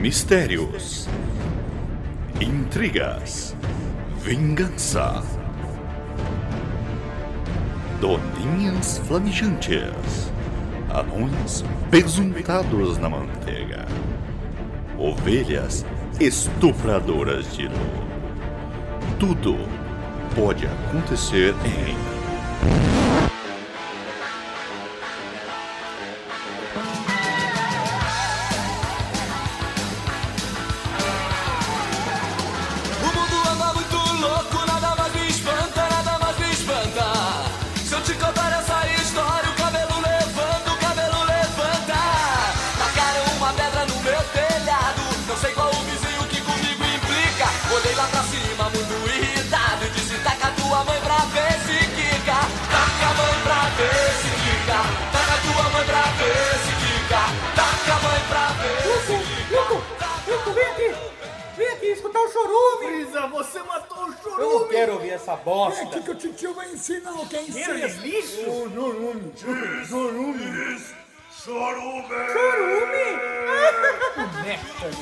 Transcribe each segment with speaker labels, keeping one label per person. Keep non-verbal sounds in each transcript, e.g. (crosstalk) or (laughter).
Speaker 1: Mistérios, intrigas, vingança, doninhas flamejantes, anões pesuntados na manteiga, ovelhas estupradoras de luz. Tudo pode acontecer em
Speaker 2: O mundo anda muito louco, nada mais me espanta, nada mais me espanta. Se eu te contar essa história, o cabelo levanta, o cabelo levanta. Tacaram uma pedra no meu telhado, não sei qual o vizinho que comigo implica. Olhei lá pra cima, muito irritado, e disse: taca tua mãe pra ver se quica. Taca a mãe pra ver se quica. Taca tua mãe pra ver se quica. Taca a mãe pra ver se
Speaker 3: Luco, Luco, Luco, vem aqui! Vem aqui escutar o chorume!
Speaker 4: Brisa, você matou o
Speaker 5: Eu
Speaker 4: chorume!
Speaker 5: não quero ouvir essa bosta.
Speaker 6: O que, que o titio vai ensinar o que é incesto?
Speaker 4: lixo?
Speaker 5: O Chorume. Chorume.
Speaker 4: (laughs)
Speaker 3: Chorume?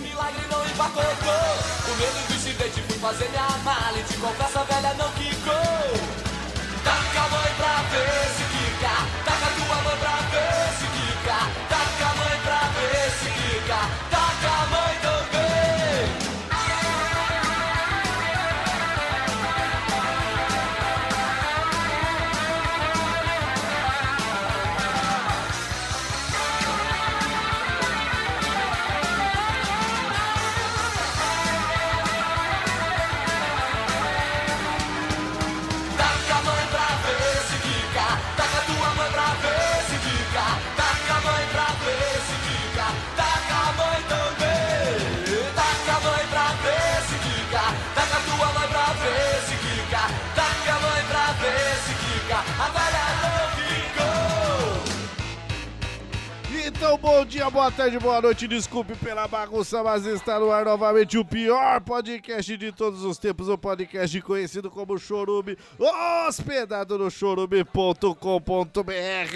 Speaker 2: Milagre não empacotou O medo do incidente fui fazer minha mala E te confesso a velha não quicou Taca a mãe pra ver se quica Taca tua mãe pra ver se quica Taca a mãe pra ver se quica Taca a mãe também Taca a mãe pra ver se quica Taca tua mãe pra ver se quica Taca a mãe pra ver se quica Taca a mãe também Taca a mãe pra ver se quica Taca tua mãe pra ver se quica Taca a mãe pra ver se quica A velha não ficou
Speaker 7: Então, bom dia, boa tarde, boa noite. Desculpe pela bagunça, mas está no ar novamente o pior podcast de todos os tempos, o podcast conhecido como Chorume, hospedado no chorume.com.br,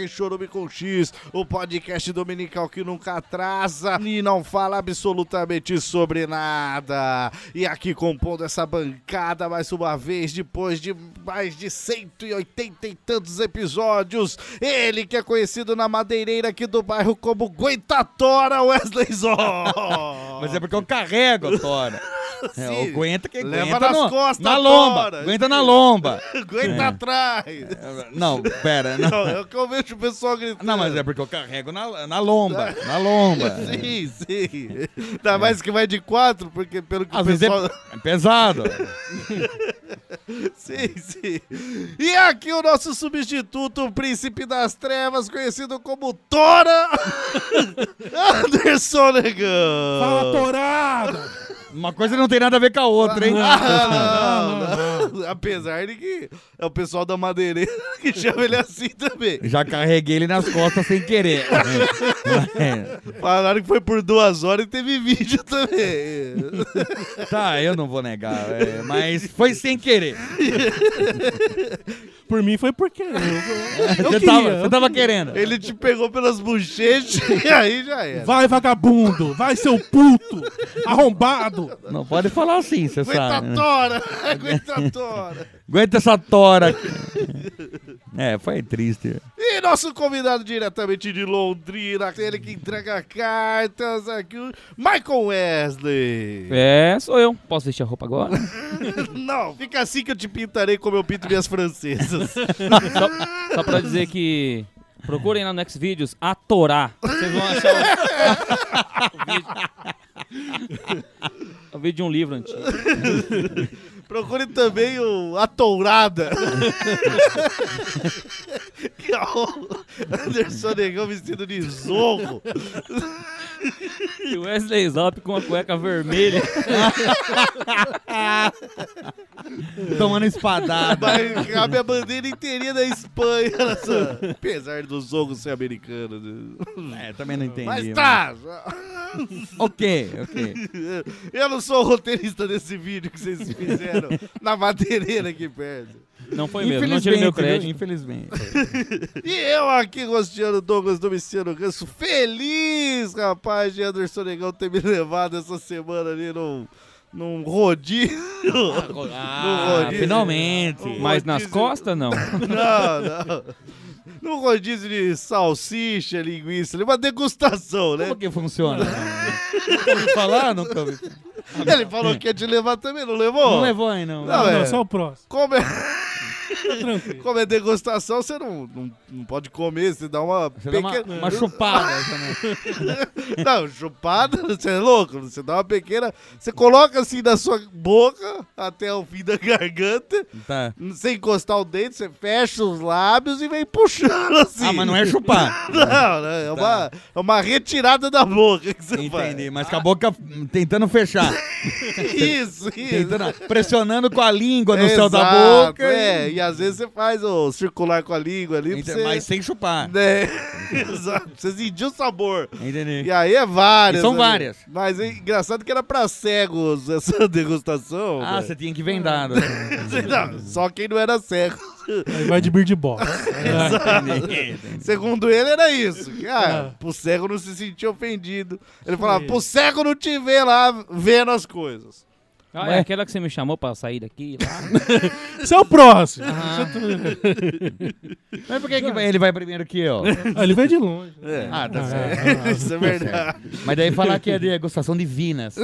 Speaker 7: Chorume com X, o podcast dominical que nunca atrasa e não fala absolutamente sobre nada. E aqui compondo essa bancada mais uma vez, depois de mais de 180 e tantos episódios, ele que é conhecido na madeireira aqui do bairro como Guentatora Wesley Zó.
Speaker 5: (laughs) Mas é porque eu carrego a
Speaker 7: (laughs)
Speaker 5: tora. É,
Speaker 7: Sim.
Speaker 5: o aguenta que
Speaker 7: Leva
Speaker 5: aguenta
Speaker 7: nas
Speaker 5: no-
Speaker 7: costas a
Speaker 5: na lomba. É.
Speaker 7: tora.
Speaker 5: Aguenta na
Speaker 7: (laughs)
Speaker 5: lomba.
Speaker 7: Aguenta atrás.
Speaker 5: Não, pera. Não,
Speaker 7: Não, é o que eu vejo o pessoal gritando.
Speaker 5: não mas é porque eu carrego na, na lomba. Na lomba.
Speaker 7: (laughs) Sim, sim. Ainda mais que vai de quatro, porque pelo que
Speaker 5: Às
Speaker 7: o
Speaker 5: vezes
Speaker 7: pessoal...
Speaker 5: é, é pesado.
Speaker 7: Sim, sim. E aqui o nosso substituto, o príncipe das trevas, conhecido como Tora, (laughs) Anderson Negão.
Speaker 6: Fala, torada!
Speaker 5: Uma coisa não tem nada a ver com a outra, hein?
Speaker 7: Ah, não, não. Apesar de que é o pessoal da madeireira (laughs) que chama ele assim também.
Speaker 5: (laughs) Já carreguei ele nas costas sem
Speaker 7: (laughs)
Speaker 5: querer. (laughs) É.
Speaker 7: Falaram que foi por duas horas e teve vídeo também.
Speaker 5: Tá, eu não vou negar, é, mas foi sem querer.
Speaker 6: (laughs) Por mim foi porque eu, eu
Speaker 5: (laughs) Você
Speaker 6: queria.
Speaker 5: tava, você tava querendo.
Speaker 7: Ele te pegou pelas bochechas (laughs) e aí já era.
Speaker 6: Vai, vagabundo! Vai, seu puto! Arrombado!
Speaker 5: Não pode falar assim, você sabe.
Speaker 7: Aguenta
Speaker 5: né?
Speaker 7: a tora, (laughs) aguenta a tora.
Speaker 5: Aguenta essa tora. aqui. (laughs) É, foi triste.
Speaker 7: E nosso convidado diretamente de Londrina, aquele que entrega cartas aqui, o Michael Wesley.
Speaker 8: É, sou eu. Posso vestir a roupa agora? (laughs)
Speaker 7: Não, fica assim que eu te pintarei como eu pinto minhas francesas.
Speaker 8: só, só pra dizer que. Procurem lá no Xvideos a Torá. Vocês vão achar o. (laughs) o vídeo. o vídeo de um livro antigo.
Speaker 7: Procure também o A Tourada. que é o Anderson Negão vestido de zorro.
Speaker 8: E o Wesley Zop com a cueca vermelha.
Speaker 5: (laughs) Tomando espadada.
Speaker 7: Mas cabe a bandeira inteirinha da Espanha. nessa- Apesar do zorro ser americano. né?
Speaker 5: É, também não entendi.
Speaker 7: Mas tá.
Speaker 5: mas- Ok, ok.
Speaker 7: (laughs) Eu não sou o roteirista desse vídeo que vocês fizeram na madeireira aqui perto.
Speaker 8: Não foi mesmo, não tirei meu
Speaker 5: Infelizmente, viu?
Speaker 8: crédito.
Speaker 5: Infelizmente.
Speaker 7: E eu aqui, rosteando Douglas Domiciano Ganso, feliz, rapaz, de Anderson Negão ter me levado essa semana ali num, num rodízio.
Speaker 8: Ah,
Speaker 7: rodízio.
Speaker 5: Finalmente.
Speaker 8: Mas nas
Speaker 7: rodízio.
Speaker 8: costas, não.
Speaker 7: Não, não. Num rodízio de salsicha, linguiça, ali, uma degustação, né?
Speaker 5: Como que funciona? Nunca ouvi falar? Nunca ouvi.
Speaker 7: Ele falou que ia te levar também, não levou?
Speaker 5: Não levou ainda. não.
Speaker 7: Não,
Speaker 6: Ah, não,
Speaker 7: é.
Speaker 6: só o próximo.
Speaker 7: Como é,
Speaker 6: Tá tranquilo.
Speaker 7: como é degustação, você não, não, não pode comer, você dá uma
Speaker 5: Você dá uma,
Speaker 7: pequena...
Speaker 5: uma chupada. né? você não-
Speaker 7: (laughs) Não, chupada, você é louco, você dá uma pequena... Você coloca assim na sua boca, até o fim da (laughs) garganta,
Speaker 5: Tá.
Speaker 7: sem encostar o dente, você fecha os lábios e vem puxando assim.
Speaker 5: Ah, mas não é chupar.
Speaker 7: (laughs) Não, não, é, uma, é uma retirada da boca que você faz.
Speaker 5: Entendi, mas com a boca tentando fechar.
Speaker 7: Isso, isso.
Speaker 5: Tentando,
Speaker 7: (laughs)
Speaker 5: pressionando com a língua no céu da
Speaker 7: Exato,
Speaker 5: boca.
Speaker 7: É, e às vezes você faz o circular com a língua ali pra
Speaker 5: Ente-
Speaker 7: você...
Speaker 5: Mas sem chupar.
Speaker 7: Né? (laughs) Exato, você sentiu o sabor. E
Speaker 5: Entendi.
Speaker 7: aí é várias.
Speaker 5: E são
Speaker 7: né?
Speaker 5: várias.
Speaker 7: Mas é engraçado que era pra cegos essa (laughs) degustação.
Speaker 5: Ah,
Speaker 7: velho.
Speaker 5: você tinha que
Speaker 7: (laughs)
Speaker 5: vendar.
Speaker 7: Não, só quem não era cego.
Speaker 6: Aí vai de bird
Speaker 7: (laughs)
Speaker 6: box.
Speaker 7: Segundo ele, era isso. que, ah,
Speaker 6: Ah.
Speaker 7: pro cego não se sentir ofendido. Ele falava, pro cego não te ver lá vendo as coisas.
Speaker 8: Ah, é aquela que você me chamou pra sair daqui. Lá.
Speaker 6: Esse é o próximo.
Speaker 5: Mas por que, que ele vai primeiro que eu?
Speaker 6: Ah, ele veio de longe.
Speaker 7: É.
Speaker 5: Ah, tá certo.
Speaker 6: Ah,
Speaker 7: (laughs) Isso é verdade.
Speaker 5: Mas daí falar que é degustação de vinas.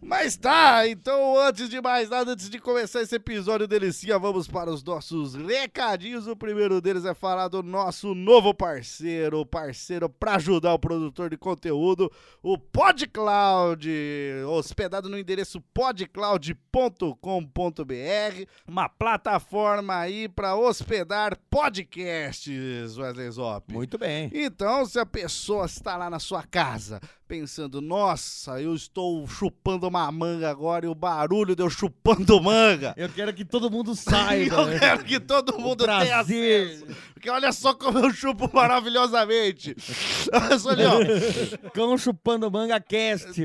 Speaker 7: Mas tá, então antes de mais nada, antes de começar esse episódio delicinha, vamos para os nossos recadinhos. O primeiro deles é falar do nosso novo parceiro, o parceiro para ajudar o produtor de conteúdo, o PodCloud, hospedado no endereço podcloud.com.br, uma plataforma aí para hospedar podcasts, Wesley Zop.
Speaker 5: Muito bem.
Speaker 7: Então, se a pessoa está lá na sua casa pensando, nossa, eu estou chupando uma manga agora e o barulho de eu
Speaker 5: (laughs)
Speaker 7: chupando manga.
Speaker 5: Eu quero que todo mundo
Speaker 7: (laughs) eu
Speaker 5: saiba. né?
Speaker 7: quero que todo mundo tenha
Speaker 5: prazer.
Speaker 7: acesso. Porque olha só como eu chupo maravilhosamente. Olha só ali, ó.
Speaker 5: (laughs) Cão chupando manga
Speaker 7: (laughs)
Speaker 5: cast.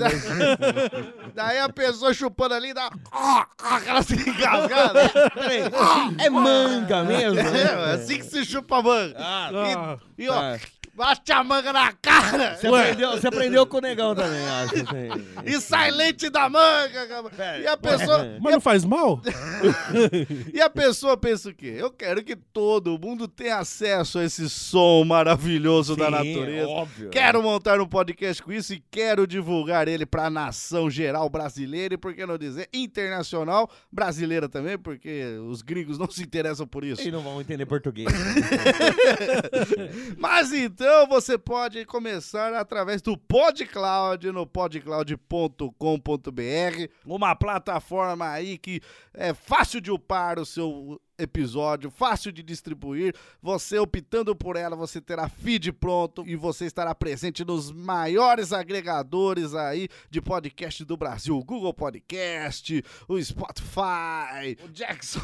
Speaker 7: Daí a pessoa chupando ali dá aquela se (laughs) engasgada.
Speaker 5: Peraí, é manga mesmo?
Speaker 7: É, assim que se chupa a manga.
Speaker 6: Ah,
Speaker 7: E, e, ó,
Speaker 5: tá.
Speaker 7: bate a manga na cara.
Speaker 5: Você aprendeu, você aprendeu com o negão também, acho. assim.
Speaker 7: E sai leite da manga, cara. E a pessoa.
Speaker 6: mas não faz mal?
Speaker 7: (laughs) E a pessoa pensa o quê? Eu quero que todo mundo tenha acesso a esse som maravilhoso da natureza.
Speaker 5: Óbvio.
Speaker 7: Quero montar um podcast com isso e quero divulgar ele pra nação geral brasileira e, por que não dizer, internacional brasileira também, porque os gringos não se interessam por isso.
Speaker 5: E não vão entender português.
Speaker 7: Mas então você pode começar através do PodCloud no podcloud.com.br, uma plataforma aí que é fácil de upar o seu episódio, fácil de distribuir. Você optando por ela, você terá feed pronto e você estará presente nos maiores agregadores aí de podcast do Brasil, o Google Podcast, o Spotify, o Jackson,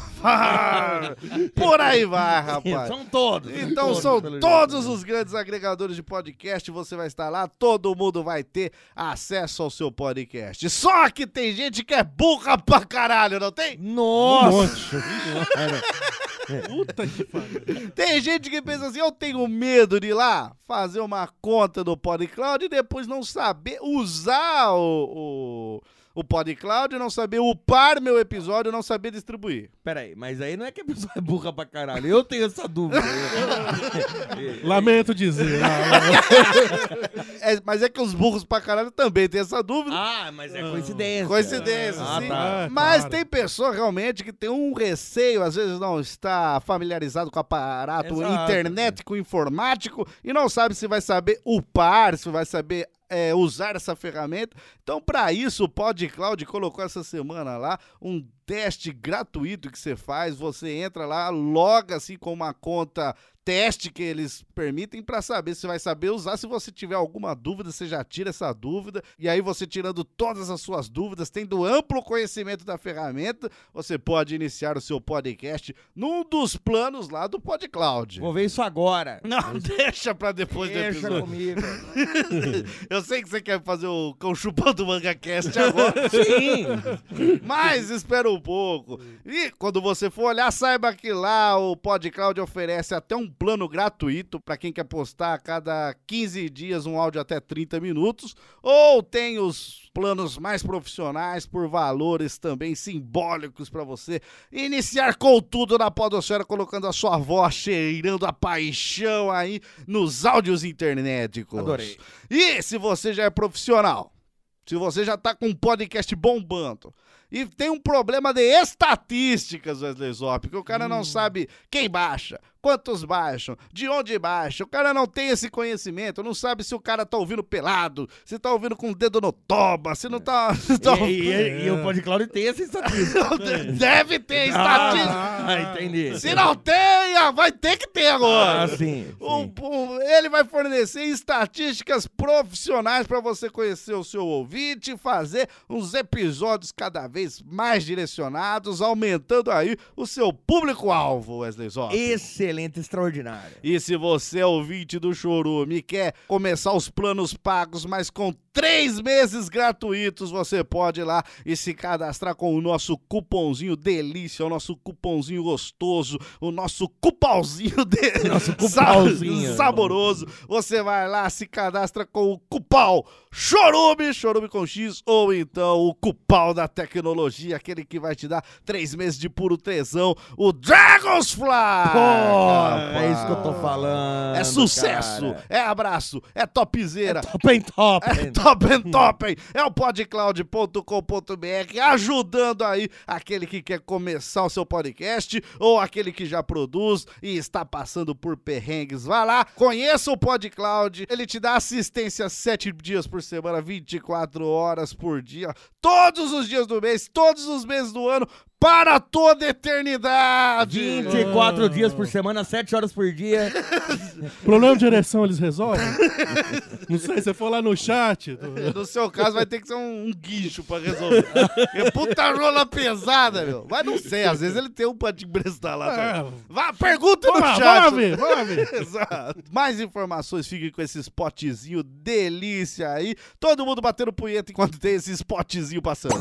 Speaker 7: por aí vai, rapaz.
Speaker 5: São todos.
Speaker 7: Então
Speaker 5: Todos,
Speaker 7: são
Speaker 5: pelo
Speaker 7: todos
Speaker 6: né?
Speaker 5: jeito.
Speaker 7: os grandes agregadores de podcast, você vai estar lá, todo mundo vai ter acesso ao seu podcast. Só que tem gente que é burra pra caralho, não tem?
Speaker 5: Nossa!
Speaker 6: Puta que pariu.
Speaker 7: (laughs) Tem gente que pensa assim, eu tenho medo de ir lá fazer uma conta do PodCloud e depois não saber usar o, o, o PodCloud, não saber upar meu episódio, não saber distribuir.
Speaker 5: Peraí, mas aí não é que a pessoa é burra pra caralho. Eu tenho essa (laughs) dúvida.
Speaker 6: Lamento dizer. Ah,
Speaker 7: É, mas é que os burros pra caralho também têm essa dúvida.
Speaker 5: ah, mas é coincidência.
Speaker 7: Coincidência,
Speaker 5: Ah,
Speaker 7: sim.
Speaker 5: tá.
Speaker 7: Mas
Speaker 6: claro.
Speaker 7: tem pessoa realmente que tem um receio, às vezes não está familiarizado com o aparato
Speaker 5: Exato.
Speaker 7: internet, com o informático, e não sabe se vai saber upar, se vai saber é, usar essa ferramenta. Então, para isso, o PodCloud colocou essa semana lá um teste gratuito que você faz. Você entra lá, loga assim com uma conta teste que eles permitem para saber se vai saber usar. Se você tiver alguma dúvida, você já tira essa dúvida. E aí você tirando todas as suas dúvidas, tendo amplo conhecimento da ferramenta, você pode iniciar o seu podcast num dos planos lá do PodCloud. (laughs)
Speaker 5: Vou ver isso agora.
Speaker 7: Não, deixa pra depois do
Speaker 5: Deixa
Speaker 7: episódio.
Speaker 5: comigo.
Speaker 7: Eu sei que você quer fazer o cão chupando o MangaCast agora,
Speaker 5: Sim!
Speaker 7: mas espero um pouco. E quando você for olhar, saiba que lá o PodCloud oferece até um plano gratuito para quem quer postar a cada 15 dias um áudio até 30 minutos. Ou tem os planos mais profissionais por valores também simbólicos para você iniciar com tudo na Podosfera, colocando a sua voz, cheirando a paixão aí nos áudios internéticos.
Speaker 4: Adorei.
Speaker 7: E se você já é profissional, se você já tá com um podcast bombando e tem um problema de estatísticas, Wesley Zop, que o cara
Speaker 4: Hum.
Speaker 7: não sabe quem baixa, quantos baixam, de onde baixa, o cara não tem esse conhecimento, não sabe se o cara tá ouvindo pelado, se tá ouvindo com o dedo no toba, se não tá... (laughs) se tá-
Speaker 4: E, e- e o PodCloud tem essa estatística.
Speaker 7: (laughs) Deve ter estatística.
Speaker 4: Ah, entendi.
Speaker 7: Se não tem, ah, vai ter que ter agora.
Speaker 4: Ah, sim. sim.
Speaker 7: Um- um- ele vai fornecer estatísticas profissionais para você conhecer o seu ouvinte e fazer uns episódios cada vez mais direcionados, aumentando aí o seu público-alvo, Wesley Zop.
Speaker 4: Excelente, extraordinário.
Speaker 7: E se você é ouvinte do Chorume e quer começar os planos pagos, mas com três meses gratuitos, você pode ir lá e se cadastrar com o nosso cupomzinho delícia, o nosso cupomzinho gostoso, o nosso cupauzinho de... (laughs) nosso
Speaker 4: cupauzinho.
Speaker 7: saboroso. Você vai lá, se cadastra com o cupau Chorume, Chorume com X, ou então o cupau da tecnologia, aquele que vai te dar três meses de puro tesão, o Dragonfly!
Speaker 4: Porra, é isso que eu tô falando.
Speaker 7: Ah, É sucesso,
Speaker 4: cara.
Speaker 7: é abraço, é topzera,
Speaker 4: Top em top.
Speaker 7: é top and top, hein? É o podcloud.com.br ajudando aí aquele que quer começar o seu podcast ou aquele que já produz e está passando por perrengues. Vai lá, conheça o PodCloud, ele te dá assistência sete dias por semana, 24 horas por dia, todos os dias do mês, todos os meses do ano, para toda a eternidade.
Speaker 4: 24 dias por semana, 7 horas por dia.
Speaker 6: Problema de ereção eles resolvem? não sei, você for lá no chat. do-
Speaker 7: (laughs) No seu caso, vai ter que ser um, um guincho pra resolver. É puta rola pesada, meu. Mas não sei, às vezes ele tem um pra te emprestar lá.
Speaker 6: É.
Speaker 7: também. Vá, pergunta
Speaker 6: Vamos
Speaker 7: no
Speaker 6: lá,
Speaker 7: chat.
Speaker 6: vamos lá ver, vamos lá ver.
Speaker 7: (laughs) Exato. Mais informações, fiquem com esse spotzinho delícia aí. Todo mundo batendo punheta enquanto tem esse spotzinho passando.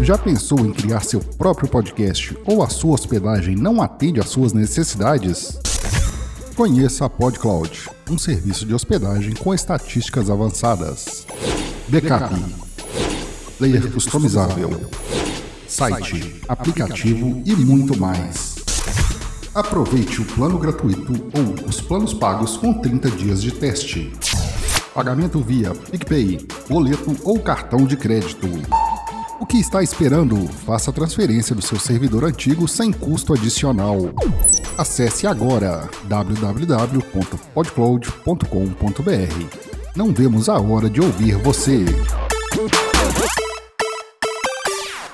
Speaker 9: Já pensou em criar seu próprio podcast ou a sua hospedagem não atende às suas necessidades? Conheça a PodCloud, um serviço de hospedagem com estatísticas avançadas. Backup, player customizável, site, aplicativo e muito mais. Aproveite o plano gratuito ou os planos pagos com 30 dias de teste. Pagamento via PicPay, boleto ou cartão de crédito. O que está esperando? Faça a transferência do seu servidor antigo sem custo adicional. Acesse agora www.podcloud.com.br. Não vemos a hora de ouvir você.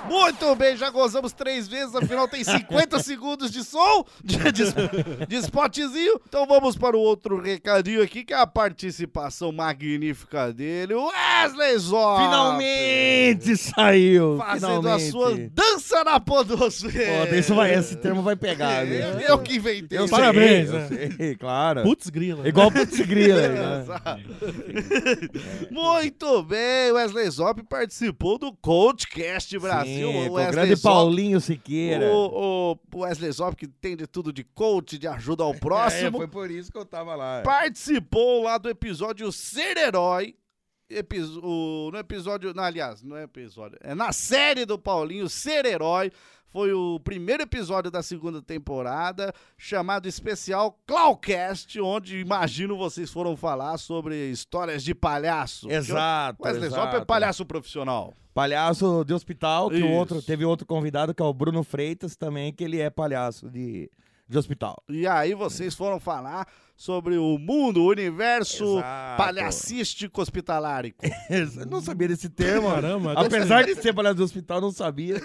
Speaker 7: Muito bem, já gozamos três vezes, afinal tem
Speaker 4: (laughs)
Speaker 7: 50 segundos de som, de, de, de spotzinho. Então vamos para o outro recadinho aqui, que é a participação magnífica dele, o Wesley Zó.
Speaker 4: Ah, Finalmente saiu.
Speaker 7: Fazendo
Speaker 4: finalmente.
Speaker 7: a sua dança na podosfera.
Speaker 4: Foda, isso vai, esse termo vai pegar, viu?
Speaker 7: Eu, eu que inventei.
Speaker 4: Eu
Speaker 7: isso.
Speaker 4: sei,
Speaker 6: Parabéns,
Speaker 4: eu
Speaker 6: né?
Speaker 4: sei, (laughs) claro.
Speaker 6: Putz, grila. né?
Speaker 4: Igual putz
Speaker 7: (laughs)
Speaker 4: grila. né?
Speaker 7: É, Muito bem, Wesley Zop participou do Coachcast Brasil.
Speaker 4: Sim,
Speaker 7: o
Speaker 4: com o
Speaker 7: Wesley
Speaker 4: grande
Speaker 7: Zop-
Speaker 4: Paulinho Siqueira.
Speaker 7: O, o Wesley Zop, que tem de tudo de coach, de ajuda
Speaker 4: (laughs)
Speaker 7: ao
Speaker 4: É,
Speaker 7: próximo.
Speaker 4: foi por isso que eu tava lá.
Speaker 7: participou lá do episódio Ser Herói. Episo- o- no episódio. Não, aliás, não é episódio. É na série do Paulinho, Ser Herói. Foi o primeiro episódio da segunda temporada, chamado especial Clawcast, onde imagino vocês foram falar sobre histórias de palhaço.
Speaker 4: Exato.
Speaker 7: Porque o Wesley
Speaker 4: exato.
Speaker 7: Zop é palhaço profissional.
Speaker 4: Palhaço de hospital, que o
Speaker 7: Isso.
Speaker 4: outro, teve outro convidado que é o Bruno Freitas também, que ele é palhaço de, de hospital. (laughs)
Speaker 7: E aí vocês foram falar sobre o mundo, o universo
Speaker 4: Exato.
Speaker 7: palhacístico hospitalárico.
Speaker 4: Eu não sabia desse termo.
Speaker 6: Caramba,
Speaker 4: Apesar de ser palhaço de hospital, eu não (laughs) sabia.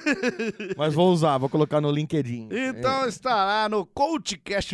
Speaker 4: Mas vou usar, vou colocar no LinkedIn.
Speaker 7: Então está lá no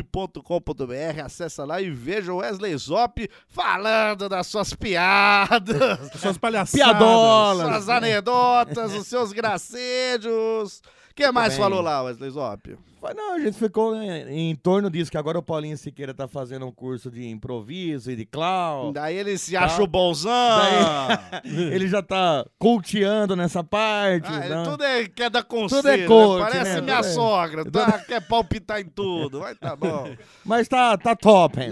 Speaker 7: coachcast.com.br, acessa lá e veja o Wesley Zop falando das suas piadas,
Speaker 6: Suas palhaçadas.
Speaker 4: Piadola.
Speaker 7: suas anedotas, os seus gracejos. O que mais
Speaker 4: bem.
Speaker 7: falou lá, Wesley Zop?
Speaker 4: Mas É. Não, a gente ficou né, em torno disso, que agora o Paulinho Siqueira tá fazendo um curso de improviso e de clown.
Speaker 7: Daí ele se achou bonzão. (laughs)
Speaker 4: Ah! (laughs) ele já tá culteando nessa parte.
Speaker 7: Ah, ele
Speaker 4: não.
Speaker 7: tudo é quer dar conselho.
Speaker 4: Tudo é
Speaker 7: né?
Speaker 4: coach,
Speaker 7: Parece
Speaker 4: né?
Speaker 7: minha
Speaker 4: Tudo é-
Speaker 7: sogra. Tá, quer palpitar em tudo. Mas tá bom.
Speaker 4: Mas tá, tá top, hein?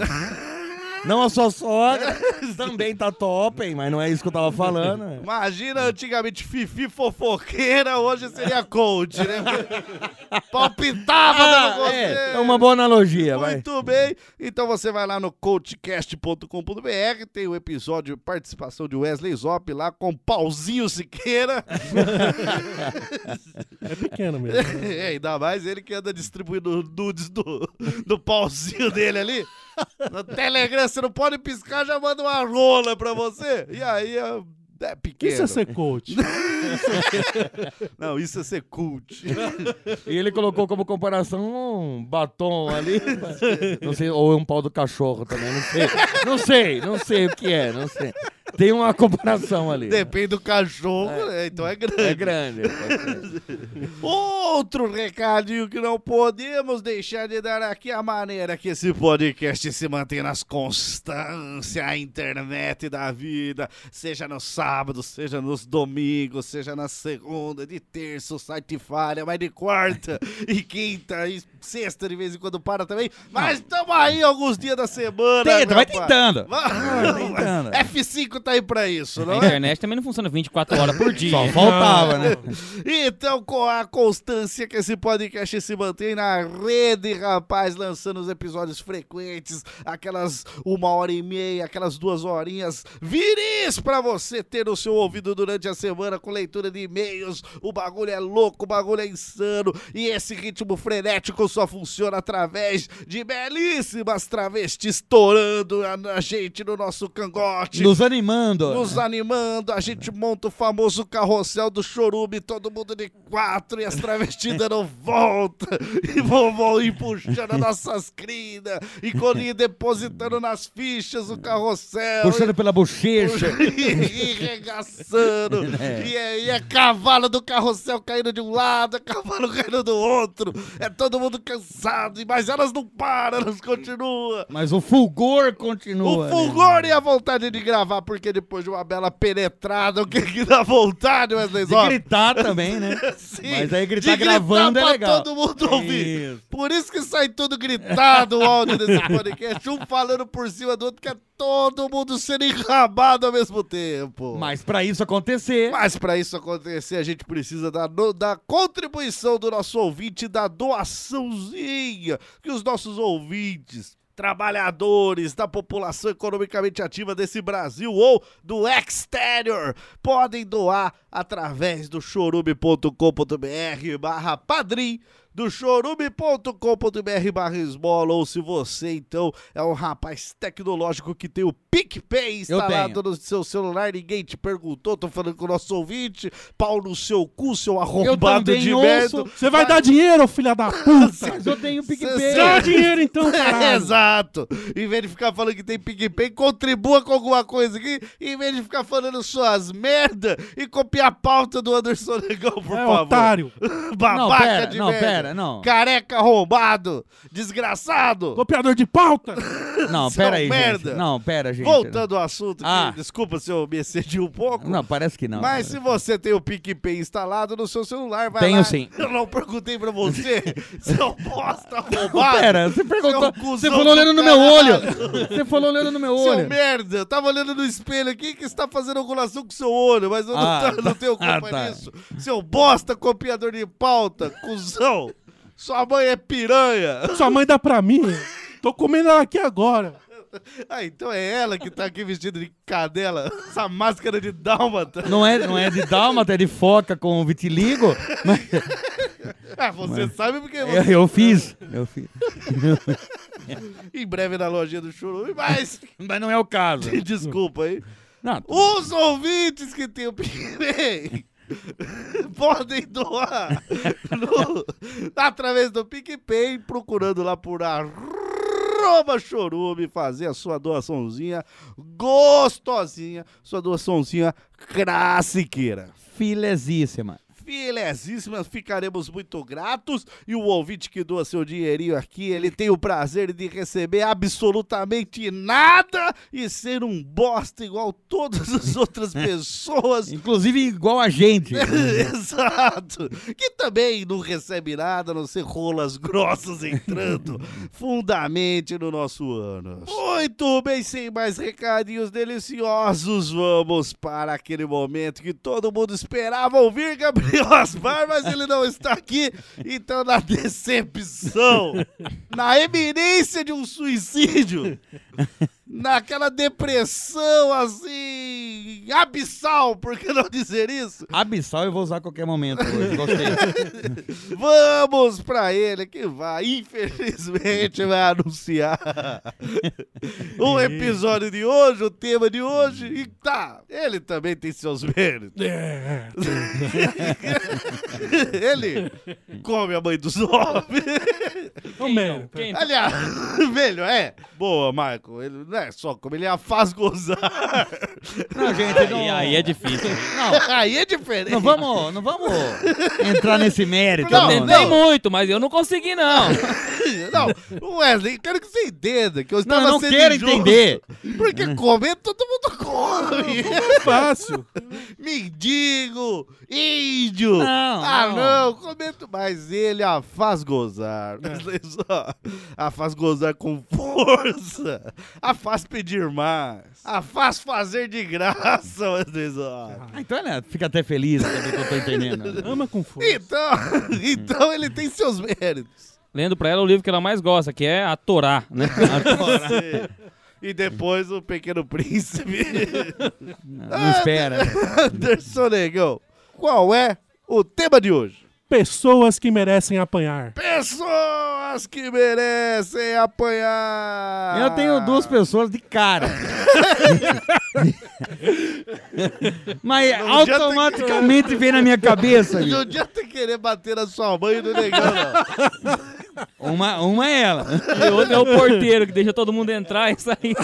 Speaker 4: Não a
Speaker 7: (laughs)
Speaker 4: sua sogra também tá top, hein? Mas não é isso que eu tava falando. né?
Speaker 7: Imagina antigamente Fifi fofoqueira, hoje seria coach,
Speaker 4: (laughs)
Speaker 7: né? Palpitava dando
Speaker 4: Ah,
Speaker 7: conselho.
Speaker 4: é, é uma boa analogia, vai.
Speaker 7: Muito bem. Então você vai lá no coachcast.com.br, tem o episódio de participação de Wesley Zop lá com Pauzinho Siqueira.
Speaker 6: (laughs) É pequeno mesmo.
Speaker 7: (laughs) É, ainda mais ele que anda distribuindo nudes do, do pauzinho dele ali. No Telegram, você não pode piscar, já manda uma rola pra você. E aí é, é
Speaker 6: Que
Speaker 7: pequeno.
Speaker 6: isso é ser coach?
Speaker 7: (laughs) Não, isso é ser cult.
Speaker 4: E ele colocou como comparação um
Speaker 7: (laughs)
Speaker 4: batom ali. não sei, ou é um pau do cachorro também, não sei. Não sei, não sei o que é, não sei. Tem uma comparação ali.
Speaker 7: Depende do cachorro, né? então é grande.
Speaker 4: É grande. pode ser.
Speaker 7: Outro recadinho que não podemos deixar de dar aqui a maneira que esse podcast se mantém nas constâncias, a internet da vida, seja no sábado, seja nos domingos, seja na segunda, de terça, o site falha, mas
Speaker 5: (laughs)
Speaker 7: de quarta e quinta e sexta de vez em quando para também. Mas estamos aí alguns dias da semana.
Speaker 5: Tenta, vai
Speaker 7: rapaz.
Speaker 5: tentando.
Speaker 7: Vamos.
Speaker 5: tentando.
Speaker 7: F5 tá aí pra isso,
Speaker 8: A
Speaker 7: não é?
Speaker 8: internet também não funciona 24 horas
Speaker 4: (laughs)
Speaker 8: por dia.
Speaker 5: Só faltava, né?
Speaker 7: Então, com a constância que esse podcast se mantém na rede, rapaz, lançando os episódios frequentes, aquelas uma hora e meia, aquelas duas horinhas viris pra você ter no seu ouvido durante a semana com leitura de e-mails. O bagulho é louco, o bagulho é insano e esse ritmo frenético só funciona através de belíssimas travestis estourando a, a gente no nosso cangote.
Speaker 5: Nos animando.
Speaker 7: Nos animando, a gente monta o famoso carrossel do chorume, todo mundo de quatro e as travestis dando volta, e vovô ir puxando nossas crinas, e Colinho depositando nas fichas o carrossel.
Speaker 5: Puxando pela bochecha.
Speaker 7: (laughs) E regaçando. E aí é cavalo do carrossel caindo de um lado, é cavalo caindo do outro. É todo mundo cansado, e- mas elas não param, elas continuam.
Speaker 5: Mas o fulgor continua.
Speaker 7: O
Speaker 5: né?
Speaker 7: fulgor e a vontade de gravar, porque depois de uma bela penetrada, o que que dá vontade, Wesley
Speaker 5: De
Speaker 7: Zop?
Speaker 5: gritar também,
Speaker 7: (laughs)
Speaker 5: né?
Speaker 7: Sim,
Speaker 5: Mas aí
Speaker 7: de
Speaker 5: gritar gravando
Speaker 7: pra
Speaker 5: é legal.
Speaker 7: todo mundo ouvir. Por isso que sai tudo gritado o áudio desse podcast, um falando por cima do outro, que é todo mundo sendo enrabado ao mesmo tempo.
Speaker 5: Mas pra isso acontecer,
Speaker 7: Mas para isso acontecer, a gente precisa da, no- da contribuição do nosso ouvinte, da doaçãozinha que os nossos ouvintes. Trabalhadores da população economicamente ativa desse Brasil ou do exterior podem doar através do chorume.com.br barra padrim, do chorume.com.br barra esmola, ou se você então é um rapaz tecnológico que tem o PicPay instalado no seu celular, ninguém te perguntou, tô falando com o nosso ouvinte, pau no seu cu, seu arrombado
Speaker 5: também
Speaker 7: de
Speaker 5: ouço.
Speaker 7: merda.
Speaker 6: Você vai dar dinheiro, filha da puta!
Speaker 5: mas eu tenho um
Speaker 7: Cê É,
Speaker 5: PicPay.
Speaker 6: Dá dinheiro
Speaker 7: (laughs)
Speaker 6: então, caralho!
Speaker 7: Exato. Em vez de ficar falando que tem PicPay, contribua com alguma coisa aqui. Em vez de ficar falando suas merda e copiar a pauta do Anderson Negão, por
Speaker 6: É
Speaker 7: favor.
Speaker 6: otário!
Speaker 7: (laughs) Babaca
Speaker 5: Não, pera,
Speaker 7: de
Speaker 5: não,
Speaker 7: merda.
Speaker 5: pera, não.
Speaker 7: Careca arrombado. Desgraçado.
Speaker 6: Copiador de pauta!
Speaker 5: (laughs) Não,
Speaker 7: Seu
Speaker 5: pera aí,
Speaker 7: é um merda.
Speaker 5: gente. Não, pera, gente.
Speaker 7: Voltando ao assunto,
Speaker 5: Ah.
Speaker 7: que- desculpa se eu me excedi um pouco.
Speaker 5: Não, parece que não.
Speaker 7: Mas (laughs) se você tem o PicPay instalado no seu celular, vai
Speaker 5: Tenho
Speaker 7: lá.
Speaker 5: sim.
Speaker 7: Eu não perguntei
Speaker 5: (laughs)
Speaker 7: pra você, seu bosta roubado.
Speaker 5: Pera, você perguntou.
Speaker 7: Seu é um cuzão
Speaker 5: Você falou
Speaker 7: do
Speaker 5: olhando no meu
Speaker 7: caralho.
Speaker 5: olho. Você falou olhando no meu
Speaker 7: Seu
Speaker 5: olho.
Speaker 7: é um merda, eu tava olhando no espelho aqui que está fazendo angulação com seu olho, mas eu não,
Speaker 5: Ah,
Speaker 7: tá- não tenho culpa
Speaker 5: Ah, tá.
Speaker 7: nisso. Seu bosta, copiador de pauta, cuzão. Sua mãe é piranha.
Speaker 6: Sua mãe dá pra mim? Tô comendo ela aqui agora!
Speaker 7: Ah, então é ela que tá aqui vestida de cadela, essa máscara de dálmata.
Speaker 5: Não é, não é de dálmata, é de foca com vitiligo. Mas
Speaker 7: Ah, você sabe porque
Speaker 5: eu,
Speaker 7: você...
Speaker 5: eu fiz. Eu fiz.
Speaker 7: em breve na lojinha do Churume, mas
Speaker 5: Mas não é o caso.
Speaker 7: (laughs) desculpa aí.
Speaker 5: Não,
Speaker 7: Os ouvintes que tem o PicPay (laughs) podem doar no- através do PicPay, procurando lá por arroba chorume, fazer a sua doaçãozinha gostosinha, sua doaçãozinha crassiqueira.
Speaker 5: filezíssima.
Speaker 7: Filesíssimas, ficaremos muito gratos. E o ouvinte que doa seu dinheirinho aqui, ele tem o prazer de receber absolutamente nada e ser um bosta igual todas as (laughs) outras pessoas.
Speaker 4: Inclusive igual a
Speaker 7: (laughs)
Speaker 4: gente.
Speaker 7: Exato. Que também não recebe nada, a não ser rolas grossas entrando fundamente no nosso ano. Muito bem, sem mais recadinhos deliciosos, vamos para aquele momento que todo mundo esperava ouvir Gabriel Asmar, mas ele não está aqui. Então, na decepção, na eminência de um suicídio, naquela depressão assim, abissal, por que não dizer isso?
Speaker 4: Abissal eu vou usar a qualquer momento hoje. Gostei.
Speaker 7: Vamos pra ele que vai, infelizmente, vai
Speaker 4: (laughs)
Speaker 7: anunciar o episódio de hoje, o tema de hoje. E tá, ele também tem seus méritos.
Speaker 4: É.
Speaker 7: (laughs) ele come a mãe dos
Speaker 4: (laughs)
Speaker 7: homens.
Speaker 6: Ô, merda.
Speaker 8: Quem?
Speaker 7: Aliás, velho, é. Boa, Marco. Ele não é só como ele a faz gozar.
Speaker 4: Não, gente, não.
Speaker 8: E aí
Speaker 4: (laughs)
Speaker 8: é difícil.
Speaker 4: Não,
Speaker 7: Aí é diferente.
Speaker 4: não vamos, não vamos entrar nesse mérito.
Speaker 7: Não,
Speaker 4: não,
Speaker 8: Tentei muito, mas eu não consegui, não.
Speaker 7: Não, um Wesley, quero que você entenda que eu
Speaker 4: Não,
Speaker 7: estava
Speaker 4: eu não
Speaker 7: sendo
Speaker 4: quero
Speaker 7: injusto.
Speaker 4: entender. Hum.
Speaker 7: Porque comer todo mundo come.
Speaker 4: é
Speaker 6: Fácil.
Speaker 7: (laughs) Mendigo, índio.
Speaker 4: Não,
Speaker 7: ah,
Speaker 4: não.
Speaker 7: não, comento mais ele, a faz gozar. Wesley (laughs)
Speaker 4: É.
Speaker 7: só. A faz gozar com força. A faz pedir mais. A faz fazer de graça, (laughs) Wesley só.
Speaker 4: Ah, então ela fica até feliz, sabe que eu tô entendendo.
Speaker 6: Ama com força.
Speaker 7: Então, (laughs) então ele tem seus méritos.
Speaker 8: Lendo pra ela o livro que ela mais gosta, que é a Torá,
Speaker 4: (laughs)
Speaker 8: né?
Speaker 7: E depois o Pequeno
Speaker 4: (laughs)
Speaker 7: Príncipe.
Speaker 4: Não espera.
Speaker 7: Anderson Negão, qual é o tema de hoje?
Speaker 6: Pessoas que merecem
Speaker 4: É,
Speaker 6: apanhar.
Speaker 7: Pessoas que merecem apanhar.
Speaker 4: Eu tenho duas pessoas de cara. Mas
Speaker 7: Não adianta que-
Speaker 4: automaticamente vem na minha cabeça.
Speaker 7: Não
Speaker 4: bicho.
Speaker 7: adianta querer bater na sua mãe do Negão, não.
Speaker 4: Uma, uma é ela.
Speaker 8: E outro é o porteiro, que deixa todo mundo entrar e sair.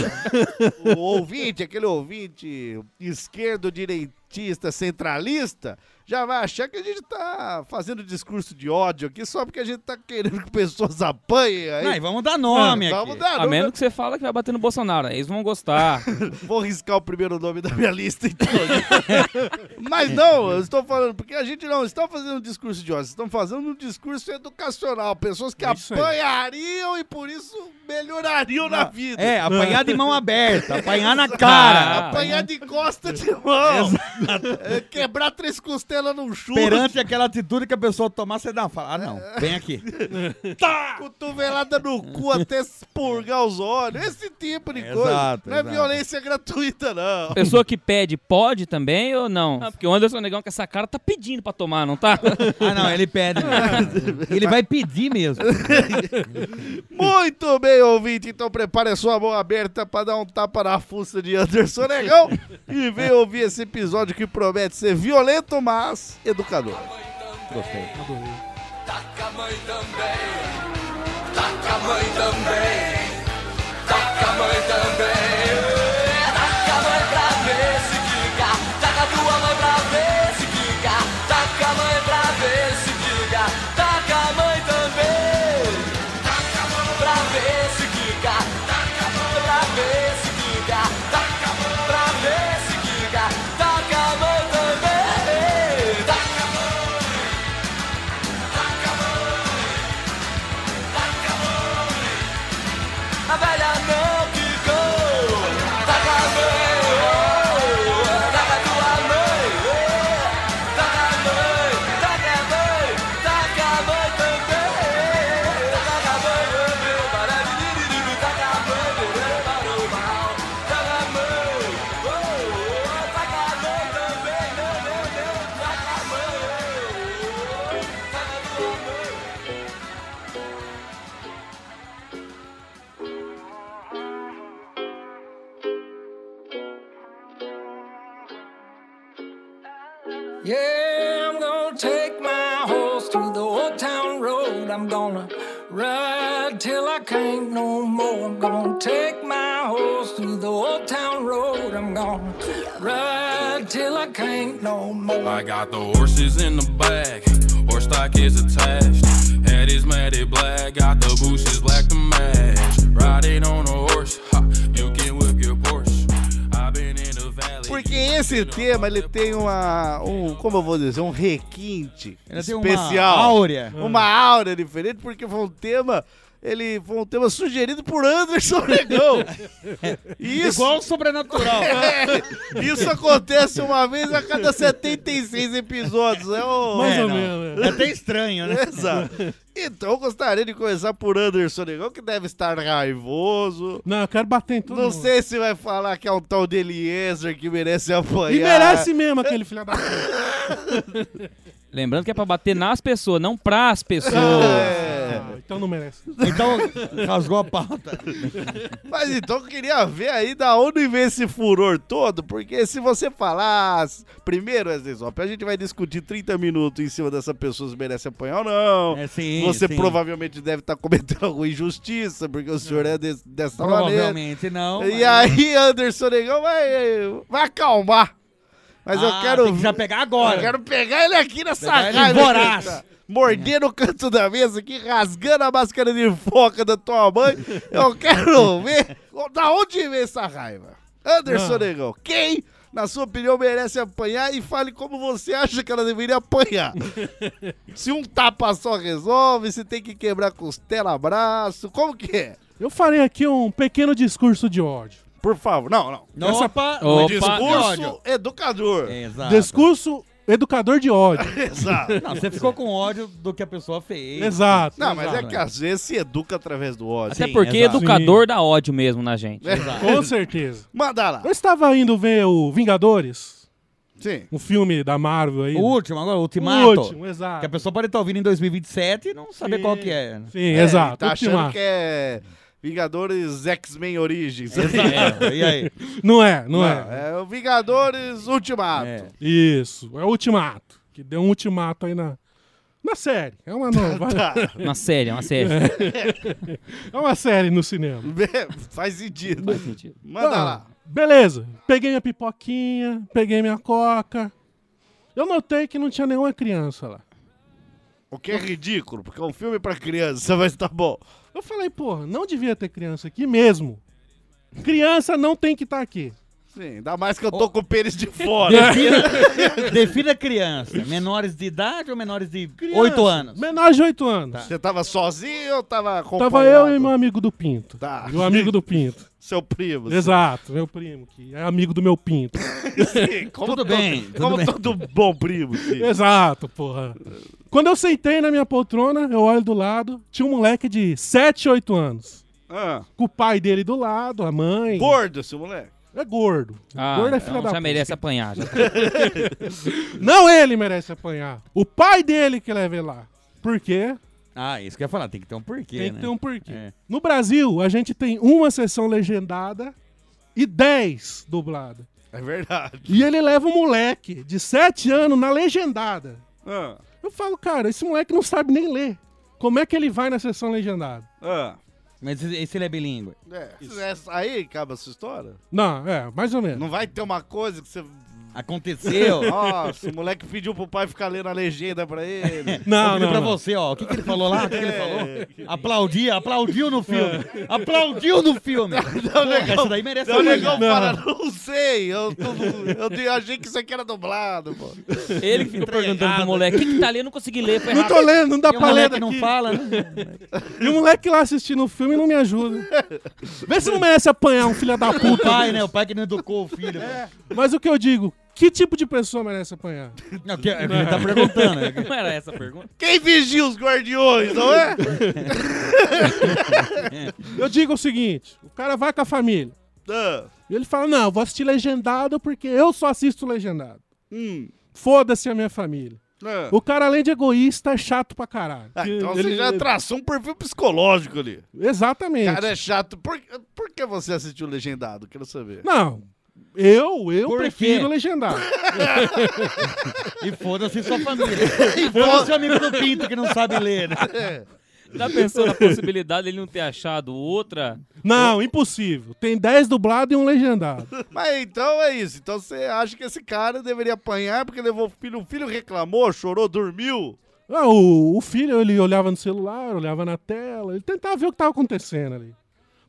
Speaker 7: O ouvinte, aquele ouvinte esquerdo-direitista centralista, já vai achar que a gente tá fazendo discurso de ódio aqui só porque a gente tá querendo que pessoas apanhem. Aí,
Speaker 4: Não, e vamos dar nome aqui.
Speaker 7: Ah, vamos dar,
Speaker 8: A
Speaker 7: não-
Speaker 8: menos que você fala que vai bater no Bolsonaro. aí Eles vão gostar.
Speaker 7: Vou riscar o primeiro nome da minha lista, então. (laughs) Mas não, eu estou falando, porque a gente não está fazendo um discurso de ódio, estamos fazendo um discurso educacional. Pessoas que
Speaker 6: É isso aí.
Speaker 7: apanhariam e por isso melhorariam na vida. Ah.
Speaker 4: É, apanhar de mão aberta, apanhar na cara.
Speaker 8: Ah,
Speaker 7: Apanhar de costa
Speaker 4: (laughs)
Speaker 7: de mão. É, Quebrar três costelas num chute.
Speaker 4: Perante aquela atitude que a pessoa tomar, você dá uma fala. Ah, não, vem aqui.
Speaker 7: tá, Cotovelada no cu até expurgar os olhos. Esse tipo de coisa.
Speaker 4: Exato,
Speaker 7: não é
Speaker 4: exato.
Speaker 7: violência gratuita, não.
Speaker 8: Pessoa que pede, pode também ou não? Ah, porque o Anderson Negão com essa cara tá pedindo pra tomar, não tá?
Speaker 4: (laughs) Ah, não, ele
Speaker 8: (laughs)
Speaker 4: pede. mesmo. Ele vai pedir mesmo.
Speaker 7: Muito bem, ouvinte. Então prepare a sua mão aberta para dar um tapa na fuça de Anderson Negão e vem ouvir esse episódio que promete ser violento, mas educador.
Speaker 2: Taca a mãe também. Taca a mãe também. Taca a mãe também. Taca a mãe pra ver se quica. Taca a tua mãe pra ver se quica. Taca a mãe pra ver se quica. Taca a mãe também. Taca a mãe pra ver se quica. Taca a mãe pra ver se quica. Taca a mãe pra ver se quica. Taca a mãe também. Taca a mãe A velha não ficou Taca a mãe, oh, taca a tua mãe oh, Taca a mãe, taca a mãe, taca a mãe também Taca a mãe, oh, meu barulho, taca tá a mãe, meu barulho mal Taca a mãe, oh, oh, taca a mãe também, meu, meu, meu Taca a mãe, oh, taca a tua mãe
Speaker 10: Yeah, I'm gonna take my horse through the old town road. I'm gonna ride till I can't no more. I'm gonna take my horse through through the old town road. I'm gonna ride till I can't no more.
Speaker 11: I got the horses in the back, horse stock is attached. Head is matted black, got the bushes black to match. Riding on a horse, ha, you can whip your Porsche. I've been in the valley.
Speaker 7: Porque esse tema, ele tem uma, um, como eu vou dizer, um requinte
Speaker 11: Ele tem
Speaker 7: especial.
Speaker 11: uma áurea.
Speaker 7: Uma áurea diferente, porque foi um tema, ele foi um tema sugerido por Anderson
Speaker 11: (laughs)
Speaker 7: Negão.
Speaker 4: Igual sobrenatural.
Speaker 7: É, isso acontece uma vez a cada 76 episódios. É o...
Speaker 4: Mais ou É, não. menos, é. É até estranho, né?
Speaker 7: Exato. Então, eu gostaria de começar por Anderson Negão, que deve estar raivoso.
Speaker 6: Não, eu quero bater em todo
Speaker 7: Não
Speaker 6: mundo.
Speaker 7: sei se vai falar que é um tal de Eliezer que merece apanhar.
Speaker 4: Ah.
Speaker 6: E merece mesmo aquele filho da puta.
Speaker 8: Lembrando que é pra bater nas pessoas, não pras pessoas.
Speaker 6: É. Então não merece.
Speaker 4: Então, rasgou a pauta.
Speaker 7: Mas então eu queria ver aí da onde vem esse furor todo, porque se você falar s- primeiro, Wesley Zop, a gente vai discutir 30 minutos em cima dessa pessoa se merece apanhar ou não.
Speaker 4: É, sim,
Speaker 7: você
Speaker 4: sim.
Speaker 7: provavelmente deve estar cometendo alguma injustiça, porque o senhor é des- dessa
Speaker 4: Provavelmente não.
Speaker 7: maneira. E aí, Anderson Negão vai, vai acalmar. Mas eu
Speaker 4: Ah,
Speaker 7: quero.
Speaker 4: tem que já pegar agora.
Speaker 7: Eu quero pegar ele aqui nessa
Speaker 4: Pegar ele
Speaker 7: raiva.
Speaker 4: voraz.
Speaker 7: que ele tá Mordendo o canto da mesa aqui, rasgando a máscara de foca da tua mãe. Eu quero ver da onde vem essa raiva. Anderson
Speaker 4: Ah.
Speaker 6: Não.
Speaker 7: Negão, quem, na sua opinião, merece apanhar e fale como você acha que ela deveria
Speaker 4: (laughs)
Speaker 7: apanhar. se um tapa só resolve, se tem que quebrar costela, braço, como que é?
Speaker 6: Eu farei aqui um pequeno discurso de ódio.
Speaker 7: Por favor, não, não.
Speaker 6: Não, opa,
Speaker 7: um
Speaker 6: opa,
Speaker 4: Ah,
Speaker 7: discurso
Speaker 6: ódio.
Speaker 7: educador.
Speaker 4: Exato.
Speaker 6: Discurso educador de ódio.
Speaker 7: (laughs) Exato.
Speaker 4: Não, você ficou com ódio do que a pessoa fez.
Speaker 6: Exato.
Speaker 7: Não, mas é
Speaker 4: né?
Speaker 7: que às vezes se educa através do ódio.
Speaker 8: Até porque educador dá ódio mesmo na gente.
Speaker 4: tá.
Speaker 6: Com certeza.
Speaker 7: Manda lá.
Speaker 6: Eu estava indo ver o Vingadores.
Speaker 7: Sim.
Speaker 6: Um filme da Marvel aí.
Speaker 4: O último, agora, o ultimato.
Speaker 6: O último, exato.
Speaker 4: Que a pessoa pode estar ouvindo em 2027 e não saber qual que é.
Speaker 6: Sim, exato.
Speaker 7: Tá achando
Speaker 6: Ultimato.
Speaker 7: que é Vingadores X-Men Origins.
Speaker 4: é,
Speaker 7: (laughs)
Speaker 4: Exato. E aí?
Speaker 6: Não é, não, é.
Speaker 7: É o Vingadores Ultimato.
Speaker 6: Isso. É o Ultimato. Que deu um ultimato aí na, na série. É uma nova.
Speaker 7: Tá.
Speaker 8: Uma série, uma série.
Speaker 6: É uma série no cinema.
Speaker 7: (laughs) Faz sentido.
Speaker 8: Faz sentido.
Speaker 7: Manda
Speaker 6: Tá,
Speaker 7: lá.
Speaker 6: Beleza. Peguei minha pipoquinha, peguei minha coca. Eu notei que não tinha nenhuma criança lá.
Speaker 7: O que é ridículo, porque é um filme pra criança, (laughs) mas tá bom.
Speaker 6: Eu falei, porra, não devia ter criança aqui mesmo. Criança não tem que estar aqui.
Speaker 7: Sim, ainda mais que eu tô com o pênis de fora.
Speaker 4: Defina, defina criança. Menores de idade ou menores de
Speaker 6: Criança,
Speaker 4: 8 anos?
Speaker 6: Menor de 8 anos.
Speaker 7: Você tava sozinho ou tava acompanhado?
Speaker 6: Tava eu e meu amigo do Pinto.
Speaker 7: Tá.
Speaker 6: Meu amigo do
Speaker 7: (laughs)
Speaker 6: Pinto.
Speaker 7: Seu primo.
Speaker 6: Exato, meu primo, que é amigo do meu Pinto.
Speaker 7: Sim, como
Speaker 4: Tudo
Speaker 7: todo,
Speaker 4: bem, tudo
Speaker 7: como
Speaker 4: bem.
Speaker 7: todo bom
Speaker 6: (laughs)
Speaker 7: primo, sim.
Speaker 6: Exato, porra. Quando eu sentei na minha poltrona, eu olho do lado, tinha um moleque de 7, 8 anos.
Speaker 7: Ah,
Speaker 6: Com o pai dele do lado, a mãe.
Speaker 7: gordo esse moleque.
Speaker 6: É gordo.
Speaker 8: Ah,
Speaker 6: gordo é
Speaker 8: então
Speaker 6: filha da
Speaker 8: já
Speaker 6: puta.
Speaker 8: merece apanhar. já.
Speaker 6: Não ele merece apanhar. O pai dele que leva ele lá. Por quê?
Speaker 4: Ah, isso que eu ia falar. Tem que ter um porquê,
Speaker 6: Tem que
Speaker 4: né?
Speaker 6: ter um porquê.
Speaker 4: É.
Speaker 6: No Brasil, a gente tem uma sessão legendada e 10 dublada.
Speaker 7: É verdade.
Speaker 6: E ele leva um moleque de 7 anos na legendada.
Speaker 7: Ah,
Speaker 6: Eu falo, cara, esse moleque não sabe nem ler. Como é que ele vai na sessão legendada?
Speaker 7: ah.
Speaker 4: Mas e se ele é bilíngue?
Speaker 7: É, essa- aí acaba a sua história?
Speaker 6: Não, é, mais ou menos.
Speaker 7: Não vai ter uma coisa que você. (laughs)
Speaker 4: Aconteceu.
Speaker 7: Nossa, o moleque pediu pro pai ficar lendo a legenda pra ele.
Speaker 6: Não,
Speaker 4: Ouvindo
Speaker 6: não,
Speaker 4: pra
Speaker 6: não.
Speaker 4: você, ó. O que, que ele falou lá? O que,
Speaker 7: É.
Speaker 4: que ele falou? Aplaudia, aplaudiu no filme. Aplaudiu no filme. Porra,
Speaker 7: legal.
Speaker 4: essa daí merece
Speaker 7: Então o
Speaker 4: apanhar.
Speaker 7: negão fala, não sei, eu, tô- eu te- eu achei que isso aqui era dublado, pô.
Speaker 8: Ele que ficou perguntando pro moleque, o que, que tá ali? Eu não consegui ler, foi
Speaker 6: Não tô
Speaker 8: rápido.
Speaker 6: lendo, não dá
Speaker 8: E o
Speaker 6: pra ler
Speaker 8: moleque não
Speaker 6: daqui.
Speaker 8: fala, né?
Speaker 6: E o moleque lá assistindo o filme não me ajuda. Vê se não merece apanhar um filho da
Speaker 4: O
Speaker 6: puta.
Speaker 4: pai, né? O pai que não educou o filho. É.
Speaker 6: Mas o que eu digo? Que tipo de pessoa merece apanhar?
Speaker 4: Não, que, é o que ele tá perguntando. né?
Speaker 8: Não era essa a pergunta.
Speaker 7: Quem vigia os guardiões, não é?
Speaker 6: Eu digo o seguinte: o cara vai com a família.
Speaker 7: Ah,
Speaker 6: E ele fala: não, eu vou assistir legendado porque eu só assisto legendado.
Speaker 7: hum,
Speaker 6: Foda-se a minha família.
Speaker 7: ah.
Speaker 6: O cara, além de egoísta, é chato pra caralho.
Speaker 7: Ah, então
Speaker 6: Ele-
Speaker 7: você já traçou um perfil psicológico ali.
Speaker 6: Exatamente.
Speaker 7: Cara, é chato. Por, por que você assistiu legendado? Quero saber.
Speaker 6: Não. Eu, eu
Speaker 4: Por
Speaker 6: prefiro
Speaker 4: quê?
Speaker 6: legendado.
Speaker 4: E foda-se sua família. E foda-se o amigo do Pinto que não sabe ler, né?
Speaker 8: Já pensou na possibilidade dele não ter achado outra?
Speaker 6: Não, impossível. Tem 10 dublados e um
Speaker 7: (laughs)
Speaker 6: legendado.
Speaker 7: Mas então é isso. Então você acha que esse cara deveria apanhar porque levou o filho. O filho reclamou, chorou, dormiu.
Speaker 6: Ah, o, o filho, ele olhava no celular, olhava na tela, ele tentava ver o que estava acontecendo ali.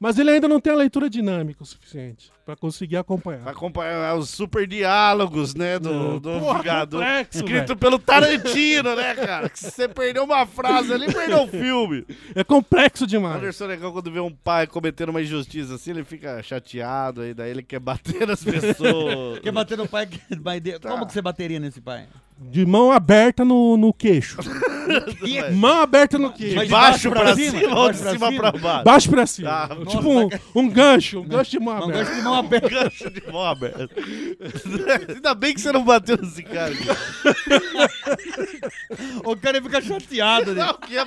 Speaker 6: Mas ele ainda não tem a leitura dinâmica o suficiente pra conseguir acompanhar.
Speaker 7: Pra acompanhar os super diálogos, né? Do,
Speaker 12: É.
Speaker 7: do
Speaker 6: porra,
Speaker 7: jogador.
Speaker 6: complexo,
Speaker 7: Escrito
Speaker 6: velho.
Speaker 7: pelo Tarantino, né, cara? Que se você perdeu uma frase ali, perdeu
Speaker 12: (laughs)
Speaker 7: o filme.
Speaker 6: É complexo
Speaker 7: O
Speaker 6: demais.
Speaker 7: Anderson Negão, quando vê um pai cometendo uma injustiça assim, ele fica chateado, aí daí ele quer bater nas pessoas.
Speaker 12: Quer bater no pai? que- vai de-
Speaker 7: Tá.
Speaker 12: Como que você bateria nesse pai?
Speaker 6: De mão aberta no, no
Speaker 7: (laughs)
Speaker 6: queixo.
Speaker 7: É.
Speaker 6: mão aberta no queixo.
Speaker 12: Mas de baixo pra cima, de
Speaker 7: ou de
Speaker 12: baixo pra
Speaker 7: cima pra baixo?
Speaker 6: Baixo pra cima.
Speaker 7: Tá.
Speaker 6: tipo um, um
Speaker 7: (laughs)
Speaker 6: gancho, um gancho de mão
Speaker 7: Um
Speaker 6: aberta.
Speaker 7: gancho de mão aberta. gancho de mão aberta. (laughs) Ainda bem que você não bateu nesse cara.
Speaker 12: o cara ia ficar chateado, né?
Speaker 7: Não, que ia-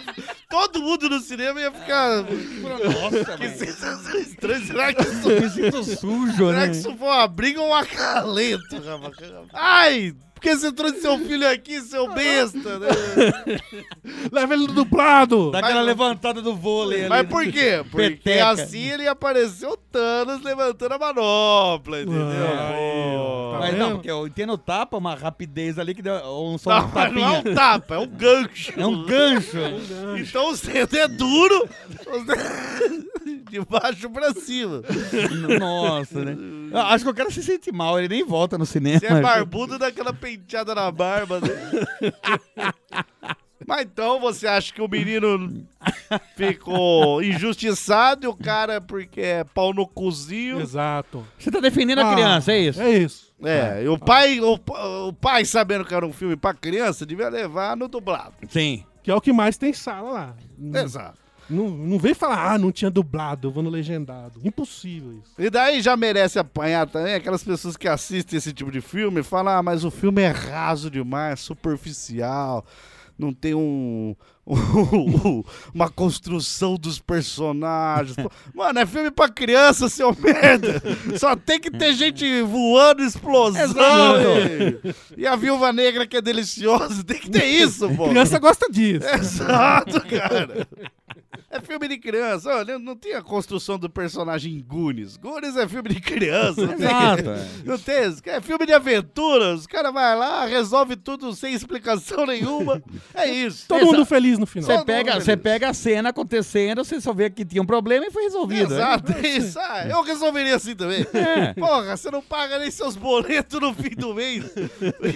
Speaker 7: Todo mundo no cinema ia ficar. Nossa, que sensação estranha. Será que isso.
Speaker 12: Me sinto sujo,
Speaker 7: Será
Speaker 12: né?
Speaker 7: que isso foi uma briga ou um acalento, rapaz? Ai! Porque você trouxe seu filho aqui, seu besta, né?
Speaker 6: Leva ele no dublado.
Speaker 12: Dá aquela levantada do vôlei ali.
Speaker 4: né?
Speaker 7: Mas por quê? Porque
Speaker 12: é Peteca.
Speaker 7: assim ele apareceu Thanos levantando a manopla, entendeu? Pô.
Speaker 12: Mas não, porque eu entendo o tapa, uma rapidez ali que deu ou um só
Speaker 7: Não,
Speaker 12: um
Speaker 7: (laughs) mas não
Speaker 12: tapinha.
Speaker 7: é um tapa, é um gancho.
Speaker 12: É um gancho.
Speaker 7: Então o dedo é duro, os dedos- de baixo pra cima.
Speaker 12: Nossa, né? Eu acho que o cara se sente mal, ele nem volta no cinema.
Speaker 7: Você é barbudo daquela penteada na barba. né? Mas então você acha que o menino ficou injustiçado e o cara porque é pau no cozinho?
Speaker 6: Exato.
Speaker 7: Você
Speaker 12: tá defendendo
Speaker 6: a Ah, criança, é isso? é isso.
Speaker 7: É, e o pai, o, pa- o pai sabendo que era um filme pra criança, devia levar no dublado.
Speaker 12: Sim.
Speaker 6: Que é o que mais tem sala lá.
Speaker 7: Exato.
Speaker 6: Não, não vem falar, ah, não tinha dublado, eu vou no legendado. Impossível isso.
Speaker 7: E daí já merece apanhar também aquelas pessoas que assistem esse tipo de filme e falam: ah, mas o filme é raso demais, superficial, não tem um. (laughs) uma construção dos personagens. Pô, Mano, é filme pra criança, seu (laughs) merda. Só tem que ter gente voando, explosão.
Speaker 6: Exato.
Speaker 7: E, e a viúva negra que é deliciosa. Tem que ter isso, pô. É.
Speaker 6: Criança gosta disso.
Speaker 7: Exato, cara. É filme de criança. Olha, não tem a construção do personagem em Goonies. Goonies é filme de criança. Não tem,
Speaker 12: Exato, é.
Speaker 7: não tem isso. É filme de aventura. Os caras vão lá, resolve tudo sem explicação nenhuma. É isso.
Speaker 6: Todo mundo feliz no final.
Speaker 12: Você pega, você pega a cena acontecendo, você só vê que tinha um problema e foi resolvido.
Speaker 7: Exato, é (laughs) isso. Ah, eu resolveria assim também.
Speaker 12: É.
Speaker 7: Porra, você não paga nem seus boletos no fim do mês. (laughs)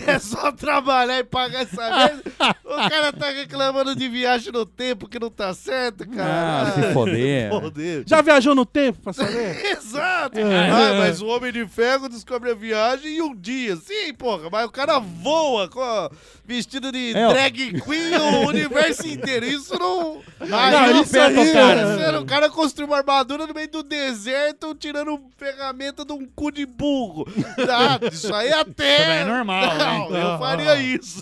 Speaker 7: É só trabalhar e pagar essa merda. O cara tá reclamando de viagem no tempo que não tá certo, cara.
Speaker 5: Ah, se
Speaker 8: né?
Speaker 5: foder.
Speaker 7: foder.
Speaker 6: Já viajou no tempo pra saber?
Speaker 7: (laughs) Exato!
Speaker 6: É.
Speaker 7: Ah, mas o Homem de Ferro descobre a viagem em um dia. Sim, porra, mas o cara voa com a- vestido de
Speaker 12: É, ó.
Speaker 7: drag queen
Speaker 12: (laughs)
Speaker 7: o universo inteiro. Isso não.
Speaker 12: Não, isso é
Speaker 7: isso-
Speaker 12: o cara.
Speaker 7: sério, O cara construiu uma armadura no meio do deserto tirando ferramenta de um cu de burro. Tá, isso aí até.
Speaker 12: Isso é normal, né?
Speaker 7: Não, eu
Speaker 12: Não,
Speaker 7: faria isso.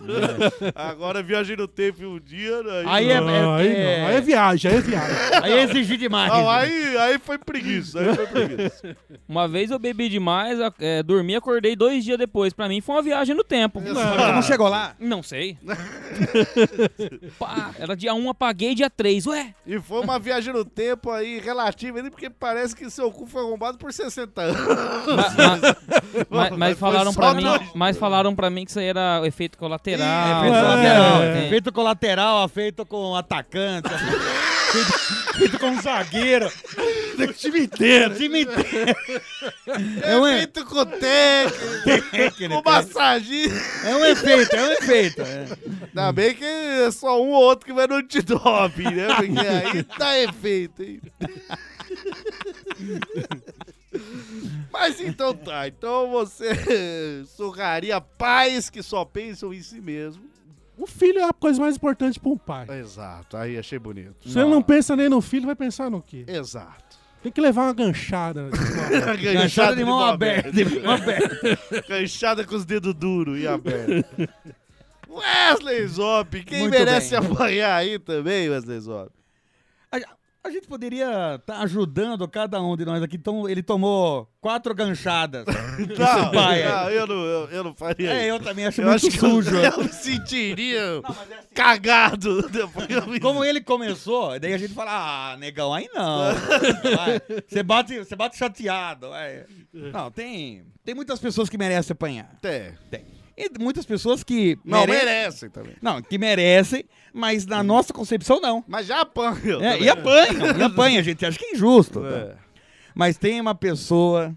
Speaker 7: Agora viagem no tempo em um dia.
Speaker 12: Aí é- é-
Speaker 6: Não, aí
Speaker 12: é-
Speaker 6: não. Aí é viagem, aí é viagem.
Speaker 12: Aí exigi demais.
Speaker 7: Não, aí, aí foi preguiça. Aí foi preguiça.
Speaker 8: Uma vez eu bebi demais, a- é, dormi, acordei dois dias depois. Pra mim foi uma viagem no tempo.
Speaker 12: Não chegou lá?
Speaker 8: Não sei. Pá, era dia 1, um, apaguei dia 3. Ué,
Speaker 7: E foi uma viagem no tempo aí relativa ainda, porque parece que seu cu foi arrombado por 60 anos. Mano,
Speaker 8: Mas, mas
Speaker 7: mas foi
Speaker 8: falaram
Speaker 7: só
Speaker 8: pra mim,
Speaker 7: dois.
Speaker 8: mas falaram para mim que isso aí era o efeito colateral.
Speaker 4: é
Speaker 12: Efeito colateral,
Speaker 8: É.
Speaker 12: feito colateral, feito com atacante,
Speaker 4: é (laughs)
Speaker 12: feito, feito com zagueiro. O time inteiro. time inteiro.
Speaker 7: É um efeito com técnico,
Speaker 4: é um
Speaker 12: Técnico.
Speaker 7: com (laughs) massagista.
Speaker 12: É um efeito, é um (laughs) efeito. é.
Speaker 7: Ainda bem que é só um ou outro que vai no antidoping, né? (laughs) Porque aí dá efeito, hein? Mas então tá, então você surraria pais que só pensam em si mesmo.
Speaker 6: O filho é a coisa mais importante pra um pai.
Speaker 7: Exato, aí achei bonito.
Speaker 6: Se ele não pensa nem no filho, vai pensar no quê?
Speaker 7: Exato.
Speaker 6: Tem que levar uma ganchada. né?
Speaker 12: Ganchada de mão aberta. de
Speaker 7: né?
Speaker 12: mão
Speaker 4: é,
Speaker 12: aberta.
Speaker 7: Canchada com os dedos duros e aberto. Wesley Zop, quem
Speaker 12: Muito
Speaker 7: merece
Speaker 12: bem.
Speaker 7: apanhar aí também, Wesley Zop?
Speaker 4: A gente poderia estar ajudando cada um de nós aqui. Então, ele tomou quatro ganchadas.
Speaker 7: Não,
Speaker 4: Esse pai aí.
Speaker 7: não, eu, não eu, eu não faria
Speaker 4: É, eu também acho muito
Speaker 7: acho que eu-
Speaker 4: sujo.
Speaker 7: Eu, me sentiria cagado depois que eu me
Speaker 4: Como ele começou, daí a gente fala, ah, negão, aí não. Vai, Você bate, você bate chateado. vai. Não, tem, tem muitas pessoas que merecem apanhar.
Speaker 7: Tem.
Speaker 4: E muitas pessoas que
Speaker 7: Não, merecem também.
Speaker 4: Não, que merecem, mas na nossa concepção não.
Speaker 7: Mas já apanham.
Speaker 4: É,
Speaker 7: também.
Speaker 4: e apanham, e apanha, gente. Acho que é injusto. tá? Mas tem uma pessoa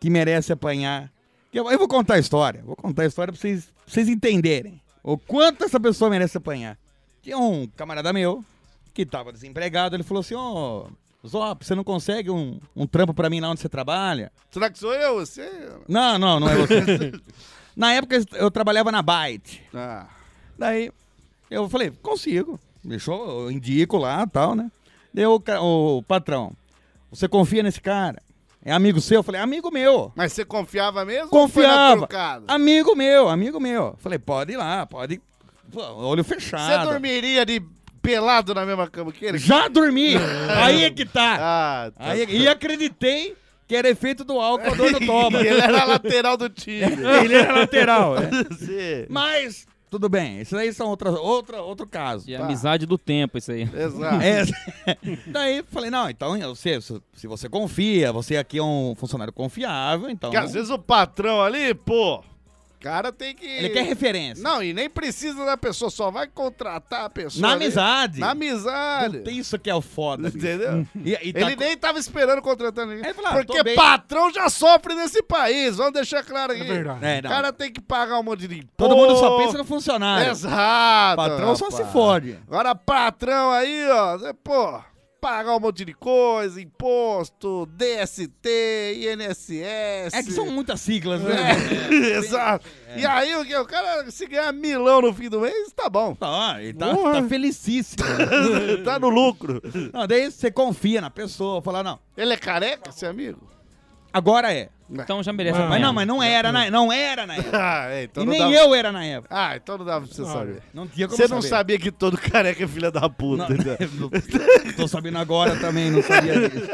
Speaker 4: que merece apanhar. que Eu, eu vou contar a história. Vou contar a história pra vocês, pra vocês entenderem o quanto essa pessoa merece apanhar. Tinha um camarada meu que tava desempregado. Ele falou assim: Ô, Zop, você não consegue um, um trampo pra mim lá onde você trabalha?
Speaker 7: Será que sou eu? Você?
Speaker 4: Não, não, não é (laughs) você. na época eu trabalhava na Byte.
Speaker 7: Ah,
Speaker 4: Daí eu falei, consigo. Deixou, eu indico lá e tal, né? Deu o patrão. Você confia nesse cara? É amigo seu? Eu falei, amigo meu.
Speaker 7: Mas você confiava mesmo? ou foi na
Speaker 4: Confiava. Ah,
Speaker 7: trucada?
Speaker 4: Amigo meu, amigo meu. Eu Falei, pode ir lá, pode. Pô, Olho
Speaker 7: Você
Speaker 4: fechado.
Speaker 7: dormiria de pelado na mesma cama que ele? (laughs)
Speaker 4: Já dormi. Aí é que tá.
Speaker 7: Ah, tá.
Speaker 4: Aí é- e acreditei que era efeito do álcool
Speaker 7: (laughs)
Speaker 4: quando eu toma.
Speaker 7: ele era lateral do time.
Speaker 4: (laughs) Ele era
Speaker 7: (laughs)
Speaker 4: lateral, né?
Speaker 7: Sim.
Speaker 4: Mas, tudo bem. Isso daí são outras, outra, outro caso.
Speaker 8: E a amizade do tempo, isso aí.
Speaker 7: Exato.
Speaker 4: É. (laughs) Daí falei, não, então eu sei, se, se você confia, você aqui é um funcionário confiável, então.
Speaker 7: Porque às vezes o patrão ali, pô, o cara tem que.
Speaker 4: Ele quer referência.
Speaker 7: Não, e nem precisa da pessoa, só vai contratar a pessoa.
Speaker 4: Na
Speaker 7: ali.
Speaker 4: amizade.
Speaker 7: Na amizade.
Speaker 4: Puta, isso que é o foda. bicho.
Speaker 7: Entendeu? Uhum.
Speaker 4: E- e tá
Speaker 7: ele
Speaker 4: co-
Speaker 7: nem tava esperando contratar ninguém.
Speaker 4: ah, tô
Speaker 7: porque
Speaker 4: bem.
Speaker 7: patrão já sofre nesse país, vamos deixar claro aqui. É
Speaker 4: verdade. É,
Speaker 7: o
Speaker 4: não.
Speaker 7: cara tem que pagar um monte de imposto.
Speaker 4: Todo mundo só pensa no funcionário.
Speaker 7: Exato.
Speaker 4: Patrão só
Speaker 7: rapaz.
Speaker 4: se fode.
Speaker 7: Agora, patrão aí, ó, é, pô, pagar um monte de coisa, imposto, DST, INSS.
Speaker 4: É que são muitas siglas, né?
Speaker 7: É, (laughs) Exato.
Speaker 4: É.
Speaker 7: E aí, o, que- o cara, se ganhar milão no fim do mês, tá
Speaker 4: (laughs)
Speaker 7: bom.
Speaker 4: Tá, ele tá,
Speaker 7: Porra.
Speaker 4: tá felicíssimo.
Speaker 7: tá no lucro.
Speaker 4: Não, daí você confia na pessoa, fala, não,
Speaker 7: Ele é careca, seu amigo?
Speaker 4: agora é.
Speaker 8: Então já merece
Speaker 4: Mas
Speaker 8: apanhar.
Speaker 4: não, mas não era, na, não era na época.
Speaker 7: Ah, é, então
Speaker 4: e
Speaker 7: não
Speaker 4: nem
Speaker 7: dava-
Speaker 4: eu era na época.
Speaker 7: Ah, então não dava pra você saber.
Speaker 4: Não tinha como
Speaker 7: Você não
Speaker 4: saber.
Speaker 7: sabia que todo careca é filha da puta.
Speaker 4: (laughs)
Speaker 7: entendeu?
Speaker 4: Tô sabendo agora também, não sabia disso.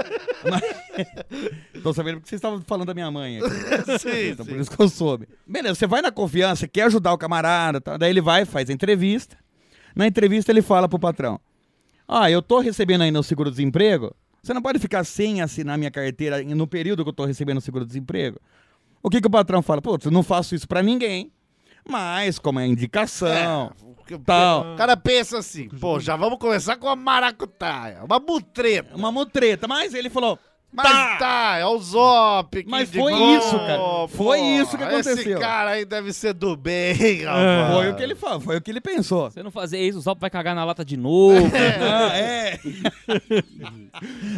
Speaker 4: Mas- (laughs) Tô sabendo porque vocês estavam falando da minha mãe. aqui.
Speaker 7: Sim,
Speaker 4: então
Speaker 7: sim.
Speaker 4: por isso que eu soube. Beleza, você vai na confiança, quer ajudar o camarada, tá? daí ele vai, faz a entrevista. Na entrevista ele fala pro patrão: Ah, eu tô recebendo ainda o seguro-desemprego, você não pode ficar sem assinar minha carteira no período que eu tô recebendo o seguro-desemprego. O que, que o patrão fala? Putz, eu não faço isso pra ninguém. Mas, como é indicação, tal.
Speaker 7: O cara pensa assim, pô, já vamos começar com uma maracutaia, uma mutreta.
Speaker 4: Uma mutreta, mas ele falou.
Speaker 7: É. Mas tá, é o Zop. que
Speaker 4: Mas foi
Speaker 7: indicou,
Speaker 4: isso, cara. Foi isso que
Speaker 7: Esse
Speaker 4: aconteceu.
Speaker 7: cara aí deve ser do bem,
Speaker 4: Ah,
Speaker 7: rapaz.
Speaker 4: Foi o que ele falou, foi o que ele pensou.
Speaker 8: Se não fazer isso, o Zop vai cagar na lata de novo.
Speaker 4: Ah, é.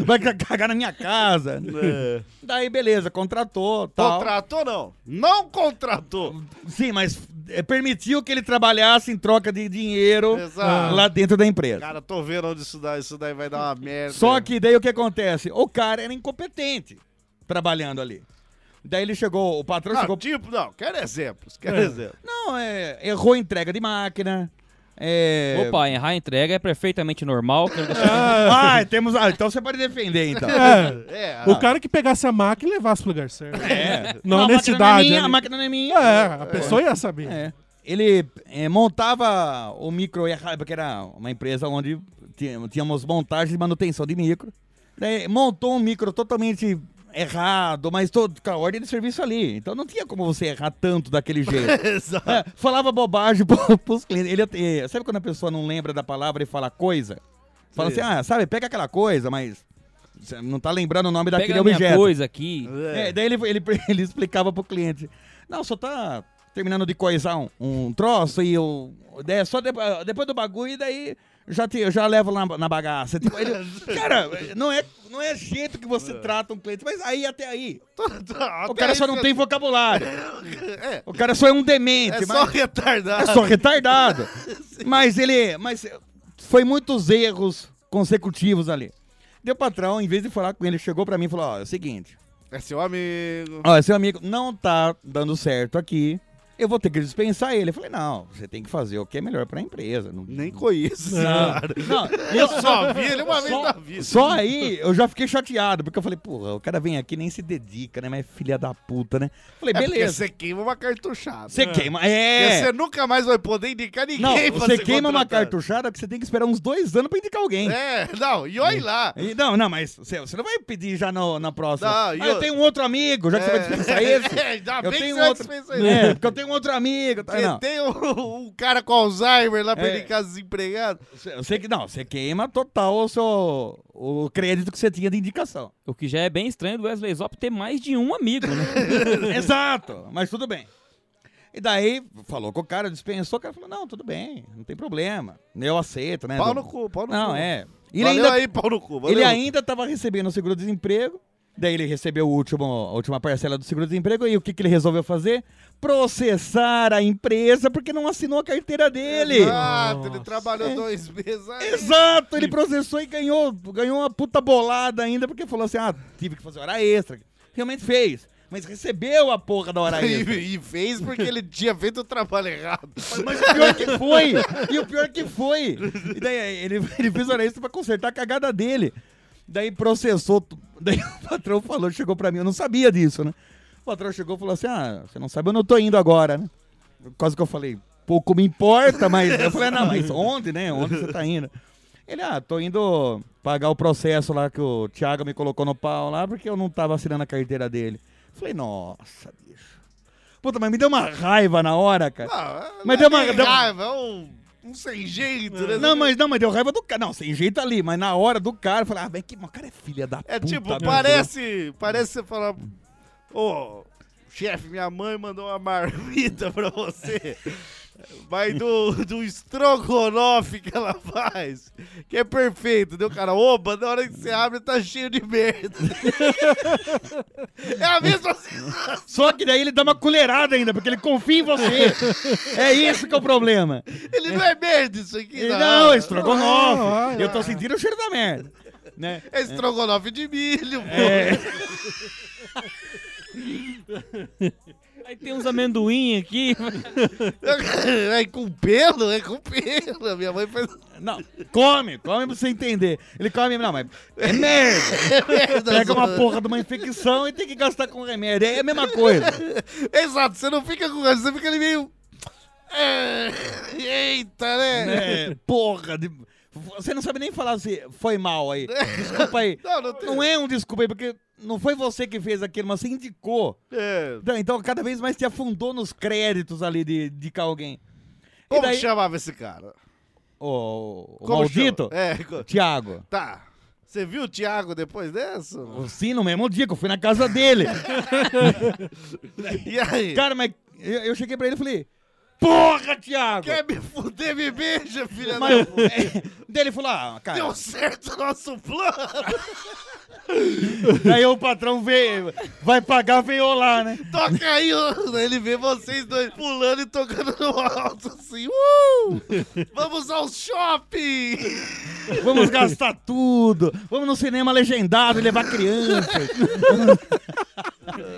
Speaker 4: Vai ca- cagar na minha casa.
Speaker 7: É.
Speaker 4: Daí, beleza, contratou, tal.
Speaker 7: Contratou, não. Não contratou.
Speaker 4: Sim, mas eh, permitiu que ele trabalhasse em troca de dinheiro
Speaker 7: Exato.
Speaker 4: lá dentro da empresa.
Speaker 7: Cara, é. tô vendo onde isso dá. Isso daí vai dar uma merda.
Speaker 4: Só que daí o que acontece? O cara era incompetente trabalhando ali. Daí ele chegou, o patrão
Speaker 7: Não,
Speaker 4: chegou.
Speaker 7: tipo, não, quero exemplos, quero
Speaker 4: É.
Speaker 7: exemplos.
Speaker 4: Não, é, errou a entrega de máquina. É...
Speaker 8: Opa, errar a entrega é perfeitamente normal. Quero
Speaker 4: Ah,
Speaker 8: deixar...
Speaker 4: ah, temos. Ah, então você pode defender, então.
Speaker 7: É,
Speaker 6: o cara que pegasse a máquina e levasse pro lugar certo.
Speaker 4: É.
Speaker 6: Na
Speaker 4: Não, a máquina não é
Speaker 6: honestidade.
Speaker 4: minha,
Speaker 6: ali.
Speaker 4: a máquina não é minha.
Speaker 6: É, a pessoa ia saber.
Speaker 4: É. Ele eh, montava o micro, e a raiva, que era uma empresa onde ti- tínhamos montagem e manutenção de micro. Daí montou um micro totalmente errado, mas todo com a ordem de serviço ali. Então não tinha como você errar tanto daquele jeito.
Speaker 7: Exato.
Speaker 4: É, falava bobagem pro- (laughs) pros clientes. Ele, eh, sabe quando a pessoa não lembra da palavra e fala coisa? Fala
Speaker 8: Sim.
Speaker 4: assim, ah, sabe, pega aquela coisa, mas você não tá lembrando o nome daquele
Speaker 8: Pega a minha
Speaker 4: objeto.
Speaker 8: coisa aqui.
Speaker 4: É, daí ele, ele, (laughs) ele explicava pro cliente. Não, só tá terminando de coisar um, um troço e eu. É só de- depois do bagulho e daí já, te, já levo na, na bagaça. Tipo, ele- (laughs) cara, não é, não é jeito que você trata um cliente, mas aí até aí.
Speaker 7: Tá,
Speaker 4: O cara só não (laughs) tem vocabulário.
Speaker 7: (laughs) É.
Speaker 4: O cara só é um demente.
Speaker 7: É
Speaker 4: mas-
Speaker 7: só retardado.
Speaker 4: É só retardado. (laughs) mas ele. Mas foi muitos erros consecutivos ali. Deu patrão, em vez de falar com ele, chegou pra mim e falou: Ó, é o seguinte.
Speaker 7: É seu amigo.
Speaker 4: Ó, seu amigo não tá dando certo aqui. Eu vou ter que dispensar ele. Eu falei, não, você tem que fazer o que é melhor pra empresa.
Speaker 7: Nem
Speaker 4: (laughs)
Speaker 7: conheço esse
Speaker 4: não.
Speaker 7: cara.
Speaker 4: Não,
Speaker 7: Eu só vi ele uma vez
Speaker 4: só-
Speaker 7: na vida.
Speaker 4: Só aí eu já fiquei chateado, porque eu falei, porra, o cara vem aqui e nem se dedica, né? Mas é filha da puta, né? Falei,
Speaker 7: É porque
Speaker 4: beleza.
Speaker 7: você queima uma cartuchada.
Speaker 4: Você queima, é.
Speaker 7: Porque Você nunca mais vai poder indicar ninguém
Speaker 4: Não,
Speaker 7: pra
Speaker 4: você
Speaker 7: ser
Speaker 4: queima uma
Speaker 7: contratado.
Speaker 4: cartuchada que você tem que esperar uns dois anos pra indicar alguém.
Speaker 7: É, não, e olha lá.
Speaker 4: E- não, não, mas você, você não vai pedir já no- na próxima.
Speaker 7: Não,
Speaker 4: ah,
Speaker 7: e
Speaker 4: eu
Speaker 7: eu-
Speaker 4: tenho um outro amigo, já que você vai
Speaker 7: É.
Speaker 4: dispensar esse.
Speaker 7: (laughs) É, ainda
Speaker 4: eu
Speaker 7: bem que
Speaker 4: tenho
Speaker 7: você vai
Speaker 4: outro.
Speaker 7: dispensar esse.
Speaker 4: É, porque eu tenho um outro amigo. Tá,
Speaker 7: Porque
Speaker 4: não.
Speaker 7: tem um, um cara com Alzheimer lá pra
Speaker 4: É.
Speaker 7: ele ficar desempregado.
Speaker 4: Você, que- não, você queima total o, seu, o crédito que você tinha
Speaker 7: (laughs)
Speaker 4: de indicação.
Speaker 8: O que já é bem estranho do Wesley Zop ter mais de um amigo,
Speaker 4: (laughs)
Speaker 8: né?
Speaker 4: Exato, mas tudo bem. E daí, falou com o cara, dispensou, o cara falou, não, tudo bem, não tem problema. Eu aceito, né?
Speaker 7: Pau
Speaker 4: do-
Speaker 7: no cu, pau no
Speaker 4: não,
Speaker 7: cu.
Speaker 4: é.
Speaker 7: Valeu aí, pau no cu, valeu.
Speaker 4: Ele ainda tava recebendo o seguro-desemprego, daí ele recebeu o último, a última parcela do seguro-desemprego, e o que, que ele resolveu fazer? Processar a empresa porque não assinou a carteira dele.
Speaker 7: Exato, Ah, ele trabalhou dois meses. aí.
Speaker 4: É. Exato, ele processou e ganhou, ganhou uma puta bolada ainda, porque falou assim: ah, tive que fazer hora extra. Realmente fez, mas recebeu a porra da hora
Speaker 7: (laughs)
Speaker 4: extra.
Speaker 7: E, e fez porque ele tinha feito o trabalho errado.
Speaker 4: Mas o pior que foi! E o pior que foi! E daí ele, ele fez hora extra pra consertar a cagada dele. Daí processou. tu- Daí o patrão falou, chegou pra mim, eu não sabia disso, né? O patrão chegou e falou assim: ah, você não sabe onde eu tô indo agora, né? Por causa que eu falei, pouco me importa, mas. eu falei, não, mas onde, né? Onde você tá indo? Ele, ah, tô indo pagar o processo lá que o Thiago me colocou no pau lá, porque eu não tava assinando a carteira dele. Falei, nossa, bicho. Puta, mas me deu uma raiva na hora, cara. mas deu uma,
Speaker 7: Tem
Speaker 4: deu-
Speaker 7: raiva, Ah, é um, um sem jeito, né?
Speaker 4: Não, mas não, mas deu raiva do cara. Não, sem jeito ali, mas na hora do cara, eu falei, ah, mas que mas o cara é filha da
Speaker 7: É
Speaker 4: puta.
Speaker 7: tipo,
Speaker 4: meu
Speaker 7: parece. Parece você falar. Ô, chefe, minha mãe mandou uma marmita pra você. Vai do, do estrogonofe que ela faz. Que é perfeito, né? O cara, oba, na hora que você abre, tá cheio de merda. (laughs) é a mesma sensação.
Speaker 4: Só que daí ele dá uma colherada ainda, porque ele
Speaker 7: (laughs)
Speaker 4: confia em você. é isso que é o problema.
Speaker 7: Ele não é merda isso aqui,
Speaker 4: Ele, não, é
Speaker 7: Não, não,
Speaker 4: estrogonofe.
Speaker 7: não.
Speaker 4: Eu tô sentindo o cheiro da merda. Né?
Speaker 7: É estrogonofe de milho, pô.
Speaker 4: É,
Speaker 8: Aí tem uns amendoim aqui.
Speaker 7: É com pelo, é com pelo. A Minha mãe (laughs) faz.
Speaker 4: Não, come, come pra você entender. Ele come, não, mas é merda. Pega uma porra de uma infecção e tem que gastar com remédio. É a mesma coisa.
Speaker 7: Exato, você não fica com você fica ali meio. É, Eita, né?
Speaker 4: É, porra. de- Você não sabe nem falar assim, foi mal aí. Desculpa aí.
Speaker 7: Não, não tem-
Speaker 4: é um desculpa aí, porque não foi você que fez aquilo, mas você indicou.
Speaker 7: É.
Speaker 4: Então, Então, cada vez mais te afundou nos créditos ali de de indicar alguém. E
Speaker 7: Como
Speaker 4: daí-
Speaker 7: chamava esse cara?
Speaker 4: O, o
Speaker 7: Como
Speaker 4: maldito?
Speaker 7: chama? É, co-
Speaker 4: Tiago.
Speaker 7: Tá. Você viu o Thiago depois dessa?
Speaker 4: Sim, no mesmo dia que eu fui na casa dele.
Speaker 7: E aí?
Speaker 4: Cara, mas eu, eu cheguei pra ele e falei, porra, Thiago!
Speaker 7: Quer me fuder, me beija, filha
Speaker 4: Mas-
Speaker 7: da puta.
Speaker 4: (laughs) Daí ele falou, ah, cara...
Speaker 7: Deu certo o nosso plano.
Speaker 4: Daí o patrão veio, vai pagar, veio lá, né?
Speaker 7: Toca aí, ô. Ele vê vocês dois pulando e tocando no alto assim. Uh! Vamos ao shopping!
Speaker 4: Vamos gastar tudo. Vamos no cinema legendado e levar crianças.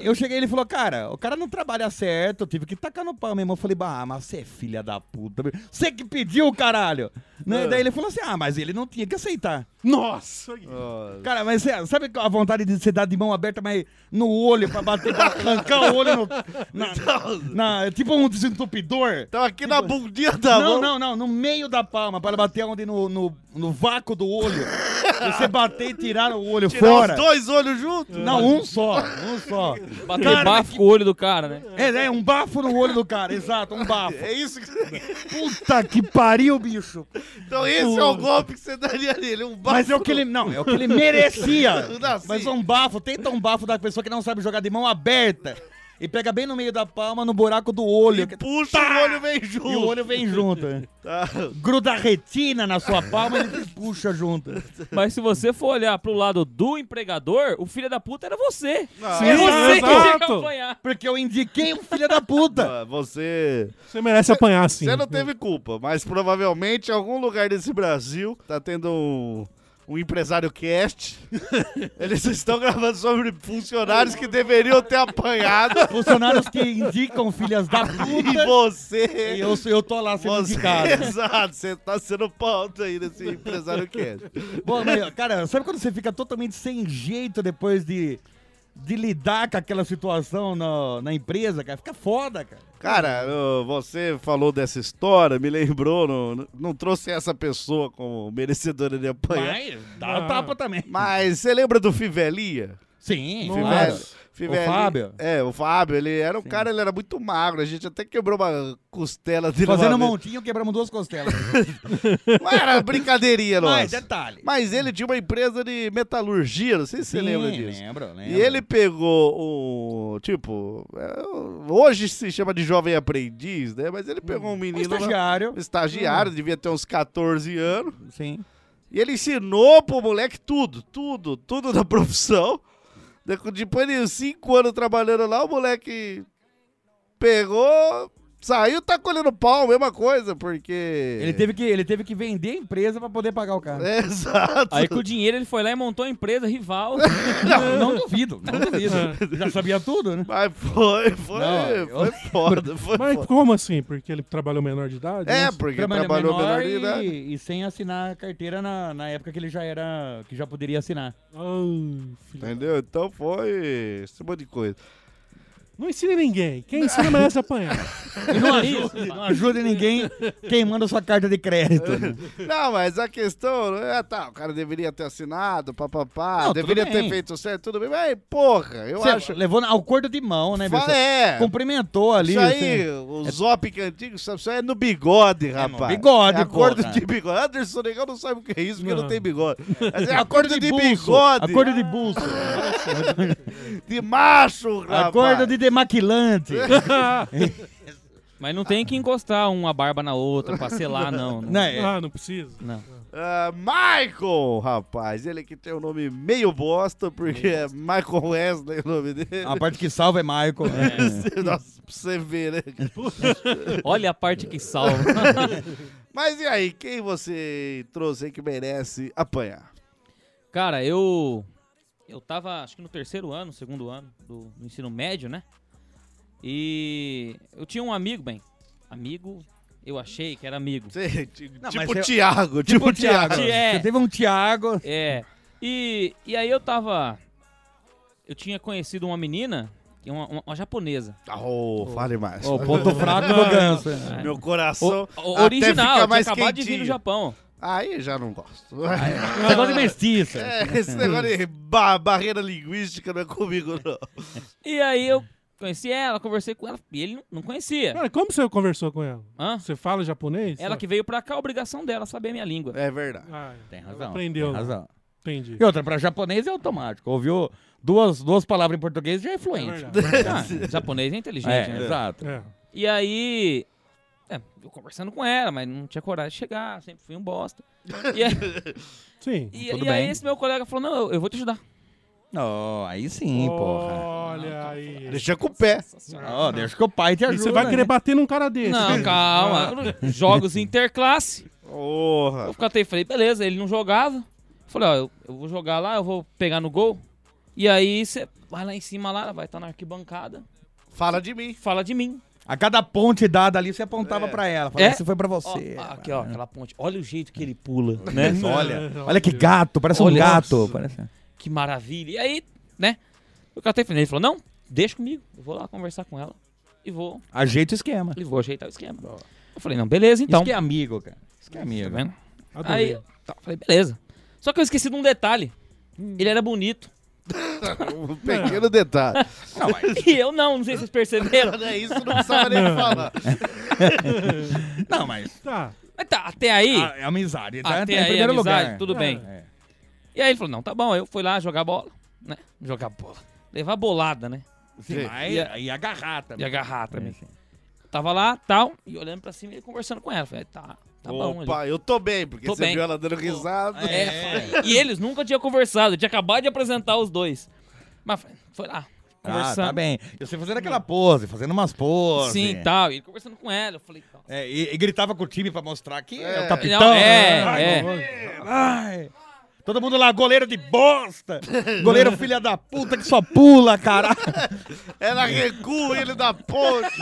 Speaker 4: eu cheguei ele falou, cara, o cara não trabalha certo, eu tive que tacar no pau mesmo. Eu falei, bah, mas você é filha da puta. meu. Você que pediu, caralho. Né?
Speaker 12: Ah.
Speaker 4: Daí ele falou assim, ah, mas ele não tinha que aceitar.
Speaker 6: Nossa!
Speaker 4: Cara, mas cê- sabe a vontade de você dar de mão aberta, mas no olho, pra bater, pra arrancar o olho no, na, na- tipo um desentupidor.
Speaker 7: Então aqui na bundinha da mão.
Speaker 4: não, Não, não, no meio da palma, para bater onde no, no, no vácuo do olho. Você bater e tirar o olho
Speaker 7: Tirar
Speaker 4: fora.
Speaker 7: os dois olhos juntos?
Speaker 4: Não, um só, um só.
Speaker 8: Bater
Speaker 4: Cara,
Speaker 8: bafo com o olho do cara, né?
Speaker 4: É, é, um bafo no olho do cara, exato, um bafo.
Speaker 7: É isso que
Speaker 4: Puta que pariu, bicho.
Speaker 7: Então esse é o golpe que você daria nele, um bafo.
Speaker 4: Mas é o que ele. Não, é o que ele merecia.
Speaker 7: (laughs) Não, assim. sim.
Speaker 4: Mas é um bafo, tenta um bafo da pessoa que não sabe jogar de mão aberta. E pega bem no meio da palma, no buraco do olho.
Speaker 7: E puxa, o olho vem junto.
Speaker 4: E o olho vem junto. né?
Speaker 7: Tá.
Speaker 4: Gruda a retina na sua palma e ele puxa junto.
Speaker 8: Mas se você for olhar pro lado do empregador, o filho da puta era você.
Speaker 6: Sim,
Speaker 8: é você que tinha que
Speaker 6: exato.
Speaker 8: apanhar.
Speaker 4: Porque eu indiquei um filho da puta.
Speaker 7: Ah, Você.
Speaker 6: Você merece apanhar, sim.
Speaker 7: Você não teve culpa, mas provavelmente em algum lugar desse Brasil tá tendo um. o empresário cast. (laughs) Eles estão gravando sobre funcionários que deveriam ter apanhado.
Speaker 4: Funcionários que indicam filhas da puta.
Speaker 7: E você.
Speaker 4: E eu, um eu tô lá sendo
Speaker 7: Você-
Speaker 4: indicado.
Speaker 7: (laughs) Exato, você tá sendo pauta aí nesse empresário cast.
Speaker 4: Bom, mas, cara, sabe quando você fica totalmente sem jeito depois de, de lidar com aquela situação na- na empresa, cara? Fica foda, cara.
Speaker 7: Cara, ô, você falou dessa história, me lembrou, não, não- não trouxe essa pessoa como merecedora de apanhar.
Speaker 8: É.
Speaker 4: Mas dá
Speaker 8: Ah.
Speaker 4: o tapa também.
Speaker 7: Mas você lembra do Fivelia?
Speaker 4: Sim,
Speaker 7: Fivel-
Speaker 4: claro.
Speaker 7: Fivelia-
Speaker 4: O Fábio.
Speaker 7: É, o Fábio, ele era um cara, ele era muito magro, a gente até quebrou uma costela dele.
Speaker 4: Fazendo um
Speaker 7: uma vez.
Speaker 4: montinho, quebramos duas costelas.
Speaker 7: Não era
Speaker 4: (laughs)
Speaker 7: brincadeirinha, (laughs) nossa.
Speaker 4: Mas, é detalhe.
Speaker 7: Mas ele tinha uma empresa de metalurgia, não sei se você
Speaker 4: Sim,
Speaker 7: lembra disso.
Speaker 4: lembro, lembro.
Speaker 7: E ele pegou um, tipo, é, hoje se chama de jovem aprendiz, né? Mas ele pegou um menino... lá-
Speaker 4: Hum. estagiário. Hum.
Speaker 7: estagiário, devia ter uns 14 anos.
Speaker 4: Sim.
Speaker 7: E ele ensinou pro moleque tudo, tudo, tudo da (laughs) profissão. Deco- Depois de 5 anos trabalhando lá, o moleque pegou, saiu, tá colhendo pau, mesma coisa, porque...
Speaker 4: Ele teve, que, ele teve que vender a empresa pra poder pagar o cara.
Speaker 7: (laughs) Exato.
Speaker 8: Aí com o dinheiro ele foi lá e montou a empresa rival.
Speaker 4: (laughs) Não, não duvido, não duvido. É. Já sabia tudo, né?
Speaker 7: Mas foi, foi,
Speaker 4: Não, eu-
Speaker 7: foi
Speaker 4: (laughs)
Speaker 7: foda, foi
Speaker 6: Mas
Speaker 7: foda.
Speaker 6: como assim? Porque ele trabalhou menor de idade?
Speaker 7: É,
Speaker 6: isso?
Speaker 7: porque trabalhou menor de
Speaker 4: menor
Speaker 7: idade.
Speaker 4: e, e sem assinar a carteira na, na época que ele já era. que já poderia assinar.
Speaker 7: Entendeu? Então foi esse monte de coisa.
Speaker 6: Não ensina ninguém. Quem ensina merece apanhar.
Speaker 4: E (laughs) não ajuda, não ajuda ninguém queimando sua carta de crédito. né?
Speaker 7: Não, mas a questão não é, tá, o cara deveria ter assinado, papapá,
Speaker 4: Não, tudo
Speaker 7: deveria ter
Speaker 4: bem.
Speaker 7: feito certo, tudo bem, mas porra, eu
Speaker 4: Você
Speaker 7: acho.
Speaker 4: levou na- ao cordo de mão, né,
Speaker 7: Fala-
Speaker 4: Wilson?
Speaker 7: é.
Speaker 4: Cumprimentou ali.
Speaker 7: Isso aí,
Speaker 4: assim.
Speaker 7: o Zop que é antigo, sabe, isso aí é no bigode, rapaz.
Speaker 4: bigode,
Speaker 7: é acordo
Speaker 4: porra.
Speaker 7: de bigode. Anderson Negão não sabe o que é isso, porque não,
Speaker 4: Não.
Speaker 7: tem bigode. Mas é
Speaker 4: (laughs) Acordo
Speaker 7: acordo,
Speaker 4: de
Speaker 7: de,
Speaker 4: bolso,
Speaker 7: bigode. é,
Speaker 4: acordo de bolso.
Speaker 7: de macho, rapaz.
Speaker 4: Acordo de (laughs) demaquilante.
Speaker 8: Mas não tem que encostar uma barba na outra pra selar, não. né?
Speaker 4: Não, é.
Speaker 6: Ah, não precisa.
Speaker 8: Não.
Speaker 7: Ah, Michael, rapaz, ele que tem o nome meio bosta, porque é Michael Wesley o nome dele.
Speaker 4: A parte que salva é Michael.
Speaker 7: (laughs) Nossa, pra você ver, né?
Speaker 8: Olha a parte que salva.
Speaker 7: Mas e aí, quem você trouxe aí que merece apanhar?
Speaker 8: Cara, eu. Eu tava, acho que no terceiro ano, segundo ano do, do ensino médio, né? E eu tinha um amigo, bem. Amigo, eu achei que era amigo.
Speaker 7: Sei, ti-
Speaker 8: Não,
Speaker 7: tipo
Speaker 8: mas eu-
Speaker 7: Tiago, tipo, Tiago.
Speaker 8: É.
Speaker 4: Você teve um Thiago.
Speaker 8: É. E, e aí eu tava. Eu tinha conhecido uma menina, e uma, uma, uma japonesa.
Speaker 7: Oh, fale mais.
Speaker 4: O ponto (laughs) fraco do Ganso.
Speaker 7: Meu coração
Speaker 8: O- o-
Speaker 7: até
Speaker 8: original,
Speaker 7: fica
Speaker 8: tinha
Speaker 7: mais
Speaker 8: acabado de vir do
Speaker 7: quentinho.
Speaker 8: Japão.
Speaker 7: Aí já não gosto.
Speaker 4: Você gosta de mestiça.
Speaker 7: (laughs) É, esse negócio de ba- barreira linguística não é comigo, não.
Speaker 8: E aí eu conheci ela, conversei com ela, e ele não- não conhecia.
Speaker 6: Cara, como você conversou com ela?
Speaker 8: Hã?
Speaker 6: Você fala japonês?
Speaker 8: Ela que veio pra cá, a obrigação dela é saber a minha língua.
Speaker 7: É verdade.
Speaker 6: Ah,
Speaker 4: Tem razão.
Speaker 6: aprendeu.
Speaker 4: Tem razão.
Speaker 6: Entendi.
Speaker 4: E outra, pra japonês é automático. Ouviu duas, duas palavras em português já é
Speaker 6: É
Speaker 4: fluente.
Speaker 8: Ah, japonês é
Speaker 6: (laughs)
Speaker 8: inteligente,
Speaker 4: É,
Speaker 8: né?
Speaker 4: exato.
Speaker 6: É.
Speaker 8: E aí. é, eu conversando com ela, mas não tinha coragem de chegar, sempre fui um bosta.
Speaker 4: (laughs)
Speaker 8: E aí,
Speaker 6: Sim.
Speaker 8: e-
Speaker 4: Tudo
Speaker 8: e aí
Speaker 4: bem.
Speaker 8: esse meu colega falou: Não, eu, eu vou
Speaker 4: (laughs)
Speaker 8: te ajudar.
Speaker 4: Não, aí sim, porra.
Speaker 6: Olha aí.
Speaker 7: Deixa com o pé.
Speaker 4: Ó, deixa que o pai te
Speaker 6: E
Speaker 4: ajuda.
Speaker 6: você vai querer
Speaker 4: né?
Speaker 6: bater num cara desse.
Speaker 8: Não, calma.
Speaker 4: Ah.
Speaker 8: Jogos interclasse.
Speaker 7: Porra.
Speaker 8: Eu catei, falei, beleza, ele não jogava. Falei, ó, eu, eu vou jogar lá, eu vou pegar no gol. E aí você vai lá em cima lá, vai estar na arquibancada,
Speaker 7: Fala de mim.
Speaker 8: fala de mim.
Speaker 4: A cada ponte dada ali, você apontava pra ela. Falava,
Speaker 8: É?
Speaker 4: isso foi pra
Speaker 8: Ó,
Speaker 6: ah,
Speaker 4: você.
Speaker 8: aqui, ó, aquela ponte. Olha o jeito que ele pula, né?
Speaker 4: Olha, olha que gato, parece um
Speaker 8: Olha,
Speaker 4: gato.
Speaker 8: nossa.
Speaker 4: Parece...
Speaker 8: que maravilha. E aí, né? Eu catei, falei, ele falou, não, deixa comigo. Eu vou lá conversar com ela e vou,
Speaker 4: Ajeita o esquema.
Speaker 8: e vou ajeitar o esquema. Eu falei, não, beleza, então.
Speaker 4: Isso que é amigo, cara. Isso que é
Speaker 8: Tá
Speaker 4: amigo.
Speaker 8: vendo?
Speaker 6: Ah, Adorei.
Speaker 8: Aí, tá, falei, beleza. Só que eu esqueci de um detalhe.
Speaker 4: Hum.
Speaker 8: Ele
Speaker 4: (laughs)
Speaker 8: era bonito.
Speaker 7: Um pequeno detalhe.
Speaker 8: (laughs) E eu não, não sei se vocês perceberam.
Speaker 7: É isso, não precisava nem falar.
Speaker 4: Não,
Speaker 8: (laughs)
Speaker 4: mas
Speaker 6: Tá.
Speaker 8: Mas tá, até aí.
Speaker 4: a- é amizade. Tá,
Speaker 8: Até
Speaker 4: tá em
Speaker 8: aí,
Speaker 4: primeiro
Speaker 8: amizade,
Speaker 4: lugar.
Speaker 8: tudo bem.
Speaker 4: É.
Speaker 8: E aí ele falou, não, tá bom. Eu fui lá jogar bola, né? Jogar bola. Levar bolada, né?
Speaker 4: Sim, mas
Speaker 8: E
Speaker 4: e agarrar também.
Speaker 8: E agarrar também.
Speaker 4: É, Sim, sim.
Speaker 8: Tava lá, tal, e olhando pra cima e conversando com ela. Falei, tá, tá bom. ali.
Speaker 7: Opa, eu tô bem, porque
Speaker 8: Tô
Speaker 7: você
Speaker 8: bem.
Speaker 7: viu ela dando risada.
Speaker 8: É, falei, e eles nunca tinham conversado. Eu tinha acabado de apresentar os dois. Mas falei, foi lá,
Speaker 4: Ah,
Speaker 8: conversando.
Speaker 4: tá bem. E você fazendo aquela pose, fazendo umas poses.
Speaker 8: Sim, tal. E ele conversando com ela. Eu falei, tá.
Speaker 4: É, e, e gritava com o time pra mostrar que é, o capitão.
Speaker 8: Não, é,
Speaker 4: né?
Speaker 8: é.
Speaker 4: Vai! Todo mundo lá, goleiro de bosta! Goleiro filha da puta que só pula, caralho!
Speaker 7: Ela recua ele da ponte.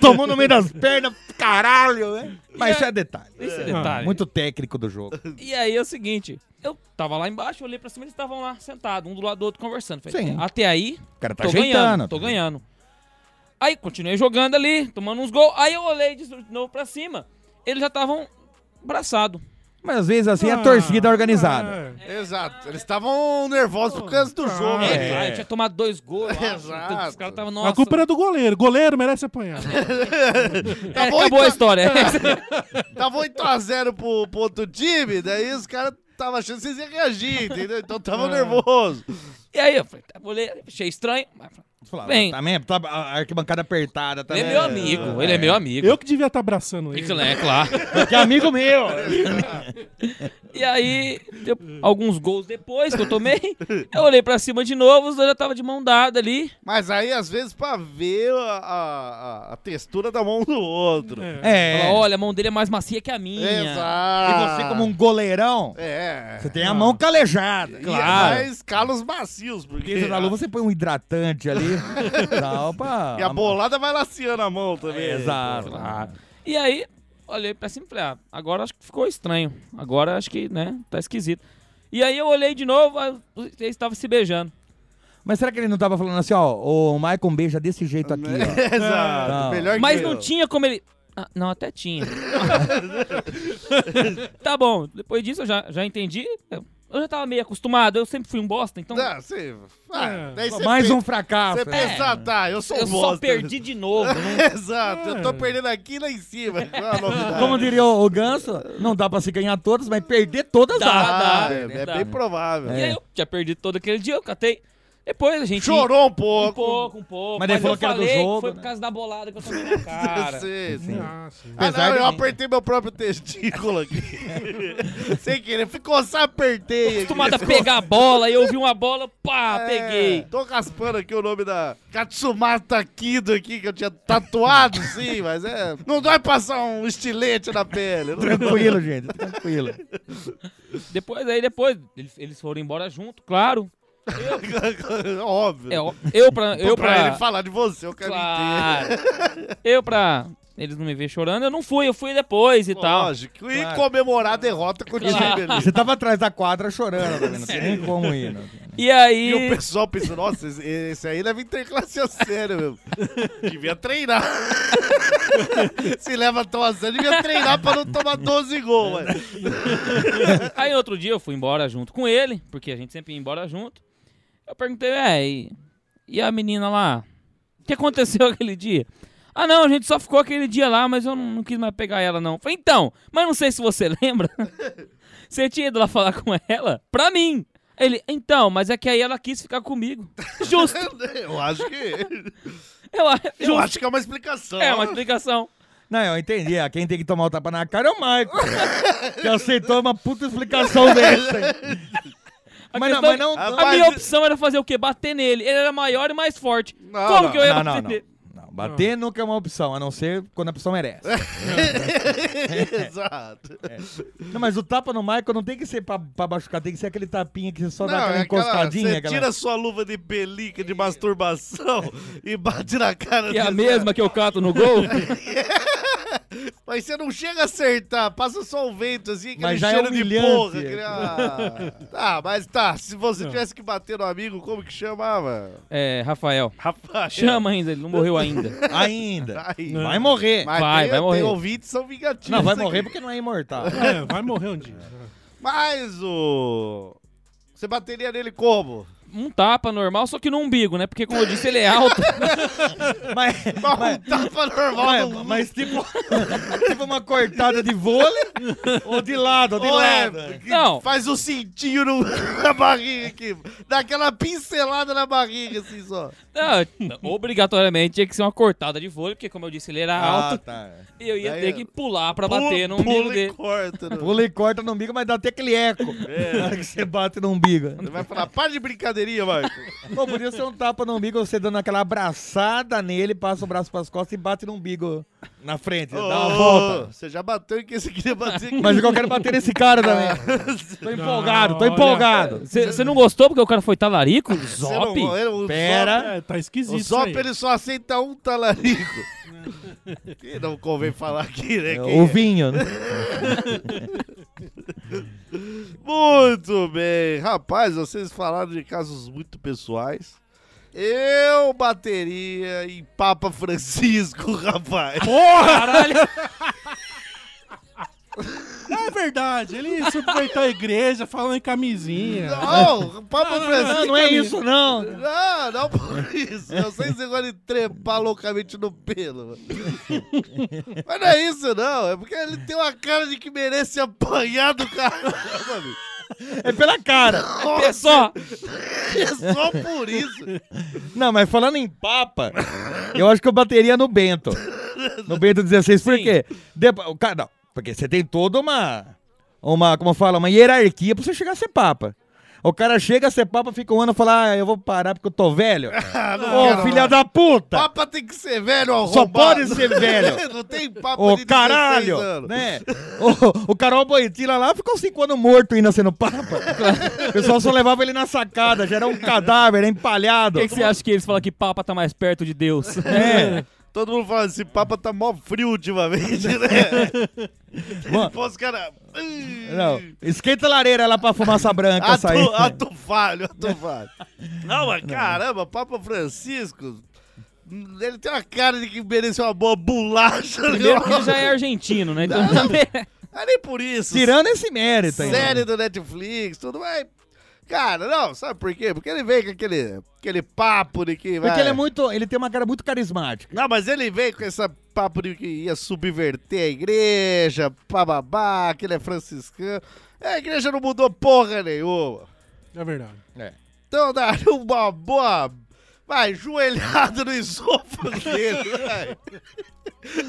Speaker 4: Tomou no meio das pernas, caralho! né? Mas isso é detalhe.
Speaker 8: Isso é detalhe.
Speaker 4: Muito técnico do jogo.
Speaker 8: E aí é o seguinte, eu tava lá embaixo, olhei pra cima, eles estavam lá sentados, um do lado do outro conversando. Falei,
Speaker 4: Sim.
Speaker 8: até aí,
Speaker 4: O cara tá
Speaker 8: tô
Speaker 4: ajeitando,
Speaker 8: ganhando, tô ganhando. Aí continuei jogando ali, tomando uns gols, aí eu olhei de novo pra cima, eles já estavam abraçados.
Speaker 4: Mas às vezes assim é a torcida organizada.
Speaker 7: Exato. Eles estavam nervosos por causa do jogo.
Speaker 8: É,
Speaker 7: né?
Speaker 8: cara, eu tinha tomado dois gols, eu acho.
Speaker 7: Exato.
Speaker 8: Então, Os caras estavam,
Speaker 6: A culpa era do goleiro. Goleiro merece apanhar. tá
Speaker 8: É, acabou a história.
Speaker 7: Tava 8x0 pro, pro outro time, daí os caras estavam achando que vocês iam reagir, entendeu? Então tava
Speaker 4: É.
Speaker 7: nervoso.
Speaker 8: (laughs) E aí eu falei, tá, olhei, achei estranho, mas
Speaker 4: Falava,
Speaker 8: Bem.
Speaker 4: Também, tá, a arquibancada apertada tá também.
Speaker 8: ele é meu amigo, ele é meu amigo.
Speaker 6: Eu que devia estar abraçando ele.
Speaker 8: Isso, né, é claro.
Speaker 4: Que amigo
Speaker 8: (laughs)
Speaker 4: meu!
Speaker 8: E aí, deu alguns gols depois que eu tomei, (laughs) eu olhei pra cima de novo, os dois já estavam de mão dada ali.
Speaker 7: Mas aí, às vezes, pra ver a, a- a textura da mão do outro.
Speaker 4: É.
Speaker 8: Falar, olha, a mão dele é mais macia que a minha.
Speaker 4: E
Speaker 7: Exato.
Speaker 4: você, como um goleirão,
Speaker 7: É.
Speaker 4: você tem a mão calejada.
Speaker 7: E
Speaker 8: Claro.
Speaker 7: é mais calos macios, porque...
Speaker 4: Dentro da luva você põe um hidratante (laughs) ali. dá, opa,
Speaker 7: E a bolada vai laciando a mão também.
Speaker 4: É, Exato. Ah.
Speaker 8: E aí, olhei pra cima e falei, ah, agora acho que ficou estranho. Agora acho que, né, tá esquisito. E aí eu olhei de novo, aí eles estavam se beijando.
Speaker 4: Mas será que ele não tava falando assim, ó, o Maicon beija desse jeito aqui, ó. (laughs)
Speaker 7: Exato.
Speaker 4: Não.
Speaker 7: Melhor que
Speaker 8: Mas não
Speaker 7: eu.
Speaker 8: tinha como ele... Ah, não,
Speaker 7: (laughs)
Speaker 8: até tinha. tá bom, depois disso eu já, já entendi. Eu eu já tava meio acostumado, eu sempre fui um bosta, então...
Speaker 7: Ah, sim. Ah, daí você
Speaker 4: Mais
Speaker 7: pe-
Speaker 4: um fracasso.
Speaker 7: Você pensa, tá, eu sou
Speaker 8: Eu
Speaker 7: bosta.
Speaker 8: só perdi de novo. né? não-
Speaker 7: (laughs) Exato, eu
Speaker 8: É.
Speaker 7: tô perdendo aqui e lá em cima. Não é uma novidade.
Speaker 4: Como diria o, o Ganso, não dá pra se ganhar todas, mas perder todas dá.
Speaker 8: Dá,
Speaker 7: Ah,
Speaker 8: dá,
Speaker 7: é,
Speaker 8: né?
Speaker 7: é
Speaker 8: Dá.
Speaker 7: bem provável.
Speaker 8: E aí eu tinha perdido todo aquele dia, eu catei. Depois a gente.
Speaker 7: Chorou um
Speaker 8: Um
Speaker 7: pouco.
Speaker 8: pouco, um pouco.
Speaker 4: Mas daí falou
Speaker 8: eu
Speaker 4: que era do
Speaker 8: falei
Speaker 4: jogo,
Speaker 8: Foi
Speaker 4: né?
Speaker 8: por causa da bolada que eu
Speaker 7: (laughs)
Speaker 8: tomei na cara.
Speaker 7: Sim, sim.
Speaker 6: Ah, sim.
Speaker 7: Ah,
Speaker 4: Apesar
Speaker 7: não, eu
Speaker 4: de-
Speaker 7: apertei meu próprio testículo aqui. (laughs) Sem querer, ficou só apertei. aqui.
Speaker 8: Acostumado a pegar a bola, e eu vi uma bola, pá,
Speaker 7: É,
Speaker 8: peguei.
Speaker 7: Tô caspando aqui o nome da Katsumata Kido aqui, que eu tinha tatuado,
Speaker 8: (laughs)
Speaker 7: sim, mas é... Não dói passar um estilete na
Speaker 8: (laughs)
Speaker 7: pele. não-
Speaker 4: Tranquilo, gente, tranquilo.
Speaker 8: Depois, aí depois, eles- eles foram embora junto, claro.
Speaker 7: (laughs) Óbvio.
Speaker 8: É, ó, eu pra. Eu
Speaker 7: pra,
Speaker 8: pra.
Speaker 7: ele falar de você, eu quero
Speaker 8: Claro. Eu pra. Eles não me ver chorando, eu não fui, eu fui depois e tal.
Speaker 7: Lógico. E comemorar a derrota com o time
Speaker 8: Claro.
Speaker 7: feliz.
Speaker 4: Você tava atrás da quadra chorando, tá vendo? Não tem nem como ir. Não.
Speaker 8: E
Speaker 7: E o
Speaker 8: aí.
Speaker 7: pessoal pensa, nossa, esse, esse aí deve ter classe a sério, meu. Devia
Speaker 8: (laughs)
Speaker 7: treinar. Se leva tão a sério, devia treinar pra não tomar 12 gols, velho.
Speaker 8: Aí outro dia eu fui embora junto com ele, porque a gente sempre ia embora junto. Eu perguntei, é, e, e a menina lá? O que aconteceu (laughs) aquele dia? Ah, não, a gente só ficou aquele dia lá, mas eu não, não quis mais pegar ela, não. Falei, então, mas não sei se você (laughs) lembra. você tinha ido lá falar com ela? Pra mim. Ele, então, mas é que aí ela quis ficar comigo. (laughs) Justo.
Speaker 7: Eu acho que.
Speaker 8: Eu, a-
Speaker 7: Eu
Speaker 8: justo.
Speaker 7: acho que é uma explicação.
Speaker 8: É uma explicação.
Speaker 4: Não, eu entendi. ah, Quem tem que tomar o tapa na cara é o Maicon. né? que aceitou uma puta explicação dessa.
Speaker 8: A
Speaker 4: Mas não, mas não.
Speaker 8: questão é
Speaker 4: não-
Speaker 8: que A
Speaker 7: Rapaz,
Speaker 8: minha
Speaker 7: isso-
Speaker 8: opção era fazer o quê? Bater nele. Ele era maior e mais forte.
Speaker 7: Não,
Speaker 8: Como
Speaker 7: não,
Speaker 8: que eu ia
Speaker 4: não, não,
Speaker 8: bater
Speaker 4: não.
Speaker 8: nele?
Speaker 4: Não, bater nunca é uma opção, a não ser quando a
Speaker 7: (laughs)
Speaker 4: pessoa merece.
Speaker 8: é.
Speaker 7: Exato.
Speaker 4: Não, mas o tapa no Michael não tem que ser pra, pra machucar, tem que ser aquele tapinha que você só dá
Speaker 7: Não,
Speaker 4: aquela
Speaker 7: é aquela-
Speaker 4: encostadinha.
Speaker 7: Você
Speaker 4: aquela-
Speaker 7: tira sua luva de pelica de masturbação e bate na cara
Speaker 8: Que é a
Speaker 7: desse-
Speaker 8: mesma que eu cato no gol?
Speaker 7: Mas você não chega a acertar, passa só o vento assim, aquele
Speaker 4: Mas já é
Speaker 7: cheiro de
Speaker 4: humilhante.
Speaker 7: porra. aquele- Ah, tá, mas tá, se você tivesse que bater no amigo, como que chamava?
Speaker 8: (laughs) É, Rafael.
Speaker 7: Rapaz,
Speaker 8: Chama ainda, ele não morreu ainda.
Speaker 4: Ainda.
Speaker 7: (laughs) Aí.
Speaker 4: Vai morrer.
Speaker 7: Mas
Speaker 8: Vai,
Speaker 7: tem,
Speaker 8: vai morrer.
Speaker 7: Tem ouvintes que são vingativos.
Speaker 4: Não, vai
Speaker 7: aqui.
Speaker 4: morrer porque não é
Speaker 7: (laughs)
Speaker 4: imortal.
Speaker 6: É, vai morrer um dia.
Speaker 7: Mas o... Você bateria nele como?
Speaker 8: Um tapa normal, só que no umbigo, né? Porque, como eu disse, ele é
Speaker 4: (laughs)
Speaker 8: alto.
Speaker 7: (laughs)
Speaker 4: Mas,
Speaker 7: Um tapa normal
Speaker 4: mas,
Speaker 7: no...
Speaker 4: mas tipo, (laughs) tipo uma cortada
Speaker 7: (laughs)
Speaker 4: de vôlei ou de lado, ou de
Speaker 7: Ou é,
Speaker 4: lado.
Speaker 7: que
Speaker 8: Não.
Speaker 7: Faz o cintinho no- (laughs) na barriga aqui. Dá aquela pincelada na barriga, assim, só.
Speaker 8: Ah, Não, obrigatoriamente tinha que ser uma cortada de vôlei, porque, como eu disse, ele era
Speaker 4: Ah,
Speaker 8: alto.
Speaker 4: tá.
Speaker 8: E eu ia
Speaker 7: Daí-
Speaker 8: ter que pular pra
Speaker 7: Pula-
Speaker 8: bater no umbigo
Speaker 7: pula e
Speaker 8: dele.
Speaker 7: corta. né? É.
Speaker 4: (laughs) Pula e corta no umbigo, mas dá até aquele eco na hora que você bate no umbigo.
Speaker 7: Ele vai falar, para de brincadeirinha, Michael.
Speaker 4: Pô, podia ser um tapa no umbigo, você dando aquela abraçada nele, passa o braço pras costas e bate no umbigo na frente. dá uma
Speaker 7: Ô,
Speaker 4: volta.
Speaker 7: Você já bateu em quem você queria bater.
Speaker 4: Mas eu quero bater nesse cara (laughs) também. Tô empolgado, tô empolgado.
Speaker 8: Você não gostou porque o cara foi talarico? Zop?
Speaker 7: não- ele- o
Speaker 8: Pera.
Speaker 7: Zop-
Speaker 6: É, tá
Speaker 7: O
Speaker 6: esquisito.
Speaker 7: Zop, ele só aceita um talarico. que não convém falar aqui, né?
Speaker 4: É,
Speaker 7: quem
Speaker 4: o
Speaker 7: é.
Speaker 4: vinho, né?
Speaker 7: muito bem. Rapaz, vocês falaram de casos muito pessoais. Eu bateria em Papa Francisco, (laughs) rapaz.
Speaker 6: É verdade, ele supertou a igreja, falando em camisinha.
Speaker 7: Não, o Papa
Speaker 6: não,
Speaker 7: Francisco.
Speaker 6: não, não é isso,
Speaker 4: não.
Speaker 7: Ah, Não, não por isso. Eu sei que você gosta de trepar loucamente no pelo. mano. Mas não é isso, não. É porque ele tem uma cara de que merece apanhar do caramba, bicho.
Speaker 4: É pela cara.
Speaker 7: É
Speaker 8: só.
Speaker 7: É só por isso.
Speaker 4: Não, mas falando em papa, eu acho que eu bateria no Bento. No Bento 16, por quê? Depo- o cara, não, porque você tem toda uma, uma, como fala, uma hierarquia pra você chegar a ser papa. O cara chega a ser papa, fica um ano e fala, ah, eu vou parar porque eu tô velho.
Speaker 7: não
Speaker 4: Ô,
Speaker 7: quero
Speaker 4: filha da puta!
Speaker 7: Papa tem que ser velho, arrombado.
Speaker 4: Só pode ser velho.
Speaker 7: (laughs) não tem papa
Speaker 4: Ô,
Speaker 7: de 16
Speaker 4: caralho!
Speaker 7: anos.
Speaker 4: Né? O, o Carol Boitila lá ficou cinco anos morto ainda sendo papa. O pessoal só levava ele na sacada, já era um cadáver, era empalhado.
Speaker 8: O que que você acha que eles falam que Papa tá mais perto de Deus?
Speaker 4: É.
Speaker 7: Todo mundo fala, esse papa tá mó frio
Speaker 4: (laughs)
Speaker 7: ultimamente, né?
Speaker 4: Mano.
Speaker 7: Pô, os caras...
Speaker 4: Não, esquenta a lareira lá pra fumaça branca
Speaker 7: Ato,
Speaker 4: sair.
Speaker 7: ato falho,
Speaker 4: (laughs)
Speaker 7: ato falho. Não, mas caramba, Papa Francisco... Ele tem uma cara de que mereceu uma boa bolacha.
Speaker 8: Primeiro que
Speaker 7: né?
Speaker 8: ele já é argentino, né? Então
Speaker 7: Não.
Speaker 8: também.
Speaker 7: É nem por isso.
Speaker 4: Tirando esse mérito aí. né?
Speaker 7: série do Netflix, tudo vai. Cara, não, sabe por quê? Porque ele vem com aquele, aquele papo de que vai.
Speaker 4: Porque ele é muito. Ele tem uma cara muito carismática.
Speaker 7: Não, mas ele vem com esse papo de que ia subverter a igreja, bababá, que ele é franciscano. A igreja não mudou porra nenhuma.
Speaker 6: É verdade.
Speaker 7: Então daria uma boa. Vai, joelhado no esôfago dele, vai.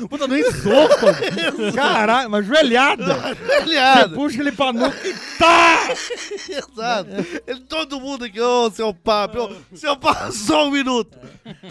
Speaker 4: Puta, não ensopam. (laughs) Caralho, uma joelhada. Você
Speaker 7: Joelhado.
Speaker 4: puxa ele pra nuca e tá!
Speaker 7: Exato.
Speaker 4: né?
Speaker 7: Ele, todo mundo aqui, ô seu papo, ô, seu papo, só um minuto.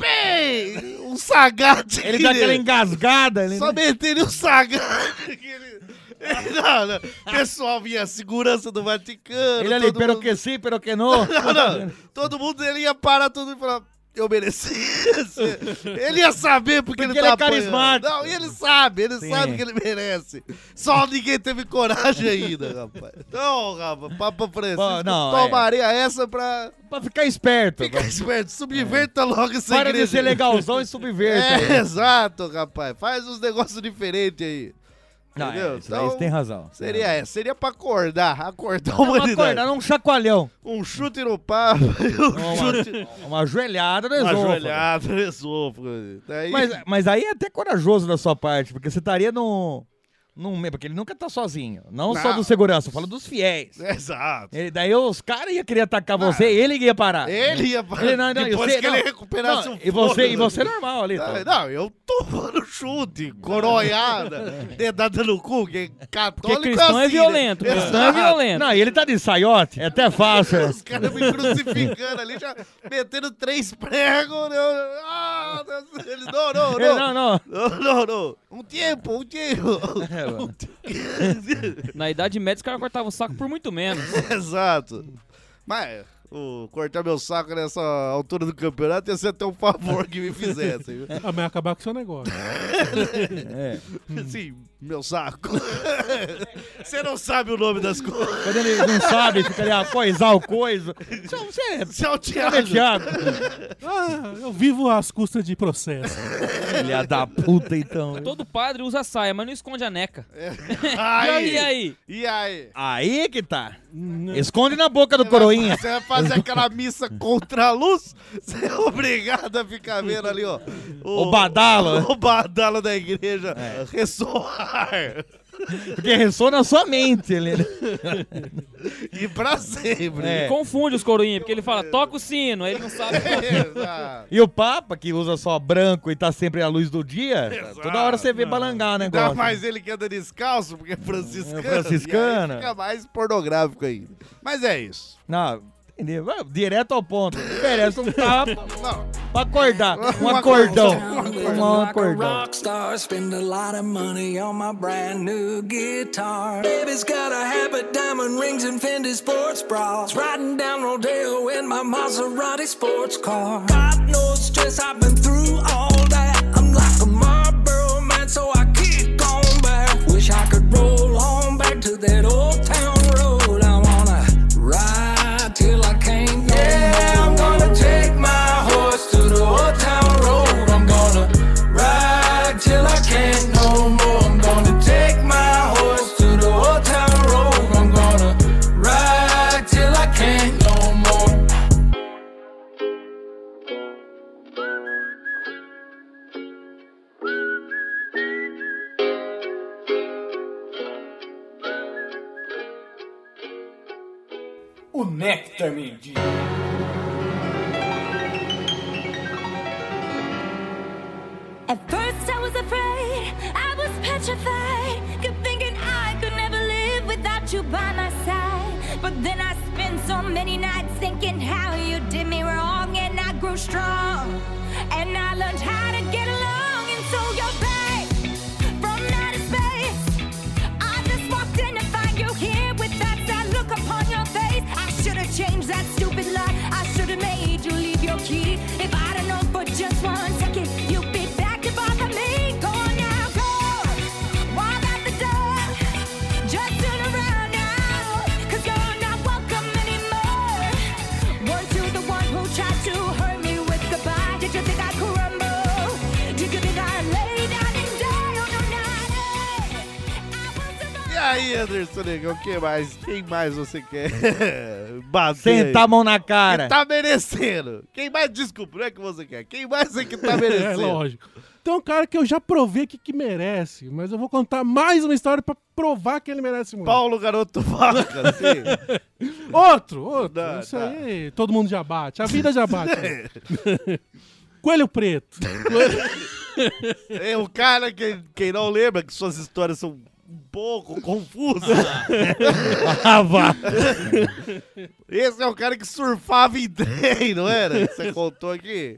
Speaker 7: Bem, um sagate.
Speaker 4: Ele dá aquela né? engasgada. Ele,
Speaker 7: Só meteria o sagate. que ele- ele- Não, não. O pessoal vinha, a segurança do Vaticano.
Speaker 4: ele ali,
Speaker 7: todo
Speaker 4: pero
Speaker 7: mundo-
Speaker 4: que sim, pero
Speaker 7: (laughs)
Speaker 4: que não.
Speaker 7: Não, não. Todo mundo, ele ia parar todo mundo e falar... Eu mereci. isso." Ele ia saber porque,
Speaker 4: Porque
Speaker 7: ele tá
Speaker 4: ele é carismático.
Speaker 7: apanhando. Não, e ele sabe, ele sabe que ele merece. Só ninguém teve coragem ainda, rapaz. Então, rapaz, Papa Francisco,
Speaker 4: Bom, não, é.
Speaker 7: tomaria essa pra
Speaker 4: Pra ficar esperto.
Speaker 7: Fica esperto, subverta logo essa
Speaker 4: Para de
Speaker 7: igreja.
Speaker 4: ser legalzão e subverta.
Speaker 7: É, exato, rapaz. Faz uns negócios diferentes aí.
Speaker 4: Não, é,
Speaker 7: entendeu? Então,
Speaker 4: isso daí você tem razão.
Speaker 7: Seria essa, seria pra acordar, acordar a
Speaker 4: É. Não, mas
Speaker 7: humanidade.
Speaker 4: acordar
Speaker 7: (laughs)
Speaker 4: um chacoalhão.
Speaker 7: Um chute no papo e (laughs) um chute...
Speaker 4: Uma joelhada no
Speaker 7: Uma
Speaker 4: esôfago.
Speaker 7: (laughs) joelhada no esôfago. Daí...
Speaker 4: Mas, mas aí é até corajoso da sua parte, porque você estaria num. num meio- porque ele nunca tá sozinho. Não, só
Speaker 7: Não. É.
Speaker 4: do segurança, eu falo dos
Speaker 7: (laughs)
Speaker 4: fiéis.
Speaker 7: Exato.
Speaker 4: Ele- daí os caras iam querer atacar você, ele que ia parar.
Speaker 7: Ah. Ele ia...
Speaker 4: (laughs) Ele é, não, não, e
Speaker 7: Depois
Speaker 4: você-
Speaker 7: que
Speaker 4: não,
Speaker 7: ele recuperasse
Speaker 4: não,
Speaker 7: o
Speaker 4: e você
Speaker 7: fôlego.
Speaker 4: E você é normal ali.
Speaker 7: Ah,
Speaker 4: tá?
Speaker 7: Não, eu tomando chute,
Speaker 4: (laughs)
Speaker 7: coronhada, dedada no cu, que é
Speaker 8: Porque
Speaker 7: católico
Speaker 8: cristão
Speaker 7: assim,
Speaker 8: é
Speaker 7: né?
Speaker 8: violento. Cristão é
Speaker 7: Exato.
Speaker 8: violento.
Speaker 4: Não, e ele tá de saiote, é
Speaker 7: (laughs)
Speaker 4: até fácil.
Speaker 7: Os caras me crucificando ali, já metendo três pregos. Eu... Ah, Deus, ele, não, não,
Speaker 4: Ele,
Speaker 7: não.
Speaker 4: não, não.
Speaker 7: Não, não, não. Um tempo, um tempo.
Speaker 4: (laughs) É, mano.
Speaker 8: Na Idade Média, os caras cortavam o saco por muito menos.
Speaker 7: (laughs) Exato. Mas o cortar meu saco nessa altura do campeonato ia ser até um favor que me fizessem. viu?
Speaker 6: Ah, mas vai acabar com o seu negócio.
Speaker 7: Sim, meu saco. (laughs) Você não sabe o nome das coisas. (laughs)
Speaker 4: Quando ele não sabe, fica ali, ah, coisar o coisa. Você, você é.
Speaker 7: Você é o
Speaker 4: Cadê o
Speaker 7: Thiago.
Speaker 4: Thiago?
Speaker 6: Ah, eu vivo às custas de processo.
Speaker 4: Filha da puta, então.
Speaker 8: Todo padre usa saia, mas não esconde a neca.
Speaker 7: Aí,
Speaker 8: E aí?
Speaker 7: E aí?
Speaker 4: Aí que tá. Esconde na boca do coroinha.
Speaker 7: Você vai fazer aquela missa contra a luz, você é obrigado a ficar vendo ali, ó.
Speaker 4: O badalo.
Speaker 7: (laughs) O badalo da igreja ressoar.
Speaker 4: Porque ressoa na sua mente. Ele... né?
Speaker 7: E pra sempre.
Speaker 4: É.
Speaker 8: Confunde os coroinhas, porque ele fala, toca o sino, aí ele não sabe.
Speaker 7: (laughs)
Speaker 8: é. (laughs)
Speaker 7: Exato.
Speaker 4: E o Papa, que usa só branco e tá sempre à luz do dia, toda hora você vê balangar o negócio.
Speaker 7: Ainda mais ele que anda descalço, porque é franciscano.
Speaker 4: É franciscano.
Speaker 7: E aí Fica mais pornográfico ainda. Mas é isso.
Speaker 4: Não, entender. Vai, Direto ao ponto. Merece um tapa
Speaker 7: (laughs)
Speaker 4: pra acordar. Um acordão. Um
Speaker 10: Like a
Speaker 4: acordão.
Speaker 10: rock star, spend a lot of money on my brand new guitar. Baby's got a habit, diamond rings, and Fendi sports bras. Riding down Rodeo in my Maserati sports car. God knows stress, I've been through all that. I'm like a Marlboro man, so I keep on back. Wish I could roll on back to that old town road. I wanna ride till I can't no Yeah, I'm gonna take my horse to the old town road. I'm gonna ride till I can't no more. I'm gonna take my horse to the old town road. I'm gonna ride till I can't no more.
Speaker 3: O Nectar Mendigo.
Speaker 13: At first I was afraid, I was petrified, kept thinking I could never live without you by my side. But then I spent so many nights thinking how you did me wrong, and I grew strong, and I learned how to get along, and so you're back from outer space. I just walked in to find you here with that sad look upon your face. I should have changed that stupid lie. I should have made you leave your key. If I'd have known for just one second, you'd be back to bother me. Go on now, go. Walk out the door. Just turn around now. Cause you're not welcome anymore. Weren't you the one who tried to hurt me with goodbye? Did you think I'd crumble? Did you think I'd lay down and die? Oh, no, not
Speaker 7: E aí, Anderson Negão, o que mais? Quem mais você quer (laughs) bater?
Speaker 4: Sentar a mão na cara.
Speaker 7: Quem tá merecendo? Quem mais desculpa, não é que você quer? Quem mais (laughs) é que tá
Speaker 6: É
Speaker 7: merecendo?
Speaker 6: lógico. Tem um cara que eu já provei que, que merece, mas eu vou contar mais uma história pra provar que ele merece muito.
Speaker 7: Paulo Garoto Vaca, sim.
Speaker 6: outro, outro.
Speaker 7: Dá,
Speaker 6: Isso
Speaker 7: dá.
Speaker 6: aí, todo mundo já bate. A vida já bate. né? Coelho Preto.
Speaker 7: É o cara que quem não lembra que suas histórias são um pouco (laughs) confusas.
Speaker 6: Ah, vá.
Speaker 7: Esse é o cara que surfava em trem, não era? Que Você contou aqui?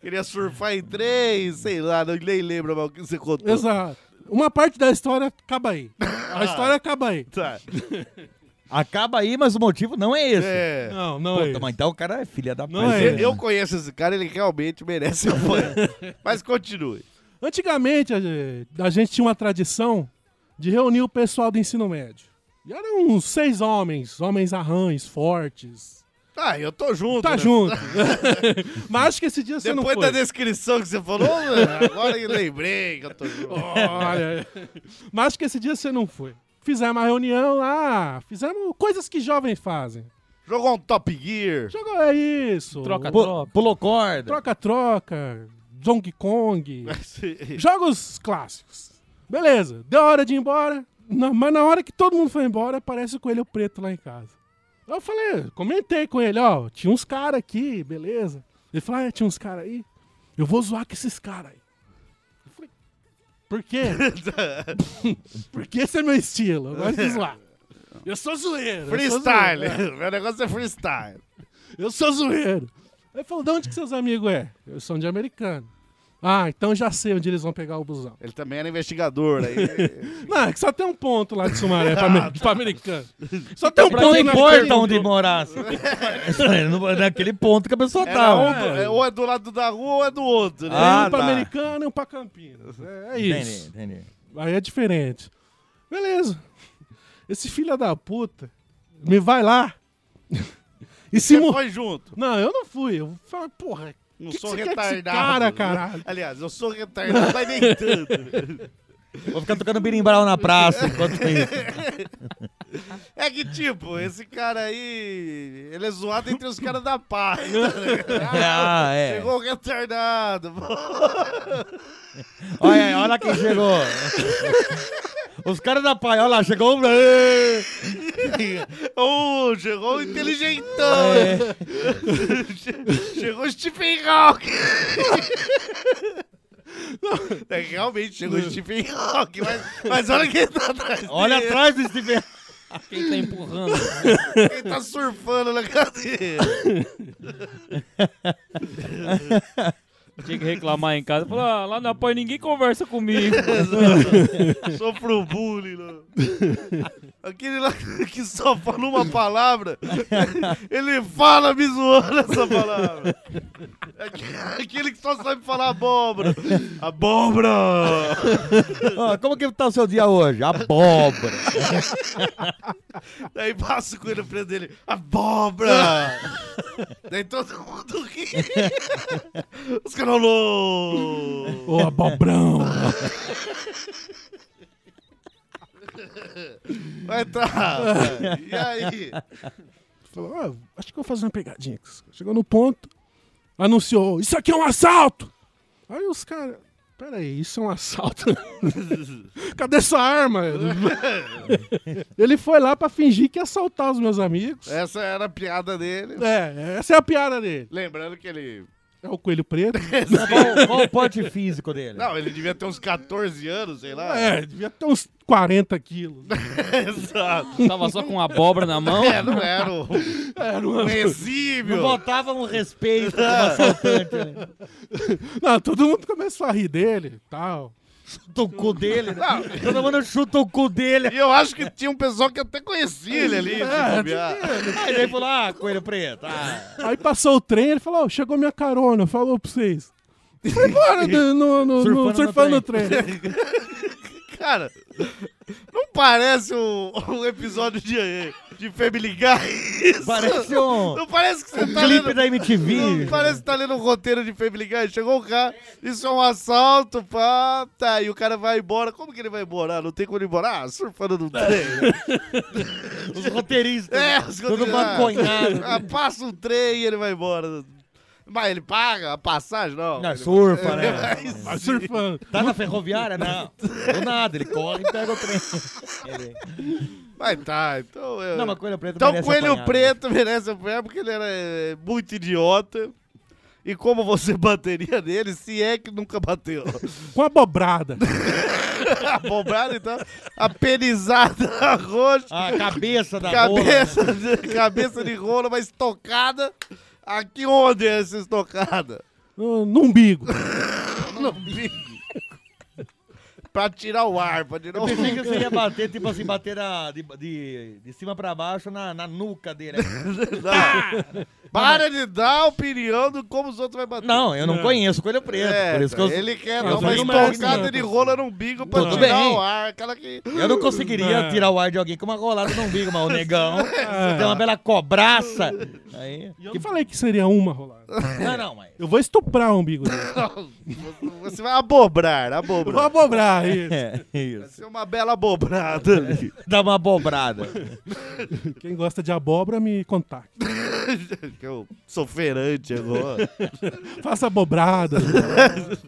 Speaker 7: Queria surfar em trem, sei lá, não, nem lembro mais o que você contou.
Speaker 6: Exato. Uma parte da história acaba aí. A história acaba aí.
Speaker 7: Tá.
Speaker 4: Acaba aí, mas o motivo não é esse.
Speaker 7: É. Não, não é
Speaker 4: Puta, mas então o cara é filha da
Speaker 7: Mas
Speaker 4: puta,
Speaker 7: eu,
Speaker 4: né?
Speaker 7: eu conheço esse cara, ele realmente merece um fã. Mas continue.
Speaker 6: Antigamente, a ge- a gente tinha uma tradição de reunir o pessoal do ensino médio. E eram uns seis homens, homens arranhos, fortes.
Speaker 7: Ah, eu tô junto.
Speaker 6: Tá
Speaker 7: né? (laughs)
Speaker 6: junto. Mas acho que esse dia você não
Speaker 7: Depois
Speaker 6: foi.
Speaker 7: da descrição que
Speaker 6: (laughs)
Speaker 7: você falou, mano, agora eu lembrei que eu tô junto.
Speaker 6: Olha, mas acho que esse dia você não foi. Fizemos uma reunião lá, fizemos coisas que jovens fazem.
Speaker 7: Jogou um
Speaker 6: (laughs)
Speaker 7: Top Gear.
Speaker 6: Jogou, é isso.
Speaker 4: Pu- Pulou corda.
Speaker 6: Troca-troca, Donkey Kong.
Speaker 7: Sim.
Speaker 6: Jogos clássicos. Beleza, deu a hora de ir embora. na- mas na hora que todo mundo foi embora, aparece o coelho preto lá em casa. Eu falei, comentei com ele, ó, tinha uns caras aqui, beleza. Ele falou, ah, é, tinha uns caras aí. Eu vou zoar com esses caras aí. Eu falei, por quê? Porque esse é meu estilo, eu gosto de zoar. Eu sou zoeiro. eu sou
Speaker 7: Freestyle.
Speaker 6: zoeiro, "É,
Speaker 7: Meu negócio é freestyle.
Speaker 6: Eu sou zoeiro. Aí ele falou, de onde que seus amigos é? Eu sou de americano. Ah, então já sei onde eles vão pegar o busão.
Speaker 7: Ele também era
Speaker 6: (laughs)
Speaker 7: investigador, né?
Speaker 6: Não, é que só tem um ponto lá de Sumaré pra,
Speaker 7: Ah,
Speaker 6: amer-
Speaker 7: tá.
Speaker 6: pra americano. Só tem um
Speaker 4: Pra
Speaker 6: ponto
Speaker 4: não
Speaker 6: na-
Speaker 4: importa onde
Speaker 7: (laughs)
Speaker 4: morasse. (laughs) Não- Naquele ponto que a pessoa
Speaker 7: Era
Speaker 4: tá.
Speaker 7: um do- é, ou é do lado da rua ou é do outro, né?
Speaker 4: Ah,
Speaker 6: um pra
Speaker 4: tá.
Speaker 6: americano e um pra Campinas. É, é isso.
Speaker 4: Entendi, entendi.
Speaker 6: Aí é diferente. Beleza. Esse filho da puta me vai lá. (laughs) E se
Speaker 7: Você
Speaker 6: mo-
Speaker 7: foi junto.
Speaker 6: Não, eu não fui. Eu falei, porra.
Speaker 7: Não
Speaker 6: que que
Speaker 7: sou
Speaker 6: você quer com
Speaker 7: retardado. né?
Speaker 6: esse cara, caralho.
Speaker 7: Aliás, eu sou retardado, mas nem tanto.
Speaker 4: Vou ficar tocando birimbau na praça
Speaker 7: (laughs)
Speaker 4: enquanto isso.
Speaker 7: É que, tipo, esse cara aí. Ele é zoado entre os caras da paz. né?
Speaker 4: Ah, é.
Speaker 7: Chegou o retardado.
Speaker 4: Olha, aí, olha lá quem chegou. Os caras da pai, olha lá, chegou. um-
Speaker 7: oh, chegou o inteligentão.
Speaker 6: É.
Speaker 4: É.
Speaker 7: Che- chegou o Stephen Hawking. É, realmente chegou o Stephen Hawking, mas, mas olha quem tá atrás.
Speaker 4: Olha
Speaker 7: dele.
Speaker 4: tipo atrás do Stephen.
Speaker 8: Quem tá empurrando?
Speaker 7: Quem tá surfando na cadeira?
Speaker 8: Tinha que reclamar em casa. Falou, ah, lá na PAN ninguém conversa comigo.
Speaker 7: (laughs) Sou pro um bullying, não. Aquele lá que só fala uma palavra, ele fala me zoando essa palavra. Aque- Aquele que só sabe falar abóbora. Abóbora!
Speaker 4: Ó, como que tá o seu dia hoje? Abóbora.
Speaker 7: Daí passa o coelho pra dele, abóbora! Daí todo mundo ri. Os caras, "Alô!"
Speaker 6: Ô, abobrão.
Speaker 7: Vai entrar. E aí?
Speaker 6: Falou, "Ah, acho que eu vou fazer uma pegadinha. com esses caras." Chegou no ponto, anunciou, isso aqui é um assalto! Aí os caras, peraí, isso é um assalto? (laughs) Cadê essa arma? (laughs) Ele foi lá pra fingir que ia assaltar os meus amigos.
Speaker 7: Essa era a piada dele.
Speaker 6: É, essa é a piada dele.
Speaker 7: Lembrando que ele.
Speaker 6: (laughs) É o coelho preto.
Speaker 4: Tá
Speaker 7: Qual- qual o porte
Speaker 4: físico dele?
Speaker 7: Não, ele devia ter uns 14 anos, sei lá.
Speaker 4: (laughs)
Speaker 6: É, devia ter uns 40 quilos.
Speaker 7: Exato.
Speaker 8: (laughs) Tava só com uma abóbora na mão.
Speaker 7: É, não era um.
Speaker 6: Era
Speaker 7: um exímio.
Speaker 12: Não botava um respeito como
Speaker 7: É.
Speaker 12: assaltante. né?
Speaker 6: Não, todo mundo começou a rir dele tal.
Speaker 12: Chuta o cu dele. Né?
Speaker 7: Não.
Speaker 12: Todo mundo chuta o cu dele.
Speaker 7: E eu acho que tinha um pessoal que até conhecia ele
Speaker 4: É,
Speaker 7: ali. se bobear.
Speaker 4: Aí ele falou, ah, coelho preto. ah.
Speaker 6: Aí passou o trem, ele falou, ó, chegou minha carona, falou pra vocês. Foi embora do- no, no, no- surfando,
Speaker 7: Surfando no
Speaker 6: no
Speaker 7: trem.
Speaker 6: trem.
Speaker 7: Cara, não parece um, um episódio de, de Family Guy isso?
Speaker 4: Parece um-
Speaker 7: Não parece que você
Speaker 4: um
Speaker 7: tá
Speaker 4: clipe
Speaker 7: lendo,
Speaker 4: da MTV.
Speaker 7: Não parece que tá lendo um roteiro de Family Guy. Chegou o cara, isso é um assalto, pá, tá, e o cara vai embora. Como que ele vai embora? Ah, Não tem como ele ir embora. Ah, surfando no
Speaker 4: É.
Speaker 7: trem.
Speaker 12: Os roteiristas.
Speaker 7: É,
Speaker 12: né?
Speaker 7: os
Speaker 12: Todo
Speaker 7: roteiristas.
Speaker 12: maconhado.
Speaker 7: Ah, passa um trem e ele vai embora. Mas ele paga a passagem? Não.
Speaker 4: Não,
Speaker 7: Ele- (laughs)
Speaker 4: surfa, né?
Speaker 7: Vai
Speaker 6: Vai
Speaker 7: sim.
Speaker 6: surfando.
Speaker 4: Tá na ferroviária? Não. Do nada, ele corre e
Speaker 7: (laughs)
Speaker 4: pega o trem. Ele-
Speaker 7: Mas tá, então. Eu...
Speaker 4: Não, mas Coelho Preto
Speaker 7: Então
Speaker 4: merece
Speaker 7: Coelho
Speaker 4: apanhar, né?
Speaker 7: Preto merece apanhar porque ele era é, muito idiota. E como você (laughs) bateria nele, se é que nunca bateu? (laughs)
Speaker 6: Com a bobrada.
Speaker 7: Abobrado, então. Apenizada (laughs) a roxa.
Speaker 4: A Ah, cabeça da
Speaker 7: cabeça, de, cabeça de rola, mas estocada. Aqui onde é essa estocada?
Speaker 6: No, no umbigo.
Speaker 7: No bico. pra tirar o ar, pra tirar
Speaker 4: Eu
Speaker 7: o
Speaker 4: pensei que você ia bater, tipo assim, bater na- de, de, de cima pra baixo na, na nuca dele.
Speaker 7: Não. Para de dar opinião do como os outros vão bater.
Speaker 4: Não, eu não conheço Coelho Preto.
Speaker 7: É,
Speaker 4: por isso que eu,
Speaker 7: Ele quer
Speaker 4: eu
Speaker 7: dar uma
Speaker 4: sou ignorante.
Speaker 7: estocada de rola no umbigo pra
Speaker 4: Tudo
Speaker 7: tirar
Speaker 4: bem.
Speaker 7: o ar. Aquela que.
Speaker 4: Eu não conseguiria
Speaker 6: Não.
Speaker 4: tirar o ar de alguém com uma rolada no umbigo, mas o
Speaker 7: (laughs) É.
Speaker 4: negão deu uma bela cobraça. Aí,
Speaker 6: Eu não falei que seria uma rolada.
Speaker 4: não, não, mas...
Speaker 6: Eu vou estuprar o umbigo dele.
Speaker 7: Você vai abobrar,
Speaker 6: (laughs) Vou
Speaker 7: abobrar.
Speaker 6: abobrar isso.
Speaker 4: É,
Speaker 7: Vai
Speaker 4: isso.
Speaker 7: ser uma bela abobrada ali.
Speaker 4: Dá uma bobrada.
Speaker 6: Quem gosta de abóbora, me contacte.
Speaker 7: Que eu sou feirante agora.
Speaker 6: Faça abobrada.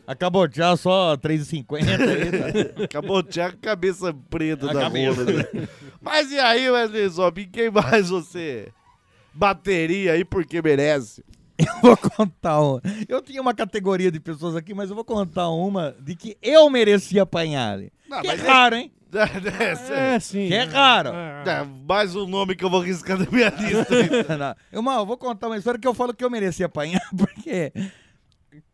Speaker 4: Acabou já só 3,50
Speaker 7: (laughs)
Speaker 4: aí, tá?
Speaker 7: Acabou de tirar a cabeça preta
Speaker 4: A
Speaker 7: da
Speaker 4: cabeça.
Speaker 7: rola. né? Mas e aí, Wesley Zop, em quem mais você bateria aí porque merece? (laughs)
Speaker 4: Eu (laughs) vou contar uma. Eu tinha uma categoria de pessoas aqui, mas eu vou contar uma de que eu merecia apanhar ali.
Speaker 7: Não,
Speaker 4: que é
Speaker 7: mas é-
Speaker 4: raro, hein?
Speaker 7: né,
Speaker 6: É, sim.
Speaker 4: Que é raro.
Speaker 7: É, mais um nome que eu vou riscar da minha lista.
Speaker 4: (laughs) Não, eu, mal, eu vou contar uma história que eu falo que eu mereci apanhar, (laughs) porque.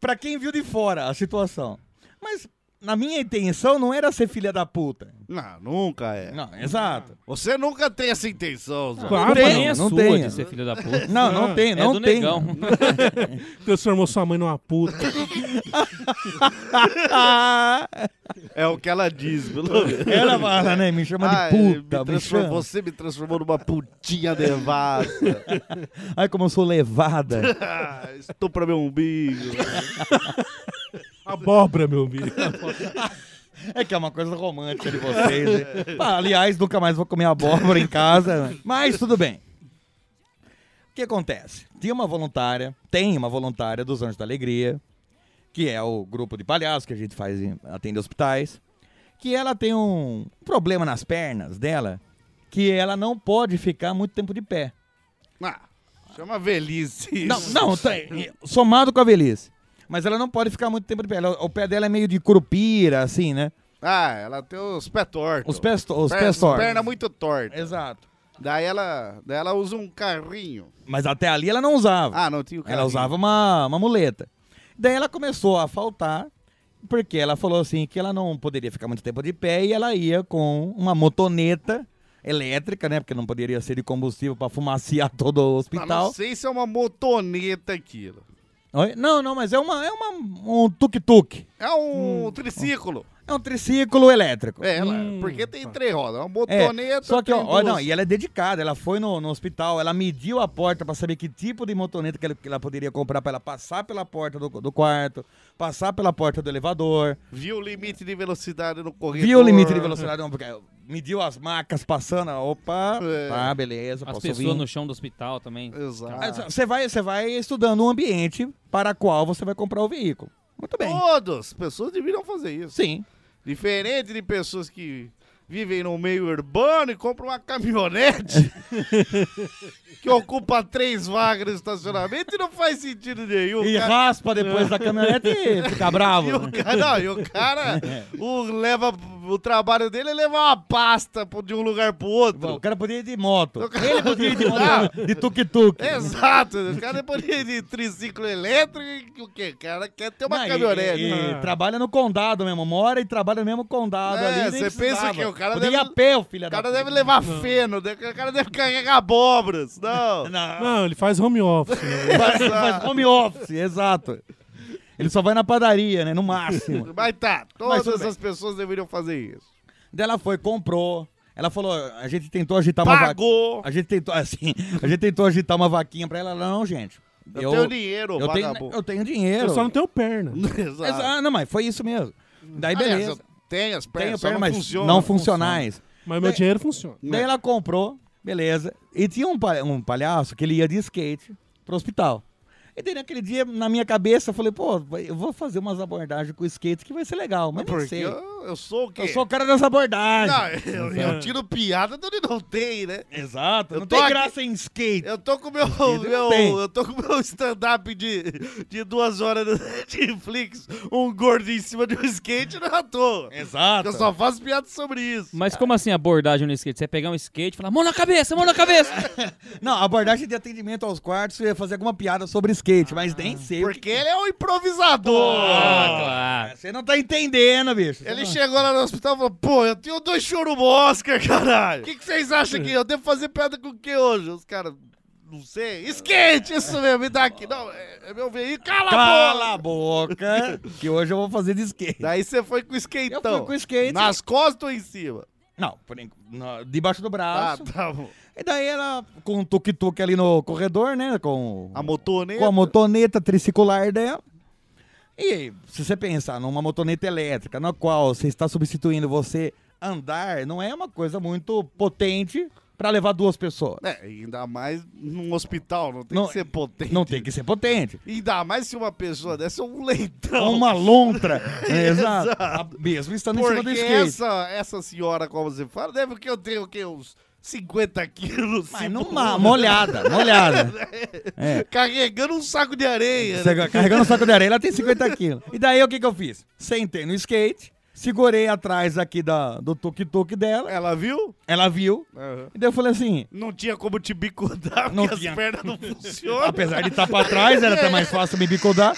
Speaker 4: Pra quem viu de fora a situação. Mas na minha intenção não era ser filha da puta.
Speaker 7: (laughs) Não, nunca é.
Speaker 4: Não, exato.
Speaker 7: Você nunca tem essa intenção, Zé.
Speaker 8: Não
Speaker 6: Claro,
Speaker 8: tem
Speaker 6: não,
Speaker 8: nem a
Speaker 4: não
Speaker 8: sua
Speaker 4: tenho.
Speaker 8: de ser filho da puta.
Speaker 4: Não, não tem, não
Speaker 8: é do
Speaker 4: tem.
Speaker 8: negão.
Speaker 6: Transformou sua mãe numa puta.
Speaker 4: Ah,
Speaker 7: É o que ela diz, pelo menos.
Speaker 4: ela fala, né? Me chama
Speaker 7: Ah,
Speaker 4: de
Speaker 7: ele me
Speaker 4: puta, me,
Speaker 7: transformou-
Speaker 4: chama.
Speaker 7: Você me transformou numa putinha
Speaker 4: (laughs)
Speaker 7: devassa.
Speaker 4: Ai, como eu sou levada.
Speaker 7: Ah, Estou pra meu umbigo.
Speaker 6: Abóbora, meu amigo.
Speaker 4: É que é uma coisa romântica de vocês. né? Pá, aliás, nunca mais vou comer abóbora em casa. né? Mas tudo bem. O que acontece? Tinha uma voluntária, tem uma voluntária dos Anjos da Alegria, que é o grupo de palhaços que a gente faz, em- atende hospitais, que ela tem um problema nas pernas dela, que ela não pode ficar muito tempo de pé.
Speaker 7: Ah, chama velhice.
Speaker 4: Não,
Speaker 7: isso.
Speaker 4: não, tá, somado com a velhice. Mas ela não pode ficar muito tempo de pé. Ela- o pé dela é meio de curupira, assim, né?
Speaker 7: Ah, ela tem os pés tortos.
Speaker 4: Os pés to- os
Speaker 7: Per-
Speaker 4: pés tortos.
Speaker 7: Perna muito torta.
Speaker 4: Exato.
Speaker 7: Daí ela, daí ela usa um carrinho.
Speaker 4: Mas até ali ela não usava.
Speaker 7: Ah, não tinha o
Speaker 4: Ela
Speaker 7: carrinho.
Speaker 4: usava um uma, uma muleta. Daí ela começou a faltar, porque ela falou assim que ela não poderia ficar muito tempo de pé e ela ia com uma motoneta elétrica, né? Porque não poderia ser de combustível para fumaciar (laughs) todo o
Speaker 7: Ah, não
Speaker 4: hospital.
Speaker 7: sei se é uma motoneta aquilo.
Speaker 4: Oi? Não, não, mas é, uma, é uma, um tuk-tuk.
Speaker 7: É um
Speaker 4: Hum.
Speaker 7: triciclo.
Speaker 4: É um triciclo elétrico.
Speaker 7: É, ela, porque tem três rodas. É uma
Speaker 4: Hum, É,
Speaker 7: motoneta.
Speaker 4: só que, ó,
Speaker 7: tem
Speaker 4: ó,
Speaker 7: duas.
Speaker 4: não, e ela é dedicada. Ela foi no, no hospital, ela mediu a porta pra saber que tipo de motoneta que ela, que ela poderia comprar pra ela passar pela porta do, do quarto, passar pela porta do elevador.
Speaker 7: Viu o limite de velocidade no corredor.
Speaker 4: Viu o limite de velocidade? Não, porque mediu as marcas passando. Opa,
Speaker 7: É.
Speaker 4: tá, beleza.
Speaker 8: As
Speaker 4: posso
Speaker 8: pessoas
Speaker 4: vir. Ah,
Speaker 8: no chão do hospital também.
Speaker 7: Exato.
Speaker 4: Você vai, você vai estudando o ambiente para qual você vai comprar o veículo. Muito bem.
Speaker 7: Oh. Todas pessoas deveriam fazer isso.
Speaker 4: Sim.
Speaker 7: Diferente de pessoas que vivem no meio urbano e compram uma
Speaker 4: (laughs)
Speaker 7: caminhonete que ocupa três vagas no estacionamento e não faz sentido nenhum.
Speaker 4: E
Speaker 7: O cara-
Speaker 4: raspa depois da
Speaker 7: (laughs)
Speaker 4: caminhonete e fica bravo.
Speaker 7: E o cara, não, e o
Speaker 4: (laughs)
Speaker 7: cara
Speaker 4: É.
Speaker 7: o, leva, o trabalho dele é levar uma pasta pro- de um lugar pro outro.
Speaker 4: O cara podia ir de moto.
Speaker 7: O cara-
Speaker 4: Ele podia ir de
Speaker 7: (laughs) Ah,
Speaker 4: moto, de tuk-tuk.
Speaker 7: Exato, o cara poderia ir de triciclo elétrico, e o que? O cara quer ter uma
Speaker 4: Não, e-
Speaker 7: caminhonete.
Speaker 4: e- e
Speaker 7: Ah.
Speaker 4: trabalha no condado mesmo, mora e trabalha no mesmo condado
Speaker 7: É,
Speaker 4: ali.
Speaker 7: você
Speaker 4: nem
Speaker 7: pensa
Speaker 4: precisava.
Speaker 7: que o cara
Speaker 4: Podia ir
Speaker 7: deve-
Speaker 4: a pé, o filho
Speaker 7: O cara
Speaker 4: da
Speaker 7: deve levar feno, né? o cara deve carregar abóboras. Não.
Speaker 6: Não, ele faz home office. né?
Speaker 4: faz, (laughs) faz home office, exato. Ele só vai na padaria, né?
Speaker 7: (laughs)
Speaker 4: No máximo.
Speaker 7: Mas tá,
Speaker 4: Mas tudo
Speaker 7: todas
Speaker 4: bem.
Speaker 7: as pessoas deveriam fazer isso.
Speaker 4: Daí ela foi, comprou. Ela falou, a gente tentou agitar É uma vaquinha.
Speaker 7: Pagou!
Speaker 4: A gente tentou, (laughs) assim, a gente tentou agitar uma vaquinha pra ela. Ela, Não, gente.
Speaker 7: Eu tenho dinheiro,
Speaker 4: eu tenho,
Speaker 7: vagabundo.
Speaker 4: eu tenho dinheiro.
Speaker 6: Eu só não tenho perna.
Speaker 7: (laughs) Exato.
Speaker 4: Exa- ah, não, mas foi isso mesmo. Daí
Speaker 7: Aliás,
Speaker 4: é beleza.
Speaker 7: eu tenho as pernas,
Speaker 4: Tenho
Speaker 7: só
Speaker 4: perna,
Speaker 7: não
Speaker 4: mas
Speaker 7: funciona.
Speaker 4: não funcionais.
Speaker 6: Mas meu
Speaker 4: Daí-
Speaker 6: dinheiro funciona.
Speaker 4: Daí ela comprou, beleza. E tinha um, pa- um palhaço que ele ia de skate pro hospital. E daí naquele dia, na minha cabeça, eu falei, pô, vai- eu vou fazer umas abordagens com skate que vai ser legal, mas não
Speaker 7: Porque
Speaker 4: sei. Eu...
Speaker 7: eu, eu sou o quê?
Speaker 4: sou o cara das abordagens.
Speaker 7: Não, eu, eu tiro piada de onde não tem, né?
Speaker 4: (laughs) Exato,
Speaker 7: Eu
Speaker 4: não
Speaker 7: tô
Speaker 4: tem
Speaker 7: aqui-
Speaker 4: graça em skate.
Speaker 7: Eu tô com meu,
Speaker 4: não
Speaker 7: meu
Speaker 4: tem.
Speaker 7: eu tô com meu stand-up de, de duas horas no (laughs) Netflix, um gordo em cima de um skate não é à toa.
Speaker 4: Exato.
Speaker 7: Eu só faço piada sobre isso.
Speaker 8: Mas como assim abordagem no skate? Você ia pegar um skate e falar, mão na cabeça, mão na cabeça!
Speaker 4: Não, a abordagem de atendimento aos quartos, eu ia fazer alguma piada sobre skate, mas nem sei. o que- Ah,
Speaker 7: Porque ele é um improvisador.
Speaker 8: claro.
Speaker 4: Você não tá entendendo, bicho. Você
Speaker 7: Ele
Speaker 4: não-
Speaker 7: chegou lá no hospital e falou: Pô, eu tenho dois choros no Oscar, caralho. O que, que vocês acham que eu devo fazer piada com o que hoje? Os caras, não sei. Skate, isso mesmo, me dá aqui. Não, é, é meu veículo. Cala,
Speaker 4: Cala
Speaker 7: a
Speaker 4: a
Speaker 7: boca.
Speaker 4: boca, que hoje eu vou fazer
Speaker 7: (laughs)
Speaker 4: de skate.
Speaker 7: Daí você foi com o skateão.
Speaker 4: Eu fui com o skate.
Speaker 7: Nas costas ou em cima?
Speaker 4: Não, por enqu- na- debaixo do
Speaker 7: Ah,
Speaker 4: braço.
Speaker 7: tá bom.
Speaker 4: E daí ela, com um tuk-tuk ali no corredor, né? Com,
Speaker 7: A motoneta.
Speaker 4: com a motoneta tricicular dela. E se você pensar numa motoneta elétrica, na qual você está substituindo você andar, não é uma coisa muito potente para levar duas pessoas.
Speaker 7: É, ainda mais num hospital, não tem
Speaker 4: Não-
Speaker 7: que ser potente.
Speaker 4: Não tem que ser potente.
Speaker 7: Ainda mais se uma pessoa dessa é um leitão. (laughs)
Speaker 4: Uma lontra. né, Exato.
Speaker 7: Exato.
Speaker 4: A- Mesmo estando em cima do
Speaker 7: Porque
Speaker 4: skate.
Speaker 7: essa, essa senhora, como você fala, deve que eu tenho o quê? Uns 50 quilos.
Speaker 4: Mas
Speaker 7: cinco-
Speaker 4: numa molhada,
Speaker 7: (laughs)
Speaker 4: molhada. É.
Speaker 7: Carregando um saco de areia.
Speaker 4: Você Carregando o saco de areia, ela tem 50 quilos. E daí o que, que eu fiz? Sentei no skate, segurei atrás aqui da, do tuk-tuk dela,
Speaker 7: Ela viu?
Speaker 4: ela viu, e daí eu falei assim.
Speaker 7: Não tinha como te bicudar,
Speaker 4: Não
Speaker 7: porque
Speaker 4: tinha.
Speaker 7: as pernas
Speaker 4: (laughs)
Speaker 7: não funcionam.
Speaker 4: Apesar de estar pra trás, era até mais fácil me bicudar.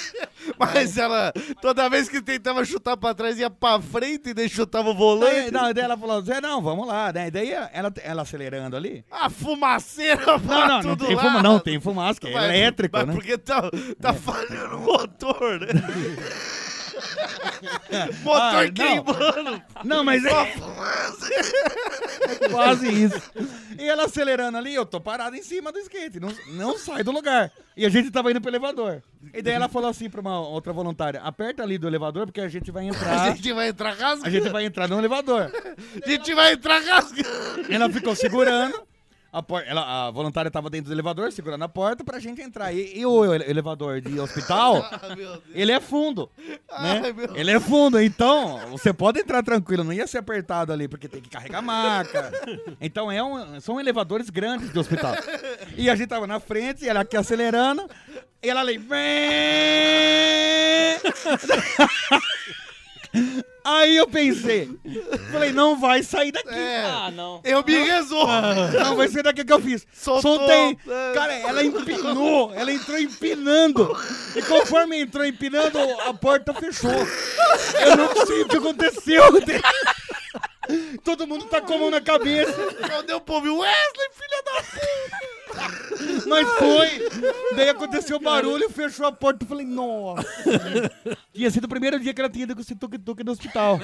Speaker 7: Mas ela, toda vez que tentava chutar pra trás, ia pra frente e daí chutava o
Speaker 4: Daí,
Speaker 7: volante.
Speaker 4: não, daí ela falou assim: não, vamos lá. Né? E daí ela, ela acelerando ali.
Speaker 7: A fumaceira pra
Speaker 4: Não, não, não
Speaker 7: tudo
Speaker 4: tem,
Speaker 7: lá.
Speaker 4: fuma, não tem fumaça, que é
Speaker 7: Mas-
Speaker 4: elétrico,
Speaker 7: mas
Speaker 4: né?
Speaker 7: porque tá, tá falhando o motor,
Speaker 4: (laughs)
Speaker 7: né?
Speaker 4: Ah,
Speaker 7: motor
Speaker 4: não.
Speaker 7: queimando.
Speaker 4: Não, mas
Speaker 7: Só
Speaker 4: é
Speaker 7: fumaça.
Speaker 4: (laughs) quase isso. E ela acelerando ali, eu tô parado em cima do skate, não, não sai do lugar. E a gente tava indo pro elevador. E daí ela falou assim pra uma outra voluntária: aperta ali do elevador, porque a gente
Speaker 7: (laughs)
Speaker 4: vai
Speaker 7: A
Speaker 4: entrar.
Speaker 7: gente vai entrar
Speaker 4: Ah. A
Speaker 7: rasgando.
Speaker 4: gente vai entrar no elevador.
Speaker 7: A gente vai entrar rasgando.
Speaker 4: Ela ficou segurando. A, por- ela- a voluntária tava dentro do elevador, segurando a porta pra gente entrar. E, e o ele- elevador de hospital, ele é fundo. Né?
Speaker 7: Ai, meu-
Speaker 4: Ele é fundo, então você pode entrar tranquilo, não ia ser apertado ali, porque tem que carregar maca. Então é um- são elevadores grandes de hospital. E a gente tava na frente, e ela aqui acelerando, e ela ali. "Vem!" (laughs) Aí eu pensei, falei, não vai sair daqui.
Speaker 8: (laughs) Ah, não.
Speaker 7: Eu me resolvo.
Speaker 4: Não vai sair daqui o que eu fiz.
Speaker 7: Soltou. É.
Speaker 4: Soltei. Cara, ela empinou, ela entrou empinando. E conforme entrou empinando, a porta fechou. Eu não sei o que aconteceu. (laughs) Todo mundo tá com a mão na cabeça.
Speaker 7: Cadê o povo? Wesley, filha da
Speaker 4: puta! Mas foi. Daí aconteceu barulho, fechou a porta. Eu falei, nossa. Tinha sido o primeiro dia que ela tinha ido com esse tuk-tuk no hospital.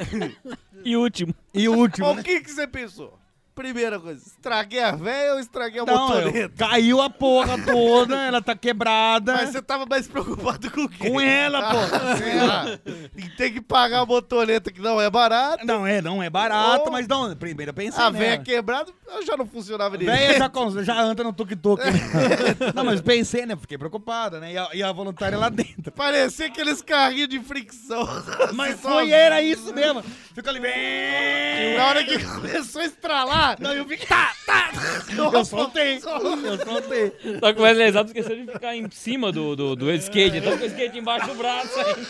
Speaker 8: E último.
Speaker 4: E último.
Speaker 7: O né? que, que você pensou? Primeira coisa, estraguei a véia ou estraguei a
Speaker 4: Não, eu-
Speaker 7: motoreta?
Speaker 4: caiu a porra toda, ela tá quebrada.
Speaker 7: Mas você tava mais preocupado com o quê? Ah,
Speaker 4: Com ela, pô.
Speaker 7: Sei lá. E tem que pagar a motoreta que não é barata.
Speaker 4: Não é, não é barata, mas não, primeiro eu pensei
Speaker 7: A
Speaker 4: nela.
Speaker 7: véia quebrada, eu já não funcionava direito.
Speaker 4: né? Véia já, cons- já anda no tuk-tuk. né? (laughs) não, mas pensei, né? Fiquei preocupada, né? E a, e a voluntária lá dentro.
Speaker 7: Parecia aqueles carrinhos de fricção.
Speaker 4: Mas
Speaker 7: Você
Speaker 4: foi,
Speaker 7: só-
Speaker 4: era isso mesmo. Ficou ali. bem-
Speaker 7: Na hora que começou a estralar,
Speaker 4: Não, eu vi. Tá, tá. Eu soltei. Eu soltei.
Speaker 8: Só que o Wesley Zap esqueceu de ficar em cima do, do, do skate. Então com o skate embaixo do braço aí.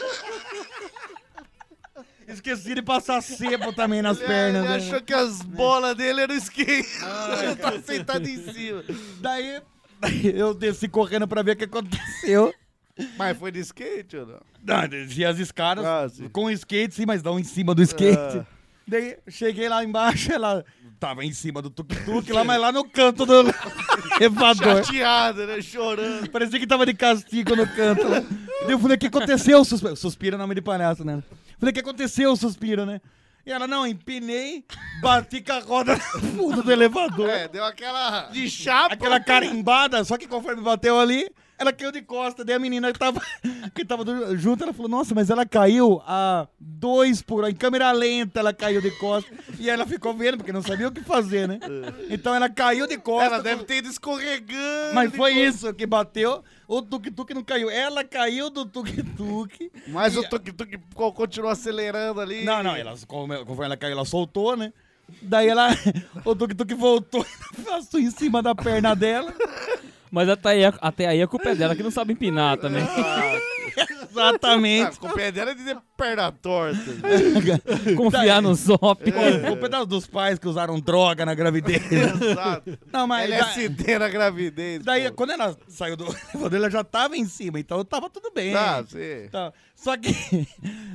Speaker 4: Esqueci de passar sebo também nas
Speaker 7: ele
Speaker 4: pernas. né?
Speaker 7: achou que as bolas dele eram skate.
Speaker 4: Ah,
Speaker 7: (laughs) Ele tá sentado em cima.
Speaker 4: Daí, daí eu desci correndo pra ver o que (laughs) aconteceu.
Speaker 7: Mas foi de skate ou não?
Speaker 4: Não, Ah, desci as escadas
Speaker 7: Ah, sim.
Speaker 4: com o skate, sim, mas não em cima do skate.
Speaker 7: Ah.
Speaker 4: Daí cheguei lá embaixo, ela tava em cima do tuk-tuk lá, mas lá no canto do
Speaker 7: (laughs)
Speaker 4: elevador.
Speaker 7: Chateado, né? Chorando.
Speaker 4: Parecia que tava de castigo no canto lá. Daí eu falei, o que aconteceu? Suspiro, suspiro é nome de palhaço, né? Falei, o que aconteceu, suspiro, né? E ela, não, empinei, bati com a roda no fundo do elevador.
Speaker 7: É, deu aquela de chapa.
Speaker 4: Aquela carimbada, só que conforme bateu ali, ela caiu de costa. Daí a menina que tava, (laughs) que tava do- junto, ela falou, nossa, mas ela caiu a dois por hora, em câmera lenta, ela caiu de costa. E ela ficou vendo, porque não sabia o que fazer, né? Então ela caiu de costa.
Speaker 7: É. Ela deve ter ido escorregando.
Speaker 4: Mas foi isso que bateu. O tuk-tuk não caiu. Ela caiu do tuk-tuk.
Speaker 7: Mas
Speaker 4: E-
Speaker 7: o tuk-tuk co- continuou acelerando ali. Ah,
Speaker 4: Não, não, ela, como- conforme ela caiu, ela soltou, né? Daí ela. (laughs) O tuk-tuk voltou (laughs) e passou em cima da perna dela.
Speaker 8: Mas até aí, até aí a culpa é dela que não sabe empinar também.
Speaker 7: Ah,
Speaker 4: Exatamente.
Speaker 7: ficou perdendo de perna torta. né?
Speaker 8: Confiar no Zop.
Speaker 4: O pedaço é dos pais que usaram droga
Speaker 7: (laughs)
Speaker 4: na gravidez.
Speaker 7: Exato.
Speaker 4: (laughs) Não, mas.
Speaker 7: é LSD na gravidez.
Speaker 4: daí,
Speaker 7: pô.
Speaker 4: quando ela saiu do (laughs) elevador, ela já tava em cima, então tava tudo bem.
Speaker 7: Ah, sim.
Speaker 4: Tá. Só que. (laughs)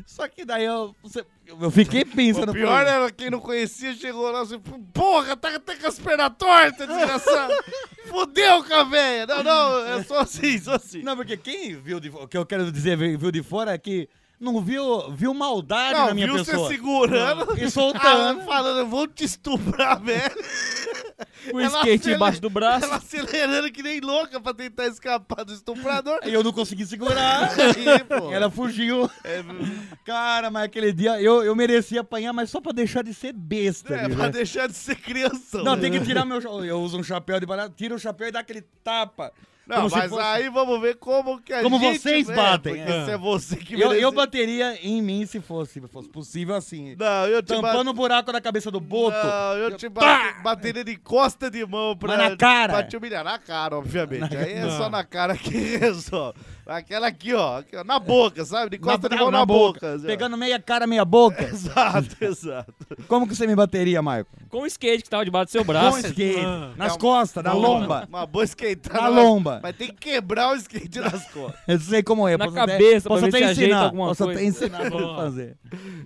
Speaker 4: Só que daí eu. você- eu fiquei pensando.
Speaker 7: O pior
Speaker 4: pô,
Speaker 7: era quem não conhecia, chegou lá assim, porra, tá até com as pernas tortas, desgraçado.
Speaker 4: (laughs)
Speaker 7: Fudeu com a véia. Não, não, é só assim, só assim.
Speaker 4: Não, porque quem viu de fora, o que eu quero dizer, viu viu de fora é que não viu, viu maldade
Speaker 7: Não,
Speaker 4: é na minha
Speaker 7: viu você
Speaker 4: pessoa.
Speaker 7: segurando
Speaker 4: E
Speaker 7: (laughs)
Speaker 4: soltando.
Speaker 7: Ah, falando, eu vou te estuprar, velho.
Speaker 8: Com o
Speaker 7: Ela
Speaker 8: skate
Speaker 7: aceler-
Speaker 8: embaixo do braço.
Speaker 7: Ela acelerando que nem louca pra tentar escapar do estuprador.
Speaker 4: E eu não consegui segurar.
Speaker 7: (laughs) Aí, pô.
Speaker 4: Ela fugiu.
Speaker 7: É,
Speaker 4: Cara, mas aquele dia eu, eu merecia apanhar, mas só pra deixar de ser besta.
Speaker 7: é,
Speaker 4: viu,
Speaker 7: pra
Speaker 4: né?
Speaker 7: deixar de ser criança. né?
Speaker 4: Não, tem que tirar meu chapéu. Eu uso um chapéu de balada, tiro o chapéu e dá aquele tapa.
Speaker 7: Não,
Speaker 4: Como se
Speaker 7: mas
Speaker 4: fosse-
Speaker 7: aí vamos ver como que a
Speaker 4: Como
Speaker 7: gente...
Speaker 4: vocês
Speaker 7: né,
Speaker 4: batem.
Speaker 7: Porque
Speaker 4: É.
Speaker 7: se é você que
Speaker 4: Eu, eu
Speaker 7: merece-
Speaker 4: bateria em mim se fosse, fosse possível assim.
Speaker 7: Não, eu te
Speaker 4: Tampando
Speaker 7: bato...
Speaker 4: o buraco na cabeça do boto.
Speaker 7: Não, eu te bato, bateria de costa de mão pra,
Speaker 4: Mas na cara.
Speaker 7: pra te humilhar. Na cara, obviamente. aí é só na cara que (laughs) resolve. Aquela aqui, ó. aqui, ó, na boca, sabe? De costa de mão na, boca. assim, ó.
Speaker 4: Pegando meia cara, meia boca.
Speaker 7: (laughs) Exato, exato.
Speaker 4: Como que você me bateria, Marco?
Speaker 8: Com o skate que tava debaixo do seu
Speaker 4: Com
Speaker 8: braço.
Speaker 4: skate.
Speaker 6: Ah.
Speaker 4: Nas costas, na lomba.
Speaker 7: Uma boa esquentada.
Speaker 4: Na
Speaker 7: mas-
Speaker 4: lomba.
Speaker 7: Mas tem que quebrar o skate nas costas.
Speaker 4: Eu sei como é.
Speaker 8: Na
Speaker 4: posso até-
Speaker 8: cabeça, pra
Speaker 4: posso
Speaker 8: ver
Speaker 4: até
Speaker 8: se ajeita
Speaker 4: ensinar.
Speaker 8: alguma
Speaker 4: Posso
Speaker 8: coisa.
Speaker 4: até ensinar pra
Speaker 8: Boa.
Speaker 4: fazer.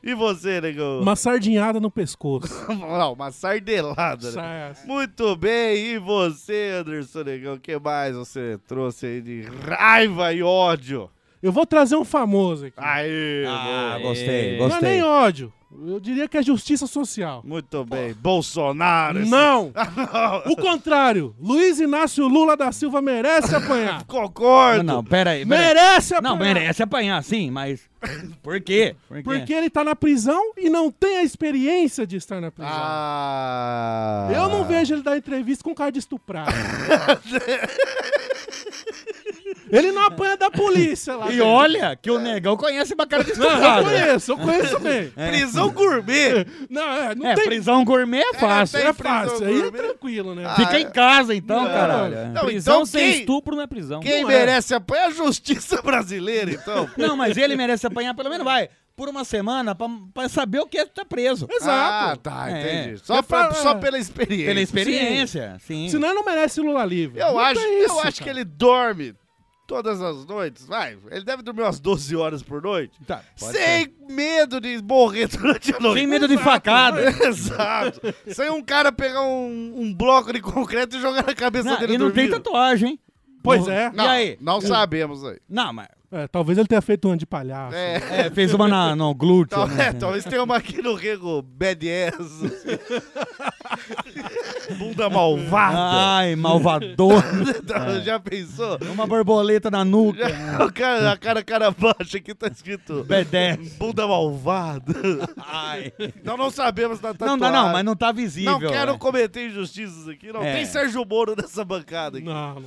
Speaker 7: E você, negão?
Speaker 6: Uma sardinhada no pescoço.
Speaker 7: (laughs) Não, uma sardelada. né?
Speaker 6: Sai assim.
Speaker 7: Muito bem, e você, Anderson Negão? O que mais você trouxe aí de raiva e ódio?
Speaker 6: Eu vou trazer um famoso aqui.
Speaker 7: Aí,
Speaker 4: Ah,
Speaker 7: boa.
Speaker 4: gostei,
Speaker 6: Não é nem
Speaker 4: gostei.
Speaker 6: ódio. Eu diria que é justiça social.
Speaker 7: Muito bem. Bolsonaro. esse (laughs)
Speaker 6: Não! O contrário! Luiz Inácio Lula da Silva merece apanhar!
Speaker 7: Concordo.
Speaker 4: Não, não, pera aí. pera aí.
Speaker 6: merece apanhar!
Speaker 4: Não, merece apanhar,
Speaker 7: (laughs)
Speaker 4: sim, mas. Por quê? Por
Speaker 7: É.
Speaker 6: Porque ele tá na prisão e não tem a experiência de estar na prisão.
Speaker 7: Ah.
Speaker 6: Eu não vejo ele dar entrevista com cara de estuprado. ele não apanha da polícia lá.
Speaker 4: E
Speaker 6: dentro.
Speaker 4: olha que o negão conhece uma cara de né?
Speaker 6: Eu
Speaker 4: estuprado.
Speaker 6: conheço, eu conheço bem.
Speaker 7: É. Prisão gourmet.
Speaker 6: Não, é, não
Speaker 4: É,
Speaker 6: tem...
Speaker 4: prisão gourmet é fácil.
Speaker 7: tem
Speaker 6: É
Speaker 7: prisão
Speaker 6: fácil, aí é
Speaker 7: gourmet.
Speaker 6: tranquilo,
Speaker 7: Ah,
Speaker 6: né?
Speaker 4: Fica em casa então, caralho.
Speaker 7: (laughs) Não,
Speaker 8: prisão
Speaker 7: então
Speaker 8: sem
Speaker 7: quem,
Speaker 8: estupro não é prisão.
Speaker 7: quem
Speaker 8: Não é.
Speaker 7: merece apanhar é a justiça brasileira, então.
Speaker 4: Não, mas ele merece apanhar, pelo menos vai. por uma semana pra, pra saber o que é tá preso.
Speaker 6: Exato.
Speaker 4: Ah,
Speaker 7: tá,
Speaker 4: É.
Speaker 7: entendi. Só, pra- só pela experiência.
Speaker 4: Pela experiência, sim.
Speaker 6: Senão ele não merece Lula livre.
Speaker 7: Eu
Speaker 6: Não
Speaker 7: acho,
Speaker 6: tem isso,
Speaker 7: eu acho que
Speaker 6: cara.
Speaker 7: ele dorme todas as noites, vai. Ele deve dormir umas 12 horas por noite.
Speaker 4: Tá,
Speaker 7: sem medo de morrer (laughs) durante a noite.
Speaker 4: Sem medo de facada.
Speaker 7: (laughs) Exato. sem um cara pegar um, um bloco de concreto e jogar na cabeça
Speaker 4: Não,
Speaker 7: dele
Speaker 4: e não tem
Speaker 7: dormindo.
Speaker 4: tatuagem, hein?
Speaker 6: Pois é.
Speaker 7: Não,
Speaker 4: e aí? Hum.
Speaker 7: Não sabemos aí.
Speaker 4: Não, mas.
Speaker 6: É, talvez ele tenha feito um de palhaço.
Speaker 7: (laughs) É.
Speaker 4: É, fez uma na, no glúteo.
Speaker 7: Tal-
Speaker 4: né?
Speaker 7: é, talvez tenha uma aqui no rego
Speaker 4: (laughs)
Speaker 7: BDS. Bunda malvada.
Speaker 4: Ai, malvador. É.
Speaker 7: Então, Já pensou?
Speaker 4: Uma borboleta na nuca.
Speaker 7: O cara, a cara, cara baixa aqui tá escrito
Speaker 4: B10.
Speaker 7: Bunda malvada.
Speaker 4: Ai.
Speaker 7: Não, não sabemos da
Speaker 4: Não,
Speaker 7: tatuagem.
Speaker 4: não, não, mas não tá visível.
Speaker 7: Não quero
Speaker 4: né?
Speaker 7: cometer injustiças aqui, não.
Speaker 4: É.
Speaker 7: Tem Sérgio Moro nessa bancada aqui.
Speaker 6: Não, não.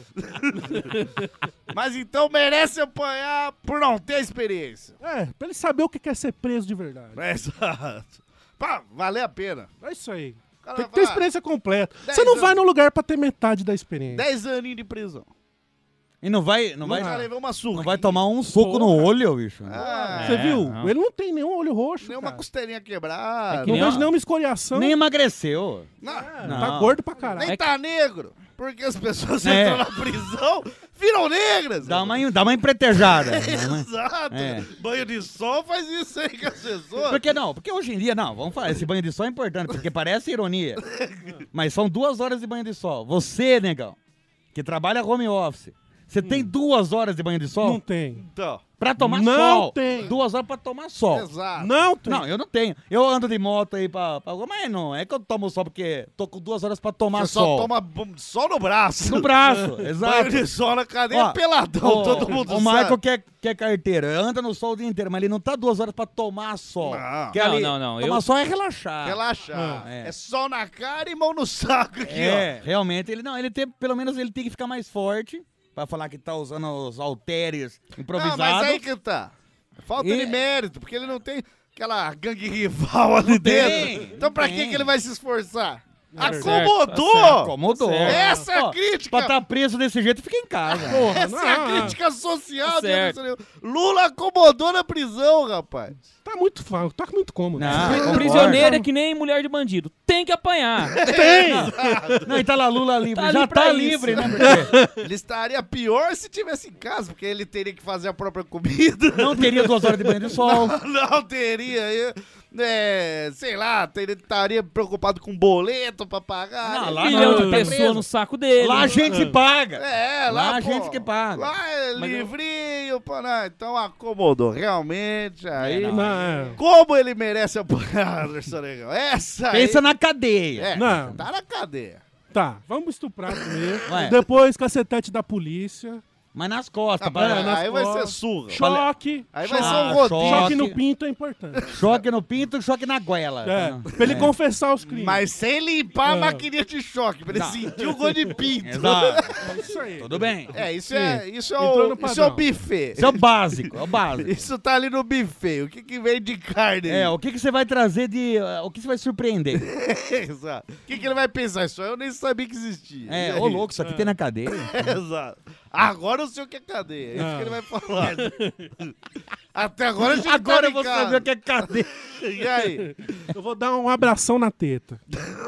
Speaker 7: Mas então merece apanhar por não ter experiência.
Speaker 6: É, pra ele saber o que é ser preso de verdade.
Speaker 7: É, Exato. Pá, valeu a pena.
Speaker 6: É isso aí.
Speaker 7: Cara,
Speaker 6: Tem que ter
Speaker 7: vai lá,
Speaker 6: experiência completa.
Speaker 7: Dez
Speaker 6: Você não vai
Speaker 7: anos.
Speaker 6: no lugar pra ter metade da experiência.
Speaker 7: 10 aninhos de prisão.
Speaker 4: E não vai, não, vai,
Speaker 7: Nunca levei uma surra.
Speaker 4: não vai tomar um soco no olho, bicho.
Speaker 7: Ah,
Speaker 6: Você
Speaker 4: É,
Speaker 6: viu?
Speaker 4: não.
Speaker 6: Ele não tem nenhum olho roxo.
Speaker 7: nem uma
Speaker 6: cara.
Speaker 7: costelinha quebrada.
Speaker 6: Não
Speaker 4: É. nem
Speaker 6: vejo
Speaker 4: uma-
Speaker 6: nenhuma escoriação.
Speaker 4: Nem emagreceu.
Speaker 7: Não,
Speaker 4: Então- Não.
Speaker 6: Tá gordo pra caralho.
Speaker 7: nem tá negro. Porque as pessoas
Speaker 4: É.
Speaker 7: entram na prisão, viram negras.
Speaker 4: Dá uma, dá uma empretejada.
Speaker 7: (laughs)
Speaker 4: Dá uma-
Speaker 7: Exato.
Speaker 4: É.
Speaker 7: Banho de sol faz isso aí com as pessoas.
Speaker 4: Porque não, porque hoje em dia, não, vamos falar, esse banho de sol é importante, porque parece
Speaker 7: (laughs)
Speaker 4: ironia. Mas são duas horas de banho de sol. Você, negão, que trabalha home office, você
Speaker 7: Hum.
Speaker 4: tem duas horas de banho de sol
Speaker 6: Não tem.
Speaker 7: Então,
Speaker 4: pra tomar
Speaker 6: Não
Speaker 4: sol.
Speaker 6: tem.
Speaker 4: Duas horas pra tomar sol.
Speaker 7: exato.
Speaker 6: Não tem.
Speaker 4: Não, eu não tenho. Eu ando de moto aí pra, pra. Mas não, é que eu tomo sol porque tô com duas horas pra tomar
Speaker 7: Você
Speaker 4: sol.
Speaker 7: só toma b- sol no braço.
Speaker 4: No braço, exato.
Speaker 7: (laughs) Banho de sol na cadeia
Speaker 4: Ó,
Speaker 7: é peladão,
Speaker 4: o-
Speaker 7: todo mundo
Speaker 4: O
Speaker 7: sabe.
Speaker 4: Michael quer, quer carteira, anda no sol o dia inteiro, mas ele não tá duas horas pra tomar sol.
Speaker 7: Não.
Speaker 4: Que
Speaker 8: Não, não, não,
Speaker 4: Tomar
Speaker 8: eu-
Speaker 4: sol é relaxar.
Speaker 7: Relaxa.
Speaker 4: Ah,
Speaker 7: é.
Speaker 4: é.
Speaker 7: sol na cara e mão no saco aqui,
Speaker 4: É, realmente, ele não, ele tem, pelo menos ele tem que ficar mais forte pra falar que tá usando os halteres
Speaker 7: ó. Ah,
Speaker 4: improvisados.
Speaker 7: mas aí que tá. Falta de
Speaker 4: E-
Speaker 7: mérito, porque ele não tem aquela gangue rival ali
Speaker 4: tem,
Speaker 7: dentro.
Speaker 4: não
Speaker 7: Então pra que
Speaker 4: tem. é
Speaker 7: que ele vai se esforçar?
Speaker 8: certo,
Speaker 7: Acomodou!
Speaker 4: tá Acomodou.
Speaker 7: Essa é a
Speaker 4: Ó,
Speaker 7: crítica.
Speaker 4: Pra tá preso desse jeito, fica em casa.
Speaker 7: Essa é a crítica social
Speaker 8: Tá
Speaker 7: de Anderson
Speaker 8: certo.
Speaker 7: Leão. Lula acomodou na prisão, rapaz.
Speaker 6: Tá muito fácil, tá muito cômodo.
Speaker 4: Não, um concordo.
Speaker 8: Prisioneiro é que nem mulher de bandido. Tem que apanhar.
Speaker 4: Não, e tá lá Lula livre.
Speaker 8: Tá ali
Speaker 4: Já
Speaker 8: pra
Speaker 4: tá
Speaker 8: isso.
Speaker 4: livre, né? Porque
Speaker 7: Ele estaria pior se tivesse em casa, porque ele teria que fazer a própria comida. (laughs)
Speaker 4: não teria duas horas de banho de sol.
Speaker 7: Não teria. eu- É, sei lá, teria- estaria preocupado com boleto pra pagar. né?
Speaker 4: Não,
Speaker 7: Ele-
Speaker 4: lá
Speaker 8: Um milhão
Speaker 4: não,
Speaker 8: de
Speaker 4: tá
Speaker 8: pessoas
Speaker 4: preso.
Speaker 8: no saco dele.
Speaker 4: Lá a gente paga.
Speaker 7: É, lá,
Speaker 4: Lá a
Speaker 7: pô,
Speaker 4: gente que paga.
Speaker 7: Lá é
Speaker 8: Mas eu-
Speaker 7: livrinho, pô, não, então acomodou. Realmente, aí...
Speaker 6: Não, é.
Speaker 7: Como ele merece apanhar, (laughs) Anderson Negão? Essa aí...
Speaker 4: Pensa na cadeia.
Speaker 7: É,
Speaker 6: Não.
Speaker 7: tá na cadeia.
Speaker 6: Tá, vamos estuprar primeiro.
Speaker 4: Vai.
Speaker 6: Depois cacetete da polícia.
Speaker 4: Mas Tá nas costas.
Speaker 7: Ah,
Speaker 4: pra-
Speaker 7: mas aí vai
Speaker 6: costas.
Speaker 7: ser surra.
Speaker 6: Choque.
Speaker 7: Aí vai ser
Speaker 4: Ah,
Speaker 7: um rodinho.
Speaker 4: choque.
Speaker 6: Choque no pinto é importante.
Speaker 4: Choque no pinto, choque na goela.
Speaker 6: É,
Speaker 4: Tá, não?
Speaker 6: pra ele confessar os crimes.
Speaker 7: Mas sem limpar a
Speaker 6: Ah.
Speaker 7: maquininha de choque, pra ele sentir o gol de pinto.
Speaker 4: (laughs) Exato.
Speaker 6: É isso aí.
Speaker 4: Tudo bem.
Speaker 7: É, isso é,
Speaker 6: Sim.
Speaker 7: isso é,
Speaker 6: Entrou
Speaker 7: o,
Speaker 6: no
Speaker 7: isso é
Speaker 6: padrão.
Speaker 7: o buffet.
Speaker 4: Isso é o básico, é o básico.
Speaker 7: (laughs) Isso tá ali no buffet. O que que vem de carne? aí? (laughs)
Speaker 4: É, o que, que você vai trazer de. eh, O que você vai surpreender?
Speaker 7: Exato. O que que ele vai pensar? Isso aí eu nem sabia que existia. E
Speaker 4: É,
Speaker 7: aí?
Speaker 4: ô louco, isso aqui tem na cadeia.
Speaker 7: (laughs) Exato. Agora eu sei o que é cadeia. É isso
Speaker 6: Ah.
Speaker 7: que ele vai falar.
Speaker 4: (laughs)
Speaker 7: Até agora a gente
Speaker 4: Agora
Speaker 7: tá
Speaker 4: eu vou
Speaker 7: ligado.
Speaker 4: saber o que é cadeia.
Speaker 7: E aí?
Speaker 6: Eu vou dar um abração na teta.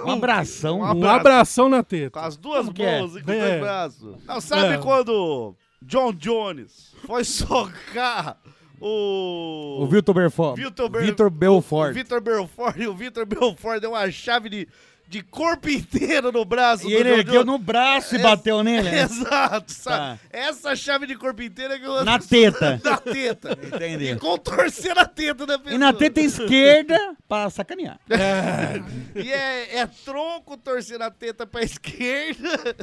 Speaker 4: Um abração.
Speaker 7: Um
Speaker 6: Um
Speaker 7: abraço.
Speaker 6: abração na
Speaker 7: Com
Speaker 6: teta.
Speaker 7: as duas
Speaker 4: Como que é? Ah.
Speaker 7: mãos e com os
Speaker 6: Bem,
Speaker 7: dois
Speaker 6: é.
Speaker 7: braços. Não, sabe
Speaker 6: É.
Speaker 7: quando John Jones foi (laughs) socar o...
Speaker 4: O Vitor Belfort.
Speaker 7: Vitor Ber-
Speaker 4: Vitor
Speaker 7: O
Speaker 4: Belfort.
Speaker 7: Vitor Belfort e o Vitor Belfort deu uma chave de, de corpo inteiro no braço
Speaker 4: E
Speaker 7: do
Speaker 4: ele
Speaker 7: John
Speaker 4: ergueu
Speaker 7: Jones. (laughs)
Speaker 4: no braço e
Speaker 7: Ex-
Speaker 4: bateu nele. né?
Speaker 7: É. (laughs) Exato, sabe?
Speaker 4: Tá.
Speaker 7: Essa chave de corpo inteiro é que eu... (laughs)
Speaker 4: Na teta.
Speaker 7: Na teta.
Speaker 4: Entendi.
Speaker 7: Contorcer a teta da pessoa.
Speaker 4: E na teta esquerda pra sacanear.
Speaker 7: É. E é, é tronco torcendo a teta pra (laughs) esquerda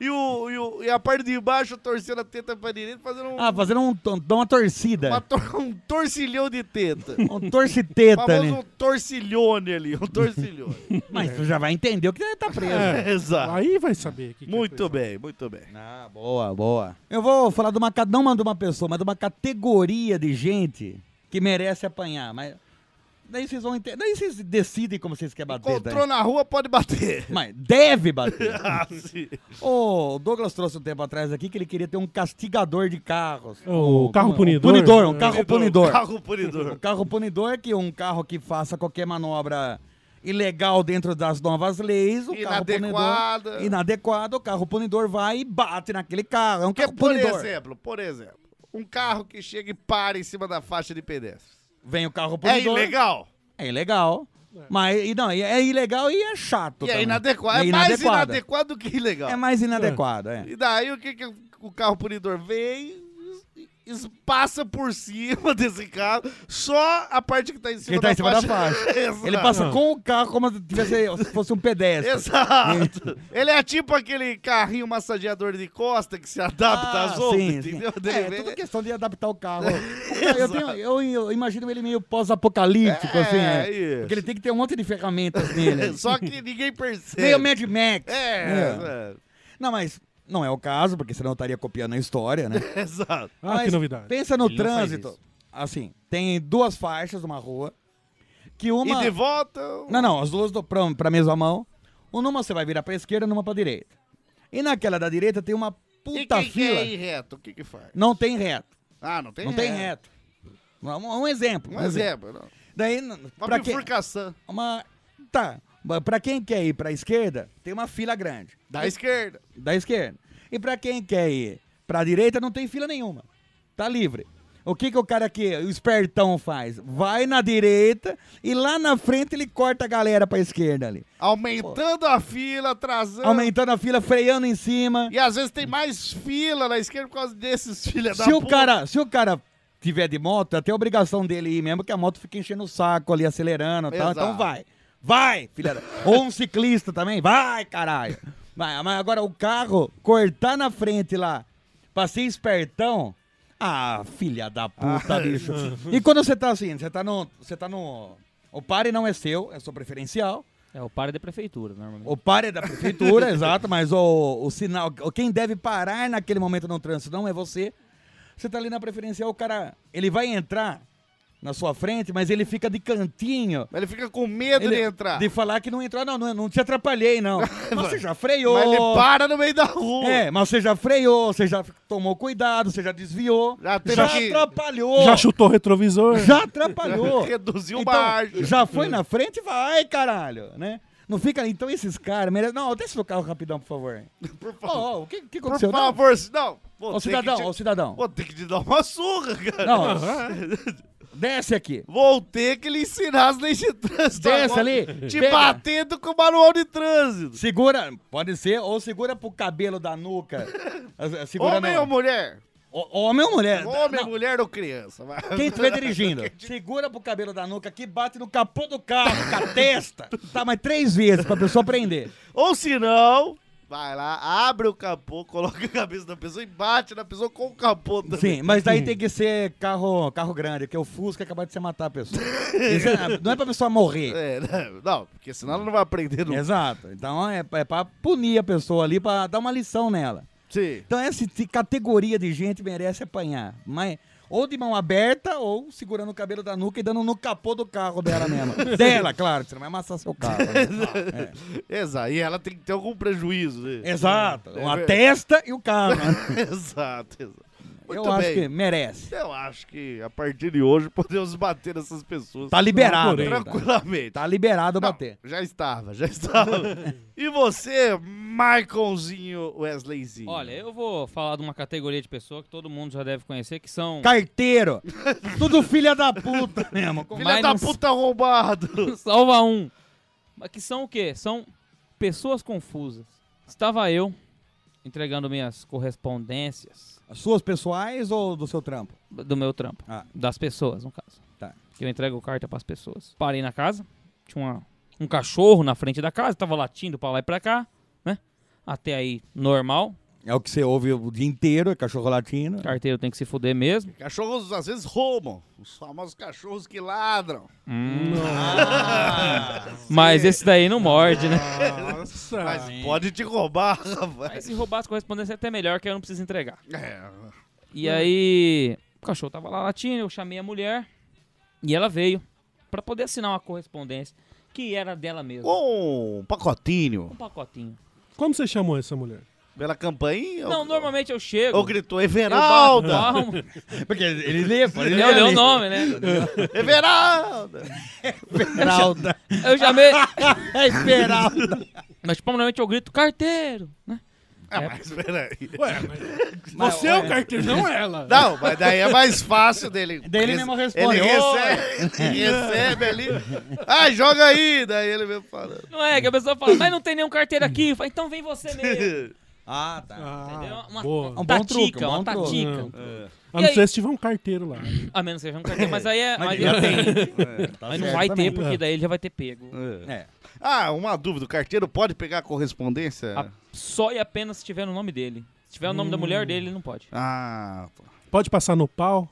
Speaker 7: e, o, e, o- e a parte de baixo torcendo a teta pra direita, fazendo um,
Speaker 4: Ah, fazendo um, um- dar uma
Speaker 7: uma
Speaker 4: torcida.
Speaker 7: tor- um torcilhão de
Speaker 4: (laughs)
Speaker 7: teta.
Speaker 4: Um torciteta,
Speaker 7: famoso um
Speaker 4: né?
Speaker 7: torcilhone ali, um (laughs)
Speaker 4: (laughs)
Speaker 7: torcilhone.
Speaker 4: Mas tu já vai entender o que ele tá preso.
Speaker 7: É. (laughs) Exato.
Speaker 6: Aí vai saber. Que que é
Speaker 7: Muito
Speaker 6: coisa.
Speaker 7: bem, muito bem.
Speaker 4: Ah, boa, boa. Eu vou falar de uma, ca- não uma de uma pessoa, mas de uma categoria de gente que merece apanhar. Mas Daí vocês vão entender. Daí vocês decidem como vocês querem bater. tá?
Speaker 7: Encontrou na rua, pode bater.
Speaker 4: (laughs) Mas deve bater.
Speaker 7: Ah, sim.
Speaker 4: Ô, O Douglas trouxe um tempo atrás aqui que ele queria ter um castigador de carros. Um
Speaker 6: O carro punidor?
Speaker 4: Punidor, um carro punidor.
Speaker 7: Um carro punidor.
Speaker 4: (laughs) Um carro punidor é que um carro que faça qualquer manobra ilegal dentro das novas leis, o carro
Speaker 7: Inadequada.
Speaker 4: punidor... Inadequada. o carro punidor vai e bate naquele carro. É um carro
Speaker 7: Por
Speaker 4: punidor.
Speaker 7: exemplo, por exemplo, um carro que chega e para em cima da faixa de pedestres.
Speaker 4: Vem o carro punidor.
Speaker 7: É ilegal.
Speaker 4: É ilegal. Mas, e não, e é ilegal e é chato
Speaker 7: E é
Speaker 4: também.
Speaker 7: inadequado. É,
Speaker 4: E
Speaker 7: mais
Speaker 4: inadequado.
Speaker 7: inadequado do que ilegal.
Speaker 4: É mais inadequado, é.
Speaker 7: E daí o que, que o carro punidor vem? es- es- Passa por cima (laughs) desse carro, só a parte que tá em cima,
Speaker 4: Ele tá em cima
Speaker 7: (laughs)
Speaker 4: da faixa.
Speaker 7: Exato.
Speaker 4: Ele passa com o carro como se, tivesse, se fosse um pedestre.
Speaker 7: Exato. Ele é tipo aquele carrinho massageador de costa que se adapta às outras,
Speaker 4: Ah, sim, sim.
Speaker 7: tá entendeu?
Speaker 4: É,
Speaker 7: Dele-
Speaker 4: tudo questão de adaptar o carro.
Speaker 7: (laughs)
Speaker 4: eu, tenho- eu- eu imagino ele meio pós-apocalíptico,
Speaker 7: É,
Speaker 4: assim. é.
Speaker 7: isso.
Speaker 4: Porque ele tem que ter um monte de
Speaker 7: (laughs)
Speaker 4: ferramentas nele.
Speaker 7: Só que ninguém percebe.
Speaker 4: Meio Mad Max.
Speaker 7: É,
Speaker 4: É. Não, mas não é o caso, porque senão eu estaria copiando a história, né?
Speaker 7: é. Exato.
Speaker 6: Ah, que
Speaker 4: Mas
Speaker 6: novidade.
Speaker 4: Pensa no
Speaker 6: Ele não faz
Speaker 4: trânsito.
Speaker 6: isso.
Speaker 4: Assim, tem duas faixas numa rua. Que uma.
Speaker 7: E de volta.
Speaker 4: Não, não, as duas do, pra, pra mesma mão. Um numa você vai virar pra esquerda, numa pra direita. E naquela da direita tem uma
Speaker 7: E
Speaker 4: puta
Speaker 7: quem que
Speaker 4: fila.
Speaker 7: é ir reto? O que que faz?
Speaker 4: Não tem reto.
Speaker 7: Ah, não tem
Speaker 4: não
Speaker 7: reto.
Speaker 4: tem reto. Um, um exemplo.
Speaker 7: Um exemplo. não.
Speaker 4: Daí, n-
Speaker 7: Uma
Speaker 4: pra quem,
Speaker 7: bifurcação.
Speaker 4: uma, tá. Mas Pra quem quer ir pra esquerda, tem uma fila grande.
Speaker 7: Da esquerda.
Speaker 4: Da esquerda. E pra quem quer ir pra direita, não tem fila nenhuma. Tá livre. O que que o cara aqui, o espertão faz? Vai na direita e lá na frente ele corta a galera pra esquerda ali.
Speaker 7: Aumentando a fila, atrasando.
Speaker 4: Aumentando a fila, freando em cima.
Speaker 7: E às vezes tem mais fila na esquerda por causa desses filhos da
Speaker 4: Se o
Speaker 7: puta.
Speaker 4: cara, se o cara tiver de moto, até a obrigação dele ir mesmo, que a moto fica enchendo o saco ali, acelerando e tal.
Speaker 7: Exato.
Speaker 4: Então vai. Vai, filha da... Ou um ciclista também. Vai, caralho. Vai, mas agora o carro cortar na frente lá pra ser espertão. Ah, filha da puta,
Speaker 12: Ah,
Speaker 4: bicho.
Speaker 12: não.
Speaker 4: E quando você tá assim, você tá no. Você tá no. O pare não é seu, é sua preferencial.
Speaker 8: É, o pare é da prefeitura, normalmente.
Speaker 4: O pare é
Speaker 7: (laughs)
Speaker 4: da prefeitura, exato, mas o, o sinal, quem deve parar naquele momento no trânsito não é você. Você tá ali na preferencial, o cara, ele vai entrar na sua frente, mas ele fica de cantinho.
Speaker 7: Ele fica com medo de entrar.
Speaker 4: De falar que não entrou. Não, não, não te atrapalhei,
Speaker 7: (laughs)
Speaker 4: não. Mas você já freou.
Speaker 7: Mas ele para no meio da rua.
Speaker 4: É, mas você já freou, você já tomou cuidado, você já desviou. Já,
Speaker 7: teve que-
Speaker 4: atrapalhou.
Speaker 6: Já chutou o retrovisor?
Speaker 4: Já atrapalhou.
Speaker 7: (laughs) Reduziu
Speaker 4: então,
Speaker 7: margem.
Speaker 4: Já foi na frente, vai, caralho, né? Não fica. Então esses caras merecem. Não, desce do carro rapidão,
Speaker 7: (laughs)
Speaker 4: por favor. Por favor. o que, que aconteceu?
Speaker 7: Por favor, não. Vou
Speaker 4: Ô,
Speaker 7: ter
Speaker 4: cidadão,
Speaker 7: que te-
Speaker 4: ô, cidadão.
Speaker 7: Vou ter que te dar uma surra, cara.
Speaker 4: Não, é. desce aqui.
Speaker 7: (laughs) Vou ter que lhe ensinar as leis de trânsito.
Speaker 4: Desce
Speaker 7: agora.
Speaker 4: ali.
Speaker 7: Te
Speaker 4: pega.
Speaker 7: batendo com o manual de trânsito.
Speaker 4: Segura, pode ser, ou segura pro cabelo
Speaker 7: (laughs)
Speaker 4: da nuca. Ah, ah, segura
Speaker 7: Homem
Speaker 4: não.
Speaker 7: ou mulher?
Speaker 4: Ó, Homem ou mulher?
Speaker 7: Homem,
Speaker 4: Não,
Speaker 7: mulher ou criança? vai.
Speaker 4: Quem estiver
Speaker 7: (laughs)
Speaker 4: dirigindo, segura pro cabelo da nuca que bate no capô do carro, com a testa. Tá, mas três vezes pra pessoa aprender.
Speaker 7: Ou se não, vai lá, abre o capô, (laughs) coloca a cabeça da pessoa e bate na pessoa com o capô também.
Speaker 4: Sim, mas daí tem que ser carro, carro grande, porque o Fusca acabou de se matar
Speaker 7: (laughs)
Speaker 4: a pessoa. Isso é- não é pra pessoa morrer.
Speaker 7: É, né? não, porque senão ela não vai aprender nunca.
Speaker 4: Exato. Então é, é pra punir a pessoa ali, pra dar uma lição nela.
Speaker 7: Sim.
Speaker 4: Então essa t- categoria de gente merece apanhar. Mas, ou de mão aberta, ou segurando o cabelo da nuca e dando no capô do carro dela
Speaker 7: (laughs)
Speaker 4: mesma. dela, claro, que você não vai amassar seu carro. né?
Speaker 7: Exato. E ela tem que ter algum prejuízo. Né?
Speaker 4: Exato.
Speaker 7: É
Speaker 4: Uma
Speaker 7: ver-
Speaker 4: testa e o carro. né?
Speaker 7: exato, exato.
Speaker 4: Eu
Speaker 7: (laughs) Muito
Speaker 4: acho
Speaker 7: bem.
Speaker 4: que merece.
Speaker 7: Eu acho que a partir de hoje podemos bater nessas pessoas.
Speaker 4: Tá liberado.
Speaker 7: Tranquilamente.
Speaker 4: Tá liberado bater.
Speaker 7: Já estava, já
Speaker 4: (laughs)
Speaker 7: estava. e você, Michaelzinho Wesleyzinho?
Speaker 8: Olha, eu vou falar de uma categoria de pessoa que todo mundo já deve conhecer, que são...
Speaker 7: (laughs)
Speaker 4: Carteiro. Tudo filha da puta mesmo. Com
Speaker 7: Filha da
Speaker 8: Minus-
Speaker 7: puta roubado!
Speaker 8: (laughs) Salva um. Mas que são o quê? São pessoas confusas. Estava eu entregando minhas correspondências
Speaker 4: As suas pessoais ou do seu trampo?
Speaker 8: do meu trampo. Das pessoas, no caso.
Speaker 4: Tá.
Speaker 8: Que eu entrego carta pras pessoas. Parei na casa, tinha uma- um cachorro na frente da casa, tava latindo pra lá e pra cá, né? Até aí, normal.
Speaker 4: É o que você ouve o dia inteiro, é cachorro latino.
Speaker 8: Carteiro tem que se fuder mesmo.
Speaker 7: Cachorros às vezes roubam. Os famosos cachorros que ladram.
Speaker 8: Mas esse daí não morde, né?
Speaker 4: Ah,
Speaker 7: Nossa! Mas pode te roubar, (laughs)
Speaker 8: Mas
Speaker 7: rapaz.
Speaker 8: se roubar as correspondências é até melhor, que eu não preciso entregar.
Speaker 7: É.
Speaker 8: E aí, o cachorro tava lá latindo, eu chamei a mulher e ela veio. pra poder assinar uma correspondência que era dela mesma.
Speaker 7: Um pacotinho.
Speaker 8: Um pacotinho.
Speaker 6: Como você chamou essa mulher?
Speaker 7: Pela campainha?
Speaker 8: Não, normalmente eu chego.
Speaker 7: Ou gritou, "Everalda!"
Speaker 4: Porque ele (laughs) lê, pô, ele
Speaker 8: Ele leu
Speaker 4: lê.
Speaker 8: o nome, né?
Speaker 4: (laughs)
Speaker 7: Everalda!
Speaker 4: Everalda. (laughs)
Speaker 8: Eu chamei.
Speaker 4: É Everalda.
Speaker 8: Mas tipo, normalmente eu grito carteiro, né?
Speaker 7: Ah, mas peraí.
Speaker 6: Ué,
Speaker 8: mas
Speaker 7: você é o carteiro, não ela. Não, mas daí é mais fácil dele-
Speaker 4: (laughs) Daí ele
Speaker 7: Ele-
Speaker 4: mesmo né? responde.
Speaker 7: ele
Speaker 4: "Ô".
Speaker 7: recebe- (laughs) ele recebe ali. Ah, joga aí! Daí ele mesmo fala.
Speaker 8: Não é, que a pessoa fala, mas não tem nenhum carteiro aqui. Eu falo, então vem você mesmo.
Speaker 4: (laughs) Ah, tá.
Speaker 8: Entendeu? Uma,
Speaker 6: boa.
Speaker 8: uma
Speaker 6: Um bom
Speaker 8: tatica,
Speaker 6: truque, um bom
Speaker 8: uma
Speaker 6: truque.
Speaker 8: tatica.
Speaker 6: É.
Speaker 8: E
Speaker 6: A não
Speaker 8: aí-
Speaker 6: ser se tiver um carteiro lá.
Speaker 8: A menos que seja um
Speaker 4: (laughs)
Speaker 8: carteiro, mas aí é.
Speaker 6: Mas
Speaker 8: aí
Speaker 6: já
Speaker 8: é-
Speaker 6: tem.
Speaker 7: É, tá
Speaker 8: Mas não
Speaker 7: certo
Speaker 8: vai
Speaker 7: também.
Speaker 8: ter, porque daí ele já vai ter pego.
Speaker 7: É. Ah, uma dúvida. O carteiro pode pegar a correspondência?
Speaker 8: Só e apenas se tiver no nome dele. Se tiver o nome
Speaker 4: Hum.
Speaker 8: da mulher dele, ele
Speaker 4: (laughs)
Speaker 8: não pode.
Speaker 7: Ah,
Speaker 6: Pode passar no pau?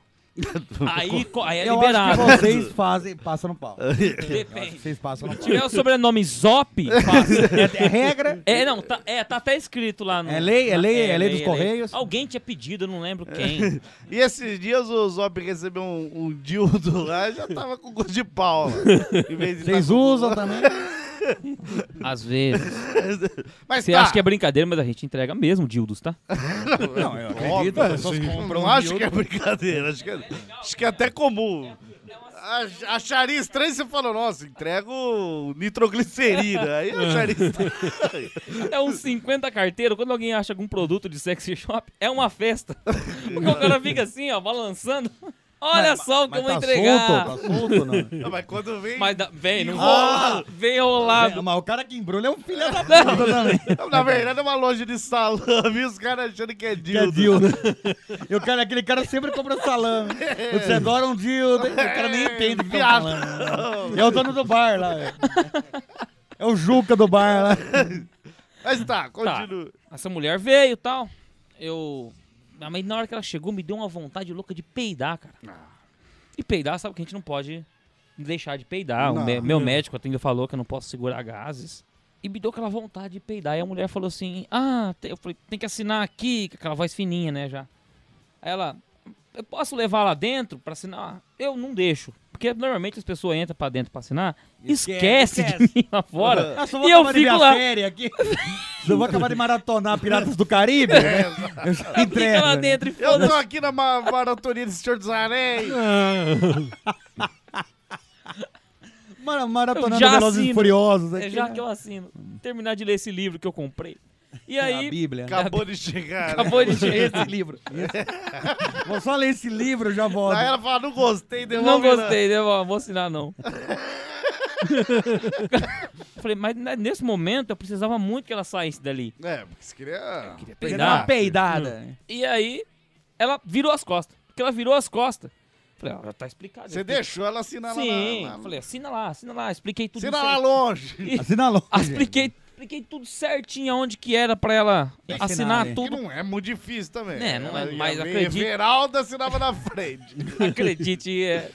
Speaker 8: Aí, co- aí é
Speaker 4: Eu
Speaker 8: liberado.
Speaker 4: acho que vocês fazem, passam no pau. Eu acho
Speaker 8: (laughs) Depende.
Speaker 4: que vocês passam no
Speaker 7: (laughs)
Speaker 8: Se
Speaker 4: pau.
Speaker 8: tiver o sobrenome Zop, passa.
Speaker 4: É- é regra?
Speaker 8: É, não, tá, é, tá até escrito lá no.
Speaker 4: É lei, é
Speaker 8: na-
Speaker 4: lei, é lei dos Correios. É.
Speaker 8: Alguém tinha pedido, eu não lembro
Speaker 4: (laughs)
Speaker 8: quem.
Speaker 7: E esses dias o Zop recebeu um, um dildo lá e já tava com gosto de pau. (laughs) lá. Em vez de
Speaker 4: Vocês
Speaker 7: tá com-
Speaker 4: usam também?
Speaker 8: Às vezes.
Speaker 7: (laughs) Mas
Speaker 8: Você
Speaker 7: tá.
Speaker 8: acha que é brincadeira, mas a gente entrega mesmo dildos, tá?
Speaker 7: Não, eu acredito, as pessoas compram um dildo. acho que, é, acho que é até comum. Ach- Acharia estranho se você falou, nossa, entrego nitroglicerina. Aí eu acharia (laughs) estranho.
Speaker 8: É uns 50 carteiro. Quando alguém acha algum produto de sexy shop, é uma festa. Porque o cara fica assim, ó, balançando. Olha só o que eu vou
Speaker 4: tá
Speaker 8: entregar.
Speaker 4: né?
Speaker 7: (laughs) Não, mas quando vem.
Speaker 8: Mas da- vem, não
Speaker 7: Enrola.
Speaker 8: Vem enrolado.
Speaker 4: Mas o cara que embrulha é um filho da puta né? também.
Speaker 7: Na verdade, é uma loja de salame (laughs) e os caras achando que é
Speaker 4: Que é
Speaker 7: dildo.
Speaker 4: (laughs) dildo. E o cara, aquele cara sempre compra salame. (laughs) Você adora um dildo. O cara nem entende o que tá
Speaker 7: Viado.
Speaker 4: falando. É o dono do bar lá. velho. É o Juca do bar lá.
Speaker 7: Mas tá,
Speaker 8: continua. Essa mulher veio e tal. Eu. Ah, Mas na hora que ela chegou, me deu uma vontade louca de peidar, cara.
Speaker 4: Ah.
Speaker 8: E peidar, sabe que a gente não pode deixar de peidar. O
Speaker 5: Não.
Speaker 8: me- meu médico ainda falou que eu não posso segurar gases. E me deu aquela vontade de peidar. E a mulher falou assim: Ah, te- eu falei, tem que assinar aqui, com aquela voz fininha, né? Já. Aí ela, eu posso levar lá dentro pra assinar? Eu não deixo. Porque normalmente as pessoas entram pra dentro pra assinar, esquece, de mim lá fora.
Speaker 4: Ah, só vou
Speaker 8: E eu
Speaker 4: acabar de ver
Speaker 8: fico
Speaker 4: a
Speaker 8: lá.
Speaker 4: série aqui. Eu vou acabar de maratonar Piratas do Caribe.
Speaker 7: É,
Speaker 4: né? Eu já entrego, né?
Speaker 7: Eu tô aqui na ma- maratonia de Senhor dos (laughs) Anéis.
Speaker 4: Mara
Speaker 8: Eu
Speaker 4: maratonando
Speaker 8: já
Speaker 4: Velozes e
Speaker 8: assino.
Speaker 4: Furiosos.
Speaker 8: É
Speaker 4: Aqui,
Speaker 8: já
Speaker 4: né?
Speaker 8: que eu assino. Hum. Terminar de ler esse livro que eu comprei. E aí.
Speaker 4: É A Bíblia. né?
Speaker 7: Acabou de chegar.
Speaker 8: Acabou de (laughs) chegar esse
Speaker 4: livro. Vou só ler esse livro, eu já volto.
Speaker 7: Aí ela fala, não gostei, devolve.
Speaker 8: Não
Speaker 7: lá.
Speaker 8: gostei, devolve, vou assinar (laughs) não. Eu Falei, mas ne- nesse momento eu precisava muito que ela saísse dali.
Speaker 7: É, porque você queria... queria
Speaker 8: peidar. Hum. E aí, ela virou as costas. Porque ela virou as costas. Falei, ó, já tá explicado.
Speaker 7: Você
Speaker 8: Eu-
Speaker 7: deixou ela assinar lá
Speaker 8: Sim,
Speaker 7: na- na-
Speaker 8: falei, é assina lá, assina lá. Expliquei tudo
Speaker 7: Assina
Speaker 8: isso
Speaker 7: lá
Speaker 8: aí.
Speaker 7: longe.
Speaker 8: E-
Speaker 4: Assina longe.
Speaker 8: Expliquei, expliquei tudo certinho aonde que era pra ela
Speaker 7: Tem que
Speaker 8: assinar,
Speaker 7: né?
Speaker 8: tudo.
Speaker 7: (laughs) Que não é muito difícil também.
Speaker 8: Né, não é,
Speaker 7: Ela ia
Speaker 8: mas
Speaker 7: ver,
Speaker 8: acredito-
Speaker 7: Everalda assinava na
Speaker 8: (laughs)
Speaker 7: frente.
Speaker 8: Acredite, é,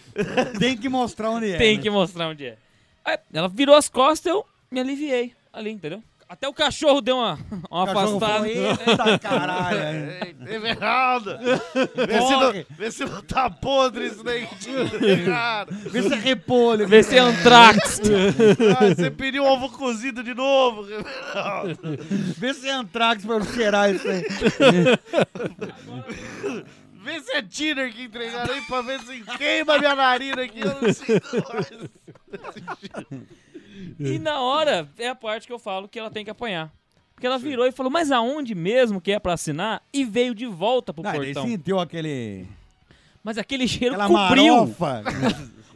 Speaker 4: Tem que mostrar onde é.
Speaker 8: tem
Speaker 4: né?
Speaker 8: que mostrar onde é. Aí ela virou as costas, eu me aliviei ali, entendeu? Até o cachorro deu uma, (laughs) uma
Speaker 4: Cachorro
Speaker 8: afastada.
Speaker 4: foi, Tá "Eita, caralho, hein?"
Speaker 7: Everalda. Vê se,
Speaker 4: Corre.
Speaker 7: não, vê se não tá podre isso daí. Cara.
Speaker 4: Vê se é repolho.
Speaker 8: Vê se é
Speaker 4: (laughs)
Speaker 8: antrax.
Speaker 7: Ah, você pediu ovo cozido de novo, Everalda.
Speaker 4: Vê se é antrax pra eu cheirar isso aí.
Speaker 7: Vê se é tiner que entregaram aí pra ver se queima minha narina aqui. Eu não sinto mais.
Speaker 8: E na hora é a parte que eu falo que ela tem que apanhar. Porque ela virou e falou, mas aonde mesmo que é pra assinar? E veio de volta pro
Speaker 4: Ah, ele
Speaker 8: portão.
Speaker 4: sentiu aquele...
Speaker 8: Mas aquele cheiro
Speaker 4: Aquela
Speaker 8: cobriu.
Speaker 4: marofa.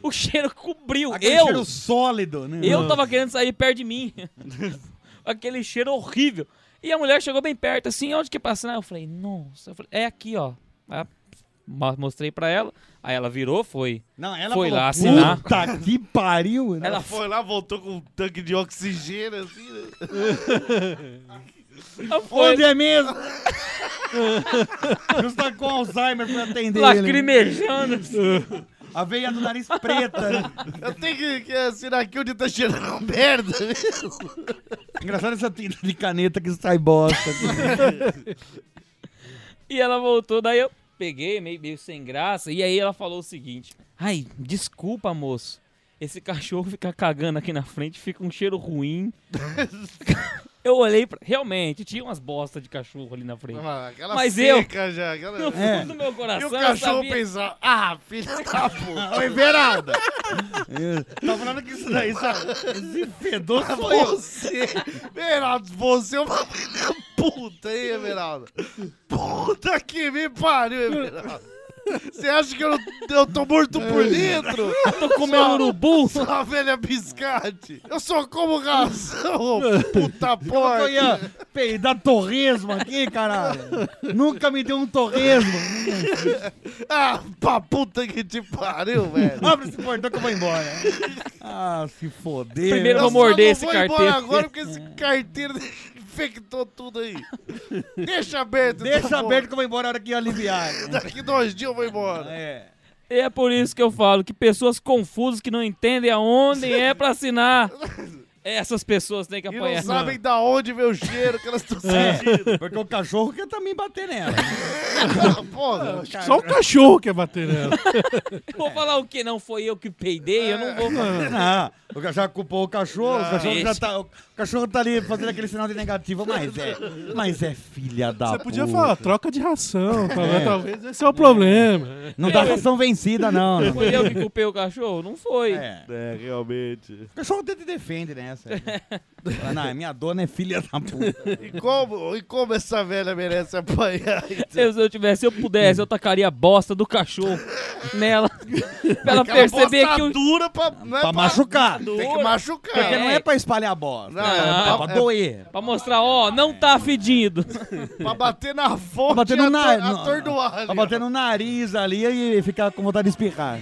Speaker 8: O cheiro cobriu.
Speaker 4: Aquele
Speaker 8: eu,
Speaker 4: cheiro sólido, né?
Speaker 8: eu tava querendo sair perto de mim. (laughs) aquele cheiro horrível. E a mulher chegou bem perto, assim, onde que é pra assinar? Eu falei, nossa. Eu falei, é aqui, ó. Aí eu mo- mostrei pra ela. Aí ela virou, foi.
Speaker 4: Não, ela
Speaker 8: foi
Speaker 4: falou,
Speaker 8: lá assinar.
Speaker 4: Puta que pariu. né?
Speaker 7: Ela foi lá, voltou com um tanque de oxigênio, assim, né?
Speaker 8: Ela foi.
Speaker 4: Onde é mesmo?
Speaker 8: (laughs)
Speaker 4: Justa com Alzheimer pra atender
Speaker 8: Lacrimejando. assim.
Speaker 4: ele. A veia do nariz preta. Né?
Speaker 7: Eu tenho que, que assinar aqui onde tá cheirando merda.
Speaker 4: Engraçado essa tinta de caneta que sai
Speaker 8: (laughs)
Speaker 4: bosta.
Speaker 8: E ela voltou, daí eu peguei, meio, meio sem graça, e aí ela falou o seguinte: Ai, desculpa, moço. Esse cachorro fica cagando aqui na frente, fica um
Speaker 7: (laughs)
Speaker 8: cheiro ruim. eu olhei pra... Realmente, tinha umas bostas de cachorro ali na frente.
Speaker 7: Ah, aquela
Speaker 8: Mas
Speaker 7: seca
Speaker 8: eu,
Speaker 7: já, aquela-
Speaker 8: no fundo
Speaker 7: É.
Speaker 8: do meu coração,
Speaker 7: E o
Speaker 8: eu
Speaker 7: cachorro
Speaker 8: sabia-
Speaker 7: pensava, ah, filha da puta.
Speaker 12: Oi, Verada.
Speaker 7: Tá falando que isso daí só... Esse
Speaker 12: fedor sou eu.
Speaker 7: você. Everaldo, você é uma filha da puta, hein, Everaldo? Puta que me pariu, Everaldo. Você acha que eu, eu tô morto por dentro?
Speaker 12: Eu tô comendo urubu.
Speaker 7: Sou uma velha biscate. Eu só como ração, ô puta porra.
Speaker 12: Eu ia peidar torresmo aqui, caralho. Nunca me deu um torresmo.
Speaker 7: ah, pra puta que te pariu, velho.
Speaker 12: Abre esse portão que eu vou embora. Ah, se foder.
Speaker 7: Primeiro
Speaker 12: meu.
Speaker 7: eu vou morder esse carteiro. Eu vou embora agora porque esse carteiro (laughs) infectou tudo aí. Deixa aberto.
Speaker 12: Deixa aberto que
Speaker 7: eu vou embora na hora que aliviar. Daqui dois dias eu vou embora. É.
Speaker 8: E é por isso que eu falo que pessoas confusas que não entendem aonde é pra assinar. Essas pessoas têm que
Speaker 7: E
Speaker 8: apanhar.
Speaker 7: não sabem da onde veio o cheiro que elas estão
Speaker 8: É,
Speaker 7: sentindo.
Speaker 4: Porque o cachorro quer também bater nela.
Speaker 7: Porra.
Speaker 6: Só o cachorro quer bater nela.
Speaker 8: Eu vou falar o quê? Não foi eu que peidei, eu não vou
Speaker 7: É.
Speaker 8: falar.
Speaker 4: Não, Ah, o cachorro já culpou o cachorro,
Speaker 8: Ah,
Speaker 4: o, cachorro já
Speaker 8: esse.
Speaker 4: tá, o cachorro tá ali fazendo aquele sinal de negativo, mas é, mas é filha da
Speaker 6: Você podia
Speaker 4: puta.
Speaker 6: falar, troca de ração. Talvez,
Speaker 4: É.
Speaker 6: talvez esse é o problema.
Speaker 4: Não dá ração vencida, não. não.
Speaker 8: Foi eu que culpei o cachorro? Não foi.
Speaker 7: É, realmente.
Speaker 4: O cachorro tenta e defende nessa. Fala, não, minha dona é filha da puta.
Speaker 7: E como, e como essa velha merece apanhar?
Speaker 8: Se eu tivesse, se eu pudesse, eu tacaria a bosta do cachorro
Speaker 7: (laughs)
Speaker 8: nela. pra ela
Speaker 7: Aquela
Speaker 8: perceber
Speaker 7: bosta
Speaker 8: que o.
Speaker 7: dura pra, não é
Speaker 4: pra machucar.
Speaker 7: Tem que machucar.
Speaker 4: Porque não é pra espalhar a bosta.
Speaker 7: Não,
Speaker 4: é,
Speaker 7: é
Speaker 4: pra
Speaker 7: pra-
Speaker 4: doer.
Speaker 8: Pra mostrar, ó, não tá fedido.
Speaker 7: é Pra bater na
Speaker 4: Pra
Speaker 7: fonte
Speaker 4: bater no
Speaker 7: e ator-
Speaker 4: nariz.
Speaker 7: atordoar. ali,
Speaker 4: Pra
Speaker 7: ó.
Speaker 4: bater no tá nariz ali e ficar com vontade
Speaker 7: (laughs)
Speaker 4: de espirrar.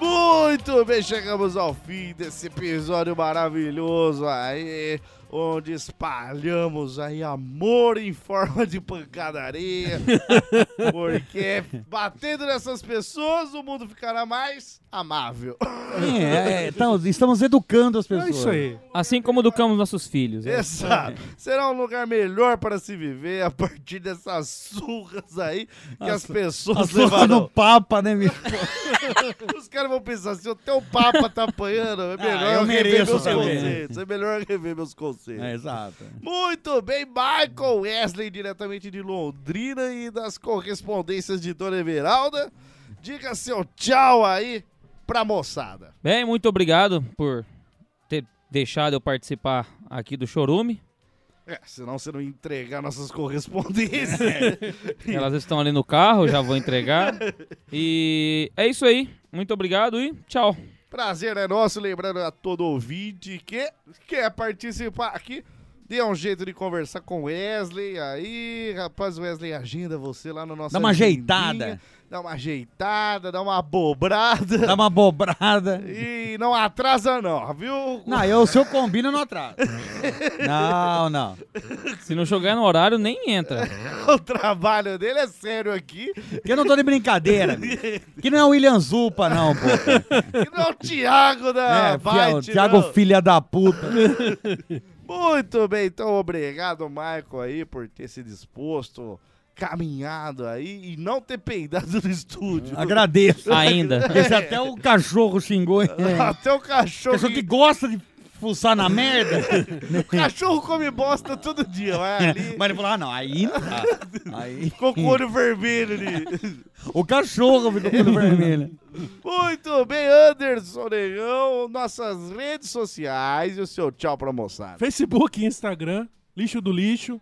Speaker 7: Muito bem, chegamos ao fim desse episódio maravilhoso aí, onde espalhamos aí amor em forma de
Speaker 4: (laughs)
Speaker 7: pancadaria. porque batendo nessas pessoas, o mundo ficará mais amável.
Speaker 4: Sim, é, é, então, estamos educando as pessoas.
Speaker 7: É isso aí.
Speaker 8: Assim como educamos nossos filhos. é.
Speaker 7: Exato. Será um lugar melhor para se viver a partir dessas surras aí que as pessoas
Speaker 4: As surra
Speaker 7: levarão.
Speaker 4: do Tá Papa, né, bicho?
Speaker 7: Os caras vão pensar assim, até o Papa tá apanhando, é melhor
Speaker 4: Ah, eu
Speaker 7: eu, rever
Speaker 4: mereço
Speaker 7: meus
Speaker 4: também. né?"
Speaker 7: conceitos. É melhor eu rever meus conceitos.
Speaker 4: É, exato.
Speaker 7: Muito bem, Michael Wesley, diretamente de Londrina e das correspondências de Dona Everalda. Diga seu tchau aí pra moçada.
Speaker 8: Bem, muito obrigado por ter deixado eu participar aqui do Chorume.
Speaker 7: É, senão você não ia entregar nossas
Speaker 4: (laughs)
Speaker 7: correspondências.
Speaker 4: É.
Speaker 8: Elas estão ali no carro, já vou entregar. E é isso aí. Muito obrigado e tchau.
Speaker 7: Prazer é nosso, lembrando a todo ouvinte que quer participar aqui. Dê um jeito de conversar com Wesley aí, rapaz. Wesley, agenda você lá no nosso.
Speaker 4: Dá uma
Speaker 7: agendinha.
Speaker 4: ajeitada.
Speaker 7: Dá uma ajeitada, dá uma abobrada. Dá
Speaker 4: uma abobrada.
Speaker 7: E não atrasa, não, viu?
Speaker 4: Não, eu, se eu combino, eu não atraso. Não, não.
Speaker 8: Se não jogar no horário, nem entra.
Speaker 7: (laughs) o trabalho dele é sério aqui.
Speaker 4: Que eu não tô de brincadeira. Que não é o William Zupa, não, pô.
Speaker 7: (laughs) Que não é o Thiago da
Speaker 4: (laughs) é, Thiago,
Speaker 7: Byte,
Speaker 4: Thiago
Speaker 7: não.
Speaker 4: filha da puta.
Speaker 7: Muito bem, então obrigado, Michael, aí, por ter se disposto, caminhado aí e não ter peidado no estúdio.
Speaker 4: Agradeço. Porque se
Speaker 7: É.
Speaker 4: até o cachorro xingou.
Speaker 7: (laughs)
Speaker 4: hein?
Speaker 7: Até o cachorro.
Speaker 4: Cachorro que gosta de fuçar na merda.
Speaker 7: O cachorro come bosta todo dia,
Speaker 4: (laughs)
Speaker 7: mas ali.
Speaker 4: Mas ele falou, ah, não, aí não dá. (laughs) Aí...
Speaker 7: Ficou com o olho vermelho
Speaker 4: (laughs)
Speaker 7: ali.
Speaker 4: O cachorro ficou com o olho vermelho.
Speaker 7: Muito bem, Anderson Negão, nossas redes sociais e o seu tchau pra moçada.
Speaker 6: Facebook, Instagram, Lixo do Lixo.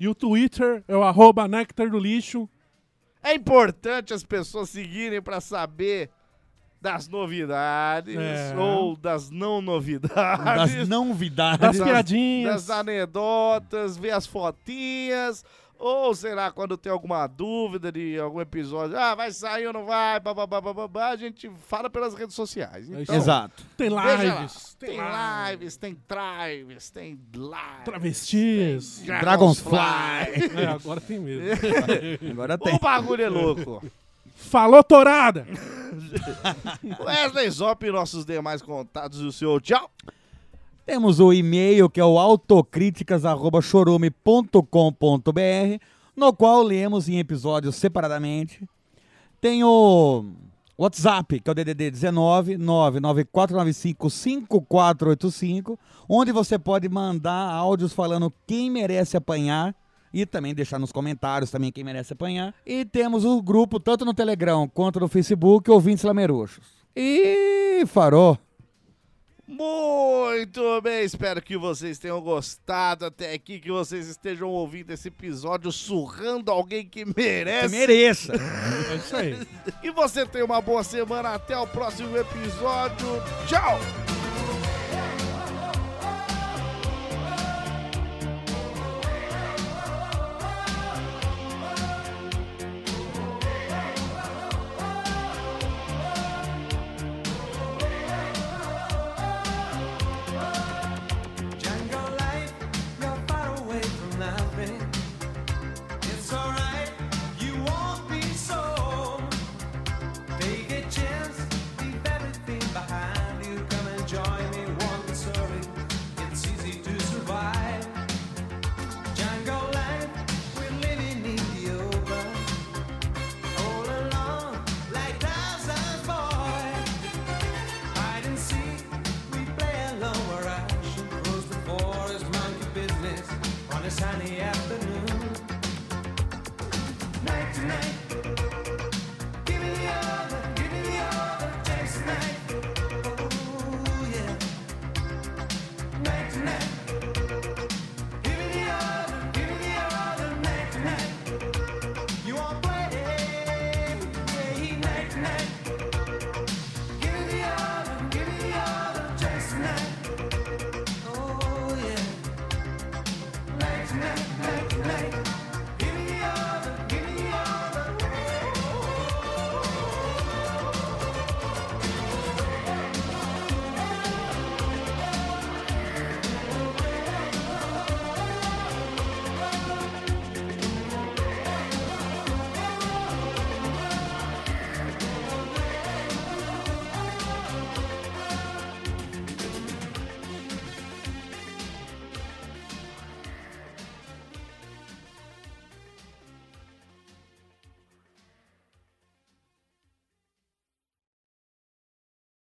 Speaker 6: E o Twitter é o arroba Nectar do Lixo.
Speaker 7: É importante as pessoas seguirem pra saber das novidades
Speaker 6: É.
Speaker 7: ou das não novidades.
Speaker 4: Das não vidadas.
Speaker 6: Das piadinhas.
Speaker 7: Das anedotas, ver as fotinhas. Ou será quando tem alguma dúvida de algum episódio? Ah, vai sair ou não vai? Babá, babá, babá, a gente fala pelas redes sociais. Então,
Speaker 4: É Exato.
Speaker 6: Tem
Speaker 7: veja lá.
Speaker 6: lives,
Speaker 7: Tem, lives, tem drives, tem lives.
Speaker 6: Travestis.
Speaker 7: Dragonfly.
Speaker 6: É, agora tem mesmo.
Speaker 4: Agora
Speaker 7: O bagulho é louco.
Speaker 6: Falou, Torada!
Speaker 7: Wesley Zop e nossos demais contatos e o seu tchau.
Speaker 4: Temos o e-mail que é o autocríticas.chorume.com.br, no qual lemos em episódios separadamente. Tem o WhatsApp, que é o DDD 19 99495 5485, onde você pode mandar áudios falando quem merece apanhar e também deixar nos comentários também quem merece apanhar. E temos o grupo, tanto no Telegram quanto no Facebook, Ouvintes Lameruxos. E farol.
Speaker 7: Muito bem, espero que vocês tenham gostado até aqui, que vocês estejam ouvindo esse episódio surrando alguém que merece.
Speaker 4: mereça.
Speaker 6: É
Speaker 7: (laughs)
Speaker 6: isso aí.
Speaker 7: E você tenha uma boa semana, até o próximo episódio. Tchau!